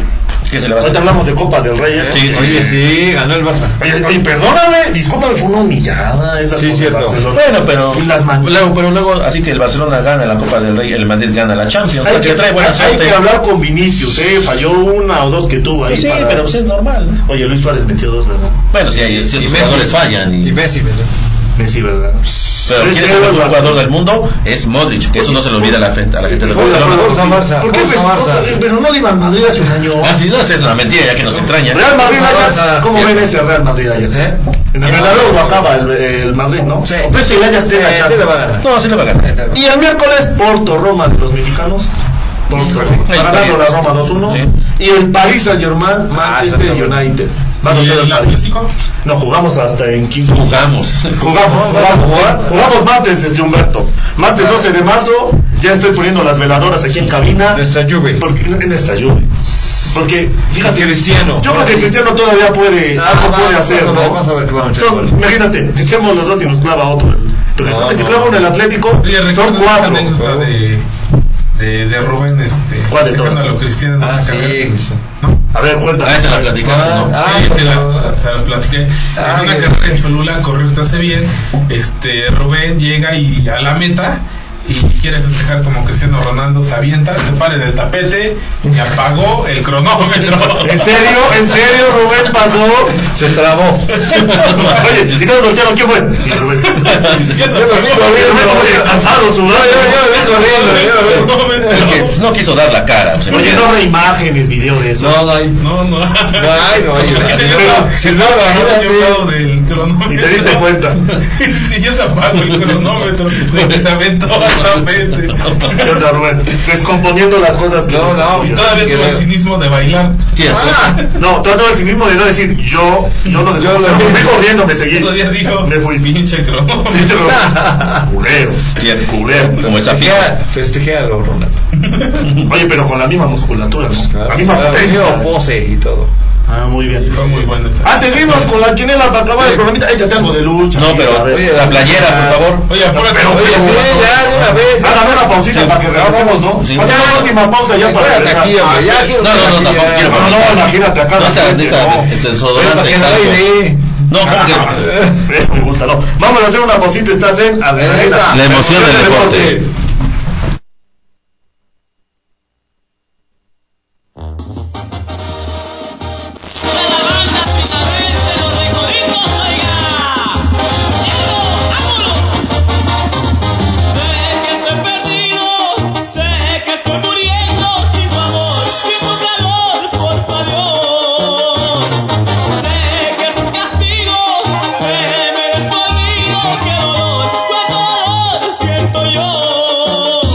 S6: ¿Qué se le va a
S5: Ahorita
S6: hacer?
S5: hablamos de Copa del Rey. ¿eh?
S6: Sí,
S10: Oye, sí, ganó el Barça.
S5: Oye, oye, perdóname, discúlpame, fue una humillada esa
S10: Sí,
S5: Copa
S10: cierto.
S5: de Barcelona.
S6: Bueno, pero
S5: Y las man-
S6: luego, pero luego, así que el Barcelona gana la Copa del Rey, el Madrid gana la Champions. O
S5: Hay
S6: sea,
S5: que,
S6: que trae buena
S5: hay
S6: suerte.
S5: que hablar con Vinicius, ¿eh? Falló una o dos que tuvo ahí.
S6: Sí,
S5: para-
S6: pero pues es normal. ¿no?
S5: Oye, Luis Suárez metió dos, ¿verdad?
S6: Bueno, si hay si los
S10: Messi.
S6: jugadores fallan. y-
S10: Y Messi, ¿verdad?
S5: Messi, ¿verdad?
S6: pero
S5: Tres
S6: ¿quién es el
S5: cero,
S6: mejor
S5: Barça.
S6: jugador del mundo? Es Modric, que eso no se lo olvida a la gente, a la gente de
S10: Forza,
S6: Barcelona.
S10: Forza Barça.
S5: ¿Por qué
S10: Forza
S5: festejó?
S10: Barça.
S5: Pero no le iba al Madrid hace un año.
S6: Ah, sí, no, esa es una mentira, ya que nos extraña. Ah,
S5: Real Madrid Ajax,
S10: Barça.
S5: ¿cómo ven ese Real Madrid Ajax?
S10: ¿Eh?
S5: En el Bernabéu acaba el, el Madrid, ¿no?
S10: Sí.
S5: Pero si el Ajax tiene
S10: Eh,
S5: chance.
S10: sí le va a ganar.
S6: No, sí le va a ganar.
S5: Y el miércoles Porto Roma de los mexicanos. Porto
S6: Ahí está
S5: ganando
S6: bien.
S5: la Roma 2-1. Y el Paris Saint Germain Manchester
S10: Ah, está bien.
S5: United. Vamos a
S9: ¿Y
S5: ser el
S9: el
S5: París.
S9: Atlético?
S5: No jugamos hasta en 15
S6: Jugamos.
S5: Jugamos, jugamos, jugamos, jugamos martes, este Humberto. Martes 12 de marzo, ya estoy poniendo las veladoras aquí en cabina.
S10: Nuestra Juve.
S5: Porque, en esta lluvia. Porque, fíjate,
S10: Cristiano.
S5: Yo creo que Cristiano todavía puede,
S10: Ah,
S5: algo
S10: va,
S5: puede
S10: va,
S5: hacer.
S10: va,
S5: ¿no?
S10: vamos a ver qué van a hacer.
S5: Son- Imagínate, metemos los dos y nos clava otro. Pero
S10: No,
S5: si
S10: no.
S5: clava uno el Atlético,
S9: Oye,
S5: son
S9: recuerdo esa
S5: cuatro.
S9: anécdota de, de, de Rubén, este,
S5: ¿Cuál de
S9: sacando
S5: todas?
S9: a lo cristiano en
S10: Ah,
S9: una
S10: sí.
S9: carrera.
S10: sí.
S5: A ver, cuéntame.
S6: Ah, esa la platicamos, ¿no?
S10: Ah,
S9: Sí,
S10: por
S9: Eh, te la-
S10: favor.
S9: te la platiqué.
S10: Ah,
S9: en una
S10: ya.
S9: carrera en Cholula, corrió usted hace bien. Este, Rubén llega y a la meta y quiere festejar como Cristiano Ronaldo se avienta, se para en el tapete y apagó el cronómetro.
S5: <laughs> ¿En serio? ¿En serio, Rubén pasó?
S10: Se trabó.
S5: Oye, si no voltearon, ¿quién fue? Y Rubén.
S10: Yo lo vi
S5: Oye, Rubén, oye,
S10: corriendo.
S5: cansado, sudado.
S10: Yo lo vi corriendo. yo lo vi.
S6: Es que pues, no quiso dar la cara. pues,
S5: Oye, no habrá imágenes, video de eso.
S10: No, no hay.
S9: No, no.
S10: No hay, no hay.
S9: Sí,
S10: Si
S9: yo-
S10: no, si no,
S9: Yo hablo
S10: imagínate.
S9: del cronómetro.
S5: Y te diste cuenta.
S9: <laughs> Sí, yo se apago el cronómetro de que se aventó a la mente.
S5: ¿Qué onda, Rubén? Descomponiendo las cosas que
S10: No,
S5: nos-
S10: no,
S9: Y todavía tuvo el cinismo de bailar.
S6: Cierto.
S10: Ah,
S5: No, trato el cinismo de no decir yo, yo no
S10: Yo lo
S5: descompuse. Me
S10: vi.
S5: fui corriendo, me seguí.
S9: Todavía dijo,
S5: Me fui.
S7: <laughs>
S9: pinche cronómetro.
S5: Pinche Rubén. Culero.
S6: Cierto.
S5: Culero.
S6: Como esa
S10: festejea-
S6: pica.
S10: Festejealo, Ronaldo.
S5: Oye, pero con la misma musculatura, ¿no?
S6: Ah,
S5: la misma
S10: Claro,
S5: potencia.
S10: yo pose y todo.
S5: Ah, muy bien.
S9: <laughs> Fue muy bueno esa.
S5: Antes de irnos Ah, con la quinela para acabar el programita, échate algo de lucha.
S6: No,
S5: A
S6: pero eh,
S5: ver.
S10: oye,
S6: la playera, por favor.
S9: Oye, apúrate.
S5: Pero-
S10: Oye,
S9: Oye,
S10: sí, ya, de una vez. ya.
S5: Hágame Ah, una pausita
S6: Sí.
S5: para que regresemos, ¿no?
S6: Sí.
S5: Hacemos la última pausa ya para
S10: Espérate
S5: regresar.
S10: aquí, hombre, ya quiero
S6: No,
S10: estar
S6: no, no,
S10: aquí,
S6: tampoco
S10: ya.
S6: quiero
S5: No, no, imagínate acá.
S6: No, esa, de esa,
S5: no.
S6: es
S10: Oye,
S6: el
S10: para
S6: desodorante.
S10: que no
S6: tanto.
S10: baile.
S6: No, ¿cómo
S5: <laughs>
S6: que?
S5: Eso me gusta, ¿no? Vamos a hacer una pausita, estás en Adrenalina.
S6: La emoción del deporte.
S3: Sé que estoy perdido, sé que estoy muriendo sin tu amor, sin tu calor, por Dios. Sé que es un castigo, que me despotrigo, que dolor, que dolor siento yo.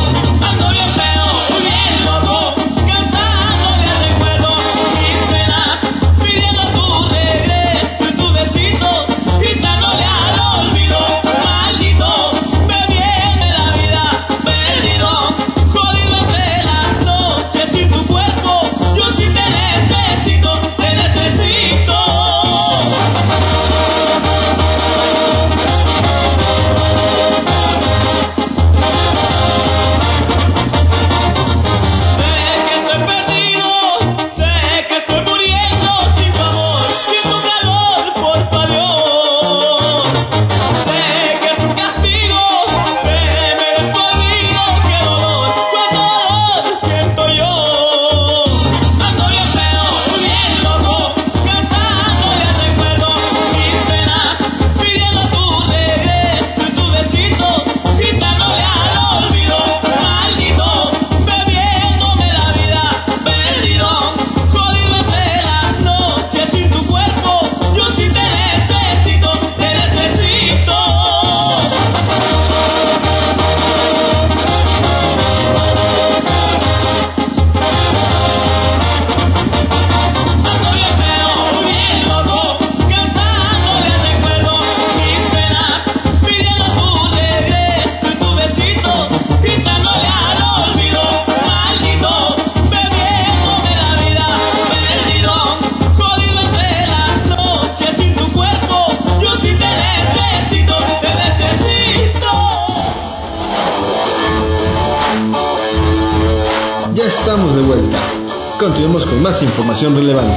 S1: Continuemos con más información relevante.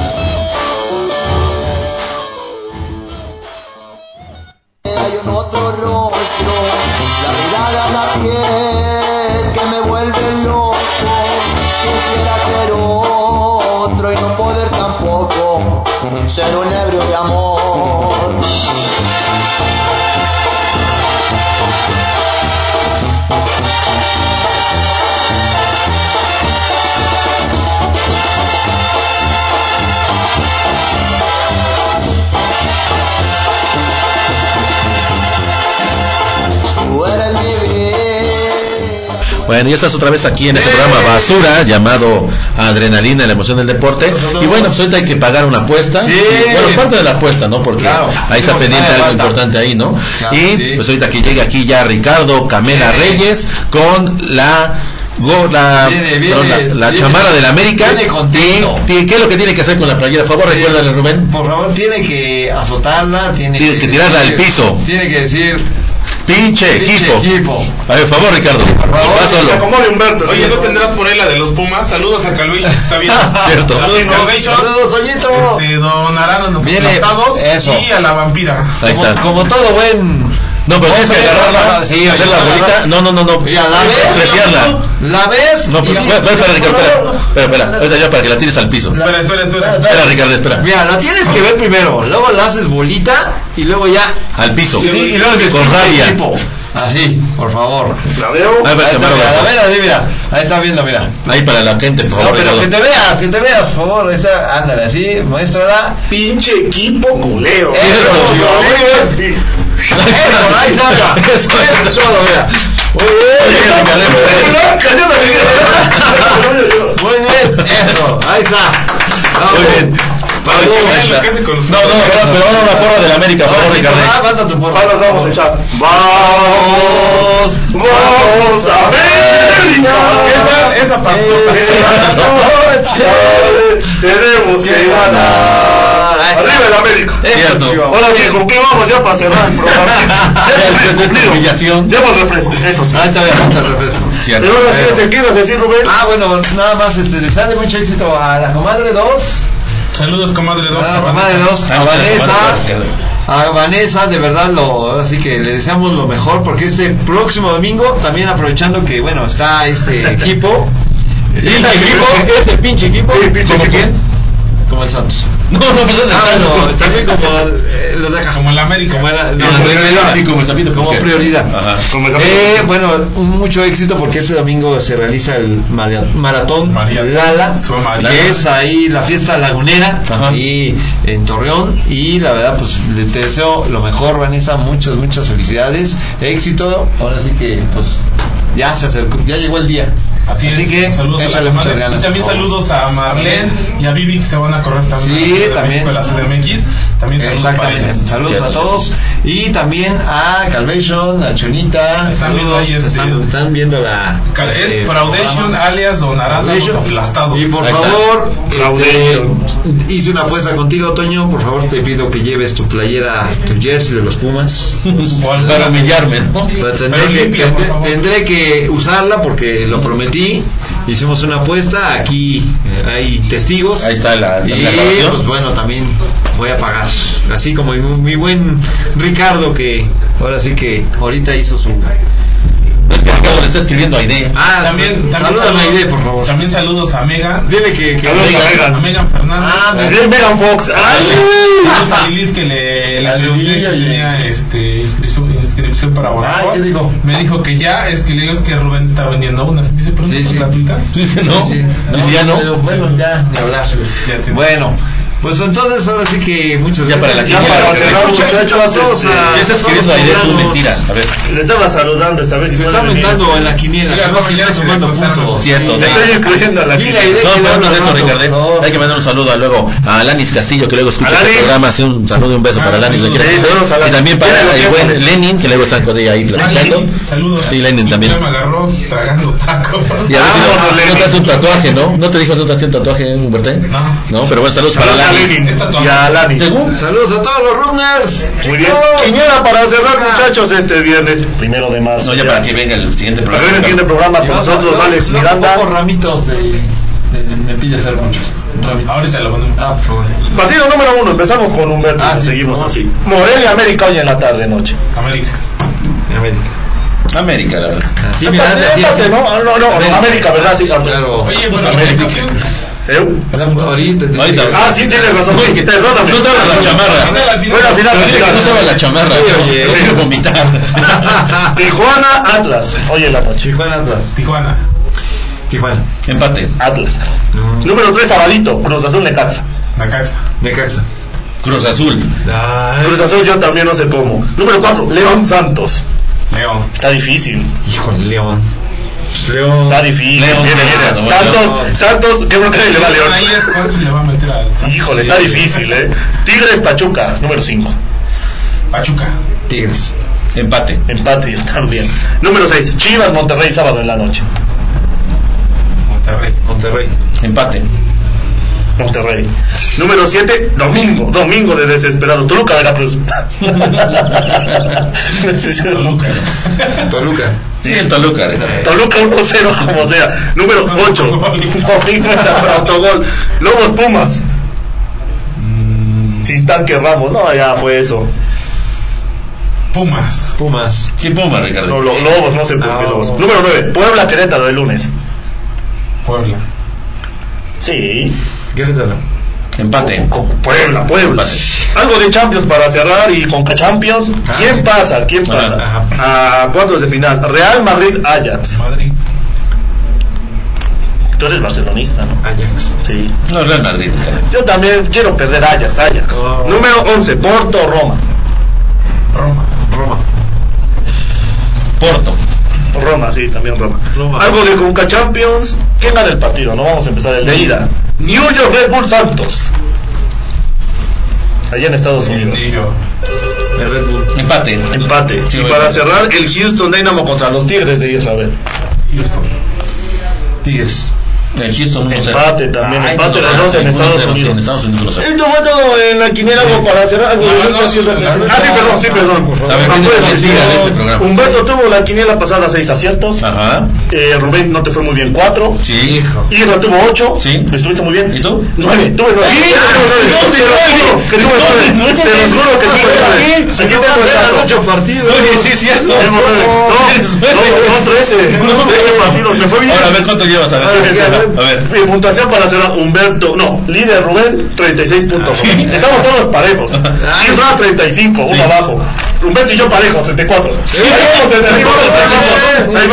S8: Hay un otro rostro, la mirada, la piel que me vuelve loco. Quisiera ser otro y no poder tampoco ser un ebrio de amor. Tú eres mi
S6: Bueno, y estás otra vez aquí en este programa basura llamado Adrenalina, la emoción del deporte. Y bueno, pues ahorita hay que pagar una apuesta. Bueno, parte de la apuesta, ¿no? Porque ahí está pendiente algo importante ahí, ¿no? y pues ahorita que llega aquí ya Ricardo Camela Reyes con la go- la, perdón, la- la chamara del América. Y- y- ¿Qué es lo que tiene que hacer con la playera? Por favor, recuérdale, Rubén.
S7: Por favor, tiene que azotarla, tiene,
S6: Tiene que tirarla al piso.
S7: Tiene que decir,
S6: Pinche equipo. A ver, por favor, Ricardo. Pásalo.
S9: Acomode, Humberto. Oye, ¿no tendrás por ahí la de los Pumas? Saludos a Calvillo, que está viendo.
S6: <laughs> Cierto.
S9: Saludos, Calvillo.
S7: Saludos, Ollito.
S9: Este, don Arana, los
S7: Viene,
S9: encantados.
S7: eso.
S9: Y a la vampira.
S6: Ahí está.
S7: como todo buen...
S6: No, pero tienes que
S7: Vamos a ver,
S6: agarrarla,
S7: vamos a ver, sí,
S6: hacer la
S7: vamos a
S6: bolita. No, no, no, no.
S7: a la vez.
S6: Despreciarla.
S7: ¿La ves?
S6: No, pero, espera, espera, Ricardo, espera. Espera, espera. Ahorita ya para que la tires al piso.
S9: Espera, espera, espera.
S6: Espera, Ricardo, espera.
S7: Mira, la tienes que ver primero, luego la haces bolita y luego ya...
S6: Al piso.
S7: Y, y luego dices,
S6: Con rabia.
S7: equipo. Así, por favor.
S5: La veo.
S6: Ahí va el
S7: Ahí está, mira, la
S6: camarógrafo.
S7: ves así, mira. Ahí está viendo, mira.
S6: Ahí para la gente, por
S7: No,
S6: favor,
S7: pero que te
S6: Ricardo.
S7: veas, que te veas, por favor. Esa, ándale, así, muéstrala.
S5: Pinche equipo culero.
S7: Eso,
S5: Culero.
S7: muy Eso, ahí está, mira.
S6: Eso, eso.
S7: Eso es todo, mira. Muy
S6: Oye, Ricardo,
S7: bien.
S6: espera.
S7: Muy bien, eso, ahí está. Bravo.
S6: Muy bien.
S7: Bravo.
S9: Vean lo que hace con los-
S6: No, no, pero, pero ahora una porra del América, por
S7: Ahora
S6: favor,
S7: sí,
S6: Ricardo.
S7: ah, manda tu porra.
S5: Ahora nos vamos a echar. Vamos, vamos a
S9: Esa,
S5: América.
S9: esa panzota.
S5: Esta noche tenemos que ganar. Arriba el América.
S6: Cierto.
S5: Ahora bien, ¿con qué vamos ya para cerrar el programa?
S6: <laughs> Ya después de esta humillación.
S5: Llevo refresco, eso sí.
S7: Ahí está, mira, manda el refresco.
S6: Cierto.
S5: Pero ahora sí, ¿te quieres decir, Rubén?
S7: Ah, bueno, nada más, este, desearle mucho éxito a la comadre 2.
S9: Saludos, comadre dos.
S7: A la comadre 2, a
S6: Ah, vale,
S7: Vanessa.
S6: vale, vale.
S7: A Vanessa, de verdad, lo, así que le deseamos lo mejor porque este próximo domingo, también aprovechando que, bueno, está este equipo. Este equipo, este pinche equipo.
S5: Sí, pinche
S7: ¿Como
S5: equipo.
S7: quién? Como el Santos.
S6: No, no, pues es de
S7: Ah, bueno,
S6: Santos.
S7: también como eh, los de acá.
S9: Como el América.
S7: Como era- no,
S6: Como
S7: no,
S6: prioridad.
S7: no,
S6: Y como el Zapito,
S7: como
S6: ¿por qué?
S7: prioridad.
S6: Ajá.
S5: Como el
S7: Eh, bueno, un- mucho éxito porque este domingo se realiza el maria- maratón
S9: María-
S7: Lala,
S9: Su María.
S7: que es ahí la fiesta lagunera
S6: Ajá.
S7: y en Torreón y la verdad pues le te deseo lo mejor Vanessa, muchas muchas felicidades, éxito, ahora sí que pues ya se acercó, ya llegó el día.
S9: Así,
S7: Así
S9: es.
S7: que
S9: saludos a la
S7: échale
S9: comadre.
S7: muchas ganas,
S9: Y también
S7: por favor.
S9: saludos a Marlene y a Vivi que se van a correr también.
S7: Sí,
S9: a la Ciudad de
S7: también.
S9: México, a la CDMX. También saludos pues, para
S7: Exactamente,
S9: ellas.
S7: saludos a todos y también a Calvation, a Chonita,
S9: Están
S7: saludos,
S9: viendo ahí este-
S7: están, están viendo la
S9: Cal- Es
S7: este
S9: Fraudation
S7: programa.
S9: alias Don Aranda, los
S7: Foundation.
S9: aplastados.
S7: Y por
S6: Ahí está.
S7: favor, este,
S5: Foundation.
S7: hice una apuesta contigo, Toño, por favor te pido que lleves tu playera, tu jersey de los Pumas.
S6: Para humillarme, ¿no?
S7: Pero tendré,
S9: Pero
S7: que,
S9: limpia, por
S7: tendré-
S9: favor.
S7: tendré que usarla porque lo prometí. Hicimos una apuesta, aquí eh, hay testigos.
S6: Ahí está la- la
S7: Y
S6: grabación.
S7: pues bueno, también voy a pagar. Así como mi, mi buen Ricardo que ahora sí que ahorita hizo su...
S6: Es que Ricardo le está escribiendo a Aide.
S7: <laughs> Ah,
S9: También,
S7: sal-
S9: también
S7: salúdame
S9: saludos-
S7: Aide, por favor.
S9: También saludos a Megan.
S7: Dile que... que
S5: Saludos a
S9: A
S5: Megan.
S9: Megan Fernández.
S7: Ah, me-
S5: Bien, Megan Fox.
S9: Saludos a Lilith que
S7: <laughs>
S9: le la pregunté si tenía este, inscripción, inscripción para Guanajuato.
S7: Ah, ¿qué dijo?
S9: Me dijo que ya, es que le digo es que Rubén está vendiendo unas. Me dice, pero
S7: Sí,
S9: no son
S7: sí.
S9: gratuitas.
S7: <laughs>
S6: Dice no.
S7: Sí.
S6: Dice ya
S7: pero
S6: no.
S7: bueno, ya, ni hablar.
S9: Ya tiene-
S7: Bueno, pues entonces ahora sí que muchas
S6: Ya para la
S7: gracias.
S6: quiniela, ¿no?
S7: para cerrar, muchachos, este, a todos a-
S6: Ya está escribiendo a Aide, tú
S7: todos
S6: mentira. A ver.
S5: Le estaba saludando esta vez.
S7: Se está aumentando en la quiniela,
S9: Mira,
S7: además que
S9: ya
S7: está
S9: se
S7: sumando
S9: desglosaron
S7: puntos.
S9: los-
S6: Cierto,
S7: Sí,
S6: sí.
S5: Estoy incluyendo a la
S7: Dile a
S5: quiniela.
S7: Aide
S6: No, pero
S7: que le
S6: no
S7: habla
S6: de eso,
S7: rato,
S6: Ricardo.
S7: por favor.
S6: Hay que mandar un saludo a luego a Alanis Castillo, que luego escucha el
S5: Alanis.
S6: programa. Hace un saludo y un beso para Alanis. le quiere
S5: Sí,
S6: mucho.
S5: saludos a
S6: Y
S5: Alanis.
S6: también para
S5: Mira lo que
S6: el buen
S5: hace.
S6: Lenin, que luego está con ella ahí
S9: Ah,
S6: platicando.
S9: Lenin, saludos.
S6: Sí, Lenin también.
S9: Ya me agarró tragando tacos.
S6: Y a ver si no-
S5: Vámonos,
S6: no,
S5: Lenin.
S6: te hace un tatuaje, ¿no? ¿No te dijo que no te hacía un tatuaje, Humberto?
S9: No.
S6: No, pero bueno, saludos para
S5: Saludos a
S6: Alanis.
S5: Lenin
S9: Esta tu
S5: y a
S9: amiga.
S5: Alanis.
S6: Según.
S7: Saludos a todos los Runners.
S5: Muy bien. Quiniela para cerrar, muchachos, este viernes, primero de marzo.
S6: No, ya para que venga el siguiente
S5: Para ver el
S6: programa.
S5: siguiente programa con nosotros, Alex Miranda.
S7: Pocos ramitos de. de-
S5: me pide hacer muchos.
S9: Ahorita lo ponemos.
S5: Ah, Partido número uno, empezamos con Humberto. Ah, seguimos así. Morelia América hoy en la tarde noche.
S9: América.
S5: América.
S6: América, la verdad.
S7: Ah,
S5: Sí, empate, empate, ¿no? Ah, No, no, América, ¿verdad? Sí, claro.
S9: Oye, bueno,
S5: América. ¿Eh? Ah, sí, tienes razón. Uy, perdóname.
S6: No te hagas la chamarra.
S5: Bueno, al final,
S6: Pero
S5: al
S6: dile que
S5: final.
S6: no se haga la chamarra.
S5: Sí,
S6: que
S5: oye.
S6: voy a vomitar.
S5: Ah, Tijuana Atlas. Oye, la noche.
S7: Tijuana Atlas.
S9: Tijuana.
S7: Tijuana.
S6: <laughs> Empate.
S5: Atlas. Número 3, Sabadito. Cruz Azul Necaxa.
S9: Necaxa.
S7: Necaxa.
S6: Cruz Azul.
S5: Cruz Azul yo también no sé cómo. Número 4, León Santos.
S9: León.
S5: Está difícil.
S7: Híjole, León. Pues,
S9: León.
S5: Está difícil.
S6: León,
S5: viene, viene.
S6: León,
S5: Santos,
S6: León.
S5: Santos, yo creo que le va a León.
S9: Ahí es cuánto le va a meter al Santos.
S5: Híjole, está difícil, eh. Tigres Pachuca, número 5.
S9: Pachuca.
S7: Tigres.
S6: Empate.
S5: Empate yo también. Número 6, Chivas Monterrey sábado en la noche.
S9: Monterrey.
S7: Monterrey.
S6: Empate.
S5: Monterrey. Número 7, domingo, domingo de desesperados. Toluca
S9: <laughs>
S5: Veracruz. <laughs>
S9: Toluca.
S7: Toluca.
S6: Sí, el Toluca. eh.
S5: Toluca <laughs> 1-0 como sea. Número 8. <laughs> Domingo en la- autogol. Lobos Pumas. Sin tanque Ramos. No, ya fue eso.
S9: Pumas.
S7: Pumas.
S6: ¿Qué Puma, Ricardo?
S5: No, lo- Lobos, no sé por qué
S7: No.
S5: Lobos. Número 9. Puebla Querétaro el lunes.
S9: Puebla.
S5: Sí.
S7: Querétaro.
S6: Empate.
S5: Con Puebla, Puebla. Algo de Champions para cerrar y con Champions. ¿Quién pasa? ¿Quién pasa? A cuartos de final. Real Madrid Ajax.
S9: Madrid.
S5: Tú eres barcelonista, ¿no?
S7: Ajax.
S5: Sí.
S6: No, Real Madrid. Ricardo.
S5: Yo también quiero perder Ajax, Ajax.
S7: Oh.
S5: Número 11, Porto Roma.
S9: Roma.
S7: Roma.
S6: Porto.
S5: Roma, sí, también Roma.
S7: Roma.
S5: Algo de Conca Champions. ¿Quién gana el partido? No vamos a empezar el de ida. New York Red Bull Santos. Allá en Estados Unidos.
S9: Ello.
S7: El Red Bull.
S6: Empate.
S5: Empate.
S6: Sí,
S5: y
S6: voy
S5: para
S6: empate.
S5: cerrar, el Houston Dynamo contra los Tigres de Israel.
S9: Houston.
S7: Tigres.
S6: El Houston 1-0.
S5: Empate también,
S6: Ay,
S5: empate
S6: no,
S5: los dos en
S6: no,
S5: Estados
S6: sí, En
S5: Unidos.
S6: Estados Unidos 1-0.
S5: Esto fue todo en la quiniela algo para cerrar algo de
S9: No,
S5: lucha,
S9: no,
S5: sí,
S9: no,
S5: otra-
S9: no,
S5: Ah, sí,
S9: no,
S5: perdón,
S9: no,
S5: sí,
S9: no,
S5: perdón.
S9: sí, por favor.
S6: A ver, ¿quién
S5: Acuérdense,
S6: es el líder de este programa?
S5: Humberto tuvo la quiniela pasada 6 aciertos.
S6: Ajá.
S5: Eh, Rubén no te fue muy bien 4.
S6: Sí.
S5: Isra tuvo 8.
S6: Sí.
S5: Estuviste muy bien.
S6: ¿Y tú?
S5: 9. Tuve 9.
S6: Sí, no,
S5: Se los juro que
S6: sí,
S5: tuve nueve. Se los juro que tuve nueve. Aquí
S7: Se
S5: tengo el dato.
S7: partidos.
S6: Oye, sí, sí, es
S5: No, no, no, no, son 13.
S6: <laughs> No,
S5: 13 partidos. Me fue bien.
S6: Ahora, a ver cuánto llevas. A ver, a ver.
S5: Ah, Mi puntuación para cerrar Humberto, no, líder Rubén 36 puntos.
S7: Ah,
S5: Estamos todos parejos. Isra 35, uno abajo. Humberto y yo parejos, 34. Ahí vamos, ahí vamos, ahí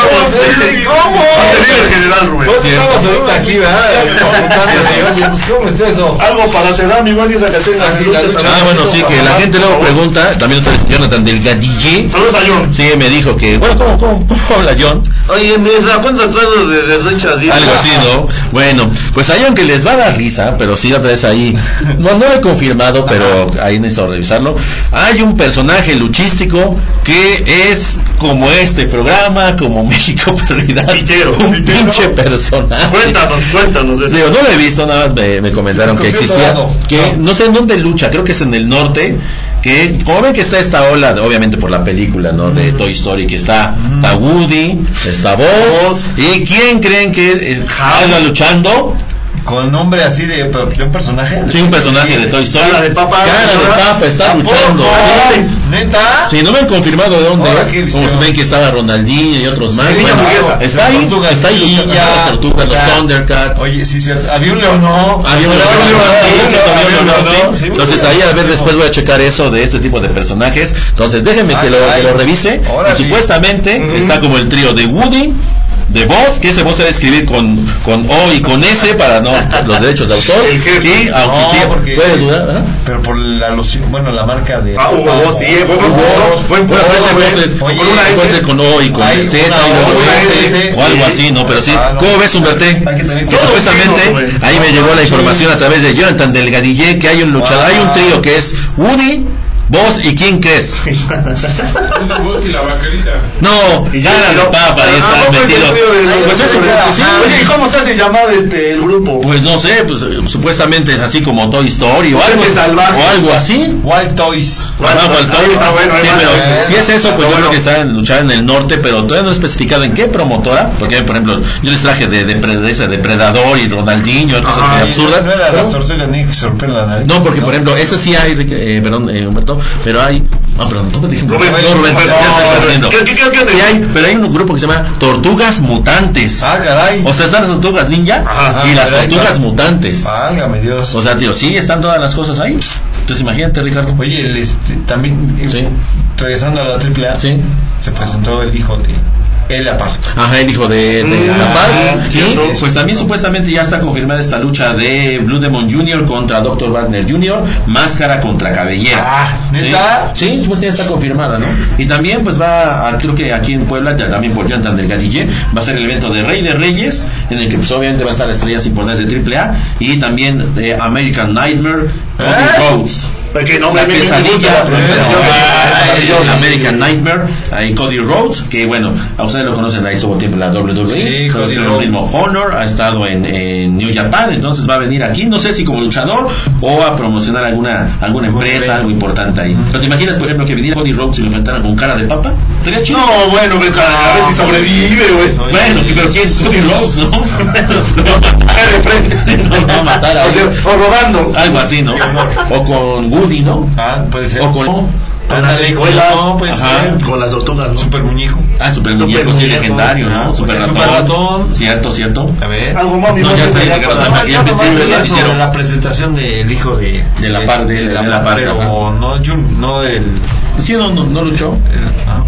S5: vamos.
S7: ¿Cómo?
S5: Va a ser líder general Rubén.
S7: Vos estabas ahorita <laughs> aquí,
S6: <laughs>
S7: ¿verdad? Preguntándote, oye, pues, ¿cómo es eso?
S5: Algo para cerrar mi buen Isra que tenga
S7: Ah, sí,
S5: luchas
S7: la lucha.
S5: a-
S6: Ah, bueno, sí, que la gente luego pregunta, también otra vez Jonathan del Gadillé,
S5: Saludos a John.
S6: sí, me dijo que, bueno, ¿cómo, cómo, <laughs> cómo habla John?
S5: Oye, Isra, ¿cuántas traigo de desechas?
S6: Algo así, ¿no? Bueno, pues ahí aunque les va a dar risa, pero sí otra vez ahí, no, no lo he confirmado, pero ahí necesito revisarlo, hay un personaje luchístico que es como este programa, como <laughs> México Prioridad,
S5: Pitero,
S6: un
S5: pitero.
S6: pinche personaje.
S5: Cuéntanos, cuéntanos eh. de eso.
S6: Pues Digo, no lo he visto, nada más me, me comentaron que existía. Que no sé en dónde lucha, creo que es en el norte. Que, como ven que está esta ola, de- obviamente por la película, ¿no? De Toy Story, que está, está Woody, está Buzz.
S5: Buzz.
S6: ¿Y quién creen que es, anda luchando?
S7: Con nombre así de, de un personaje.
S6: Sí, un personaje de Toy Story.
S5: Cara de papa.
S6: Cara de papa, está
S5: Tampoco.
S6: luchando.
S5: Ay,
S7: ¿Neta?
S6: Sí, no me han confirmado de dónde
S7: Ahora, qué
S6: es. Como
S7: visión.
S6: se ven que estaba Ronaldinho y otros más.
S7: niña hamburguesa.
S6: está ahí,
S7: Tortugas
S6: está ahí,
S7: Ninja,
S6: luchando, las tortugas,
S7: o
S6: los
S7: sea,
S6: Thundercats.
S7: Oye, sí, cierto. Había un león, no.
S6: Había un
S7: Había un
S6: león, sí,
S7: león,
S6: sí,
S7: había
S6: había
S7: un
S6: un
S7: león,
S6: león,
S7: sí.
S6: sí. Entonces ahí a ver después voy a checar eso de este tipo de personajes. Entonces déjenme
S7: Ah,
S6: que, lo,
S7: caray.
S6: que lo revise.
S7: Ahora
S6: Y
S7: sí.
S6: supuestamente está como el trío de Woody, de Voz, que ese Voz se debe escribir con, con O y con S para no los derechos de autor.
S5: El jefe.
S6: Y aunque
S7: No,
S6: sí,
S7: porque-
S6: puede dudar, ¿verdad?
S7: Pero por la alusión, bueno, la marca de.
S5: Ah, Hugo Boss, sí, eh, buen
S7: Hugo
S5: jugador. Buen
S6: Bueno,
S5: jugador,
S6: pues,
S5: eh.
S6: entonces,
S7: Oye,
S6: con una
S7: entonces
S6: S, con O y con
S7: hay
S6: Z
S7: una
S6: y luego
S7: O,
S6: con
S7: una
S6: S,
S7: S,
S6: o algo
S7: sí.
S6: así, ¿no? Pero sí,
S7: Ah, no.
S6: ¿cómo ves, Humberté?
S7: Hay que tener
S6: Que
S7: cuidado.
S6: supuestamente
S5: Todo fino, güey.
S6: ahí
S7: Ah.
S6: me llegó la información a través de Jonathan Delgadillé que hay un luchador, hay un trío que es Woody, ¿Vos y quién crees?
S8: <laughs>
S9: Vos y la vaquerita.
S6: No, gana de papa y
S5: Ah, ¿cómo es el
S6: está
S7: pues,
S6: metido.
S5: trío del-
S6: Pues es un
S5: Ajá.
S6: poco, sí,
S5: Oye, ¿y
S6: güey.
S5: cómo se hace llamar este, el grupo?
S6: Pues no sé, pues eh, supuestamente es así como Toy Story o algo,
S5: Juguetes salvajes.
S6: o algo así.
S10: Wild Toys.
S6: Ajá, Wild Toys.
S5: está bueno,
S6: Sí,
S5: ahí
S6: pero
S5: está.
S6: si es eso, pues yo creo que está en luchar en el norte, pero todavía no he especificado en qué promotora, porque por ejemplo, yo les traje de, de, pre- esa, Depredador y Ronaldinho, y cosas muy absurdas.
S10: No era
S6: ¿Pero?
S10: las tortugas ni que sorprenden la nariz.
S6: No, porque por ejemplo, esa sí hay, Rick- eh, perdón, eh, Humberto, pero hay. Ah, perdón, no me dije
S10: Rubén,
S6: no, Rubén,
S10: Rubén,
S6: ya estoy
S10: no,
S6: perdiendo.
S10: ¿qué- qué- qué- qué-
S6: Sí hay, pero hay un grupo que se llama Tortugas Mutantes.
S10: Ah, caray.
S6: O sea, están las tortugas ninja
S10: Ajá,
S6: y las
S10: caray,
S6: tortugas
S10: claro.
S6: mutantes.
S10: Válgame Dios.
S6: O sea, tío, sí están todas las cosas ahí. Entonces imagínate, Ricardo.
S10: Oye, el, este, también, eh, regresando a la AAA, se presentó el hijo de El Apar.
S6: Ajá, el hijo de, de
S10: Mm,
S6: la Paz.
S10: ah,
S6: Y
S10: cierto.
S6: pues también supuestamente ya está confirmada esta lucha de Blue Demon Jr. contra Dr. Wagner Jr., máscara contra cabellera.
S10: ¿neta?
S6: Sí, sí, pues ya está confirmada, ¿no? Y también pues va, a- creo que aquí en Puebla, ya también por Jonathan Delgadille, va a ser el evento de Rey de Reyes, en el que pues obviamente van a estar estrellas importantes de AAA y también de American Nightmare, Cody Rhodes.
S5: Porque no
S6: La
S5: me
S6: pesadilla,
S5: pronunciación.
S6: eh, el American Nightmare, ahí Cody Rhodes, que bueno, a ustedes lo conocen, ahí estuvo tiempo en la WWE,
S10: Sí,
S6: pero
S10: Cody
S6: estuvo en
S10: Rhodes.
S6: mismo Honor, ha estado en, en New Japan, entonces va a venir aquí, no sé si como luchador o a promocionar alguna alguna empresa, algo importante ahí. ¿No te imaginas, por ejemplo, que viniera Cody Rhodes y lo enfrentaran con cara de papa? Estaría chido.
S5: No, bueno, güey, cara, a ver si sobrevive, güey.
S6: Bueno, pero ¿quién es Cody
S5: <laughs>
S6: Rhodes, no? Lo va a matar de frente, <laughs> no lo va a matar
S5: O
S6: ahí.
S5: sea, o robando.
S6: Algo así, ¿no? O con Woody, ¿no?
S10: Ah, puede ser.
S6: O con...
S5: Con las
S10: Ándale,
S5: escuelas.
S10: no, pues,
S6: Ajá.
S10: eh,
S5: Con las tortugas, ¿no?
S10: Super muñeco.
S6: Ah, Super,
S5: Super
S6: Muñeco, sí,
S5: Muñeco.
S6: legendario, ¿no? Super
S10: Super
S6: ratón.
S10: Ratón.
S6: Cierto, cierto.
S10: A ver.
S5: Algo más, mi
S6: No,
S5: más
S6: ya
S5: que
S6: sé,
S5: sería
S6: que
S5: con la-
S6: lo-
S10: Ah, ya
S6: Bien,
S10: nomás
S6: sí,
S10: vi
S6: ¿verdad?
S10: eso
S6: Hicieron-
S10: de la presentación del hijo de,
S6: De la par- de- de la par,
S10: pero
S6: ajá.
S10: no, Jun- no del
S6: Sí, no, no, no luchó.
S10: el- ah.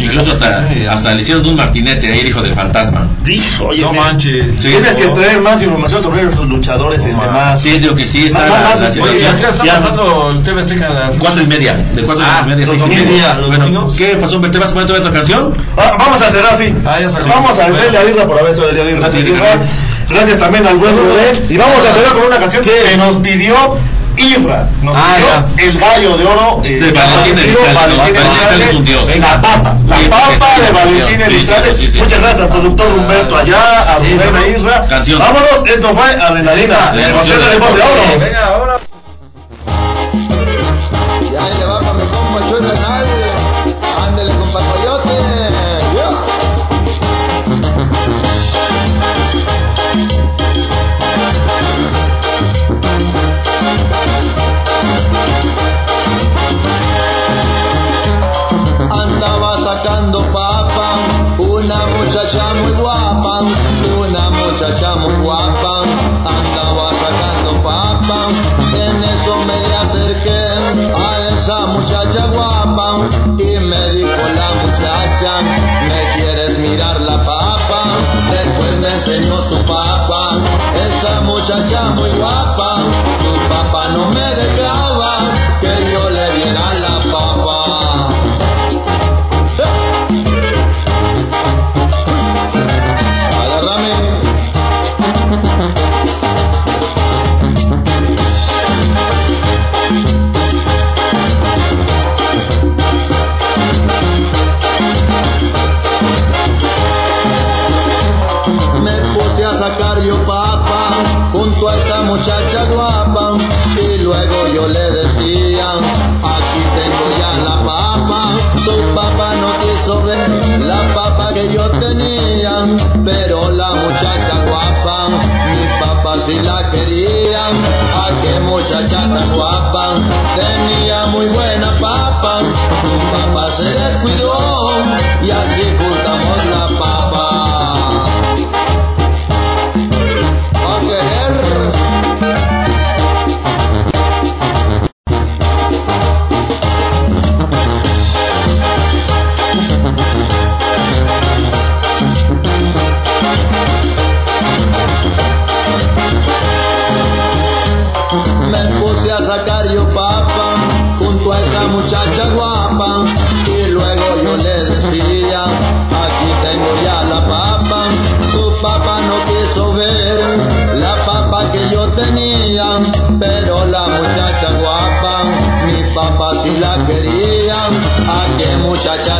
S6: Incluso hasta, hasta le hicieron un martinete ahí, el hijo del fantasma.
S5: Dijo, oye,
S10: No
S5: mira,
S10: manches.
S6: Sí.
S5: Tienes que
S10: No.
S5: traer más información sobre nuestros luchadores, este,
S10: manches.
S5: más.
S6: Sí, digo que sí, está
S5: No,
S6: la,
S5: no, no,
S6: la
S5: sí,
S10: Oye,
S6: situación.
S10: acá está
S5: Ya-
S10: pasando el TV Azteca a las
S6: Cuatro y media, de cuatro
S10: Ah,
S6: y media,
S10: los
S6: seis y
S10: domingos.
S6: media.
S10: Los
S6: Bueno,
S10: domingos.
S6: ¿qué pasó? ¿Te vas a poner toda tu canción?
S5: Ah, vamos a cerrar, sí.
S10: Ah, ya salió.
S5: Vamos a agradecerle a Irra por haber sido el día de hoy. Gracias,
S6: Así es,
S5: Irra.
S6: Irra.
S5: Gracias también al buen Rubén. Y vamos a cerrar con una canción que nos pidió Irra. Nos
S10: Ah,
S5: pidió el gallo de oro. eh,
S6: De Valentín
S5: Valentino
S6: Elizalde, ¿no?
S5: Valentín
S6: Valentín
S5: Elizalde,
S6: Elizalde es un dios.
S5: La papa. La
S6: Sí,
S5: papa
S6: es
S5: de
S6: un
S5: Valentín
S6: campeón. Sí,
S5: Elizalde.
S6: sí, sí, sí.
S5: Muchas gracias al productor Humberto allá, a
S10: Sí,
S5: Rubén
S10: no,
S5: a Irra.
S6: Canción. Ah,
S5: Vámonos, esto fue Adrenalina. La emoción del voz de oro.
S10: Venga, ahora.
S8: Y ahí le va para mi compa Chuy Renal. Ándele, compa Coyote. Andaba sacando papa una muchacha muy guapa, una muchacha muy guapa. Andaba sacando papa, en eso me le acerqué a esa muchacha guapa y me dijo la muchacha, ¿me quieres mirar la papa? Después me enseñó su papa, esa muchacha muy guapa, su papa no me dejaba que yo le viera la papa. Agárrame. Me puse a sacar yo papa junto a esa muchacha guapa y luego yo le decía, aquí tengo ya la papa, su papá no quiso ver la papa que yo tenía, pero la muchacha guapa, mi papá sí la quería, a qué muchacha tan guapa, tenía muy buena papa, su papá se descuidó y así juntamos la papa a querer. Me puse a sacar yo papa junto a esa muchacha guapa y luego yo le así la querían, a Ah, qué muchacha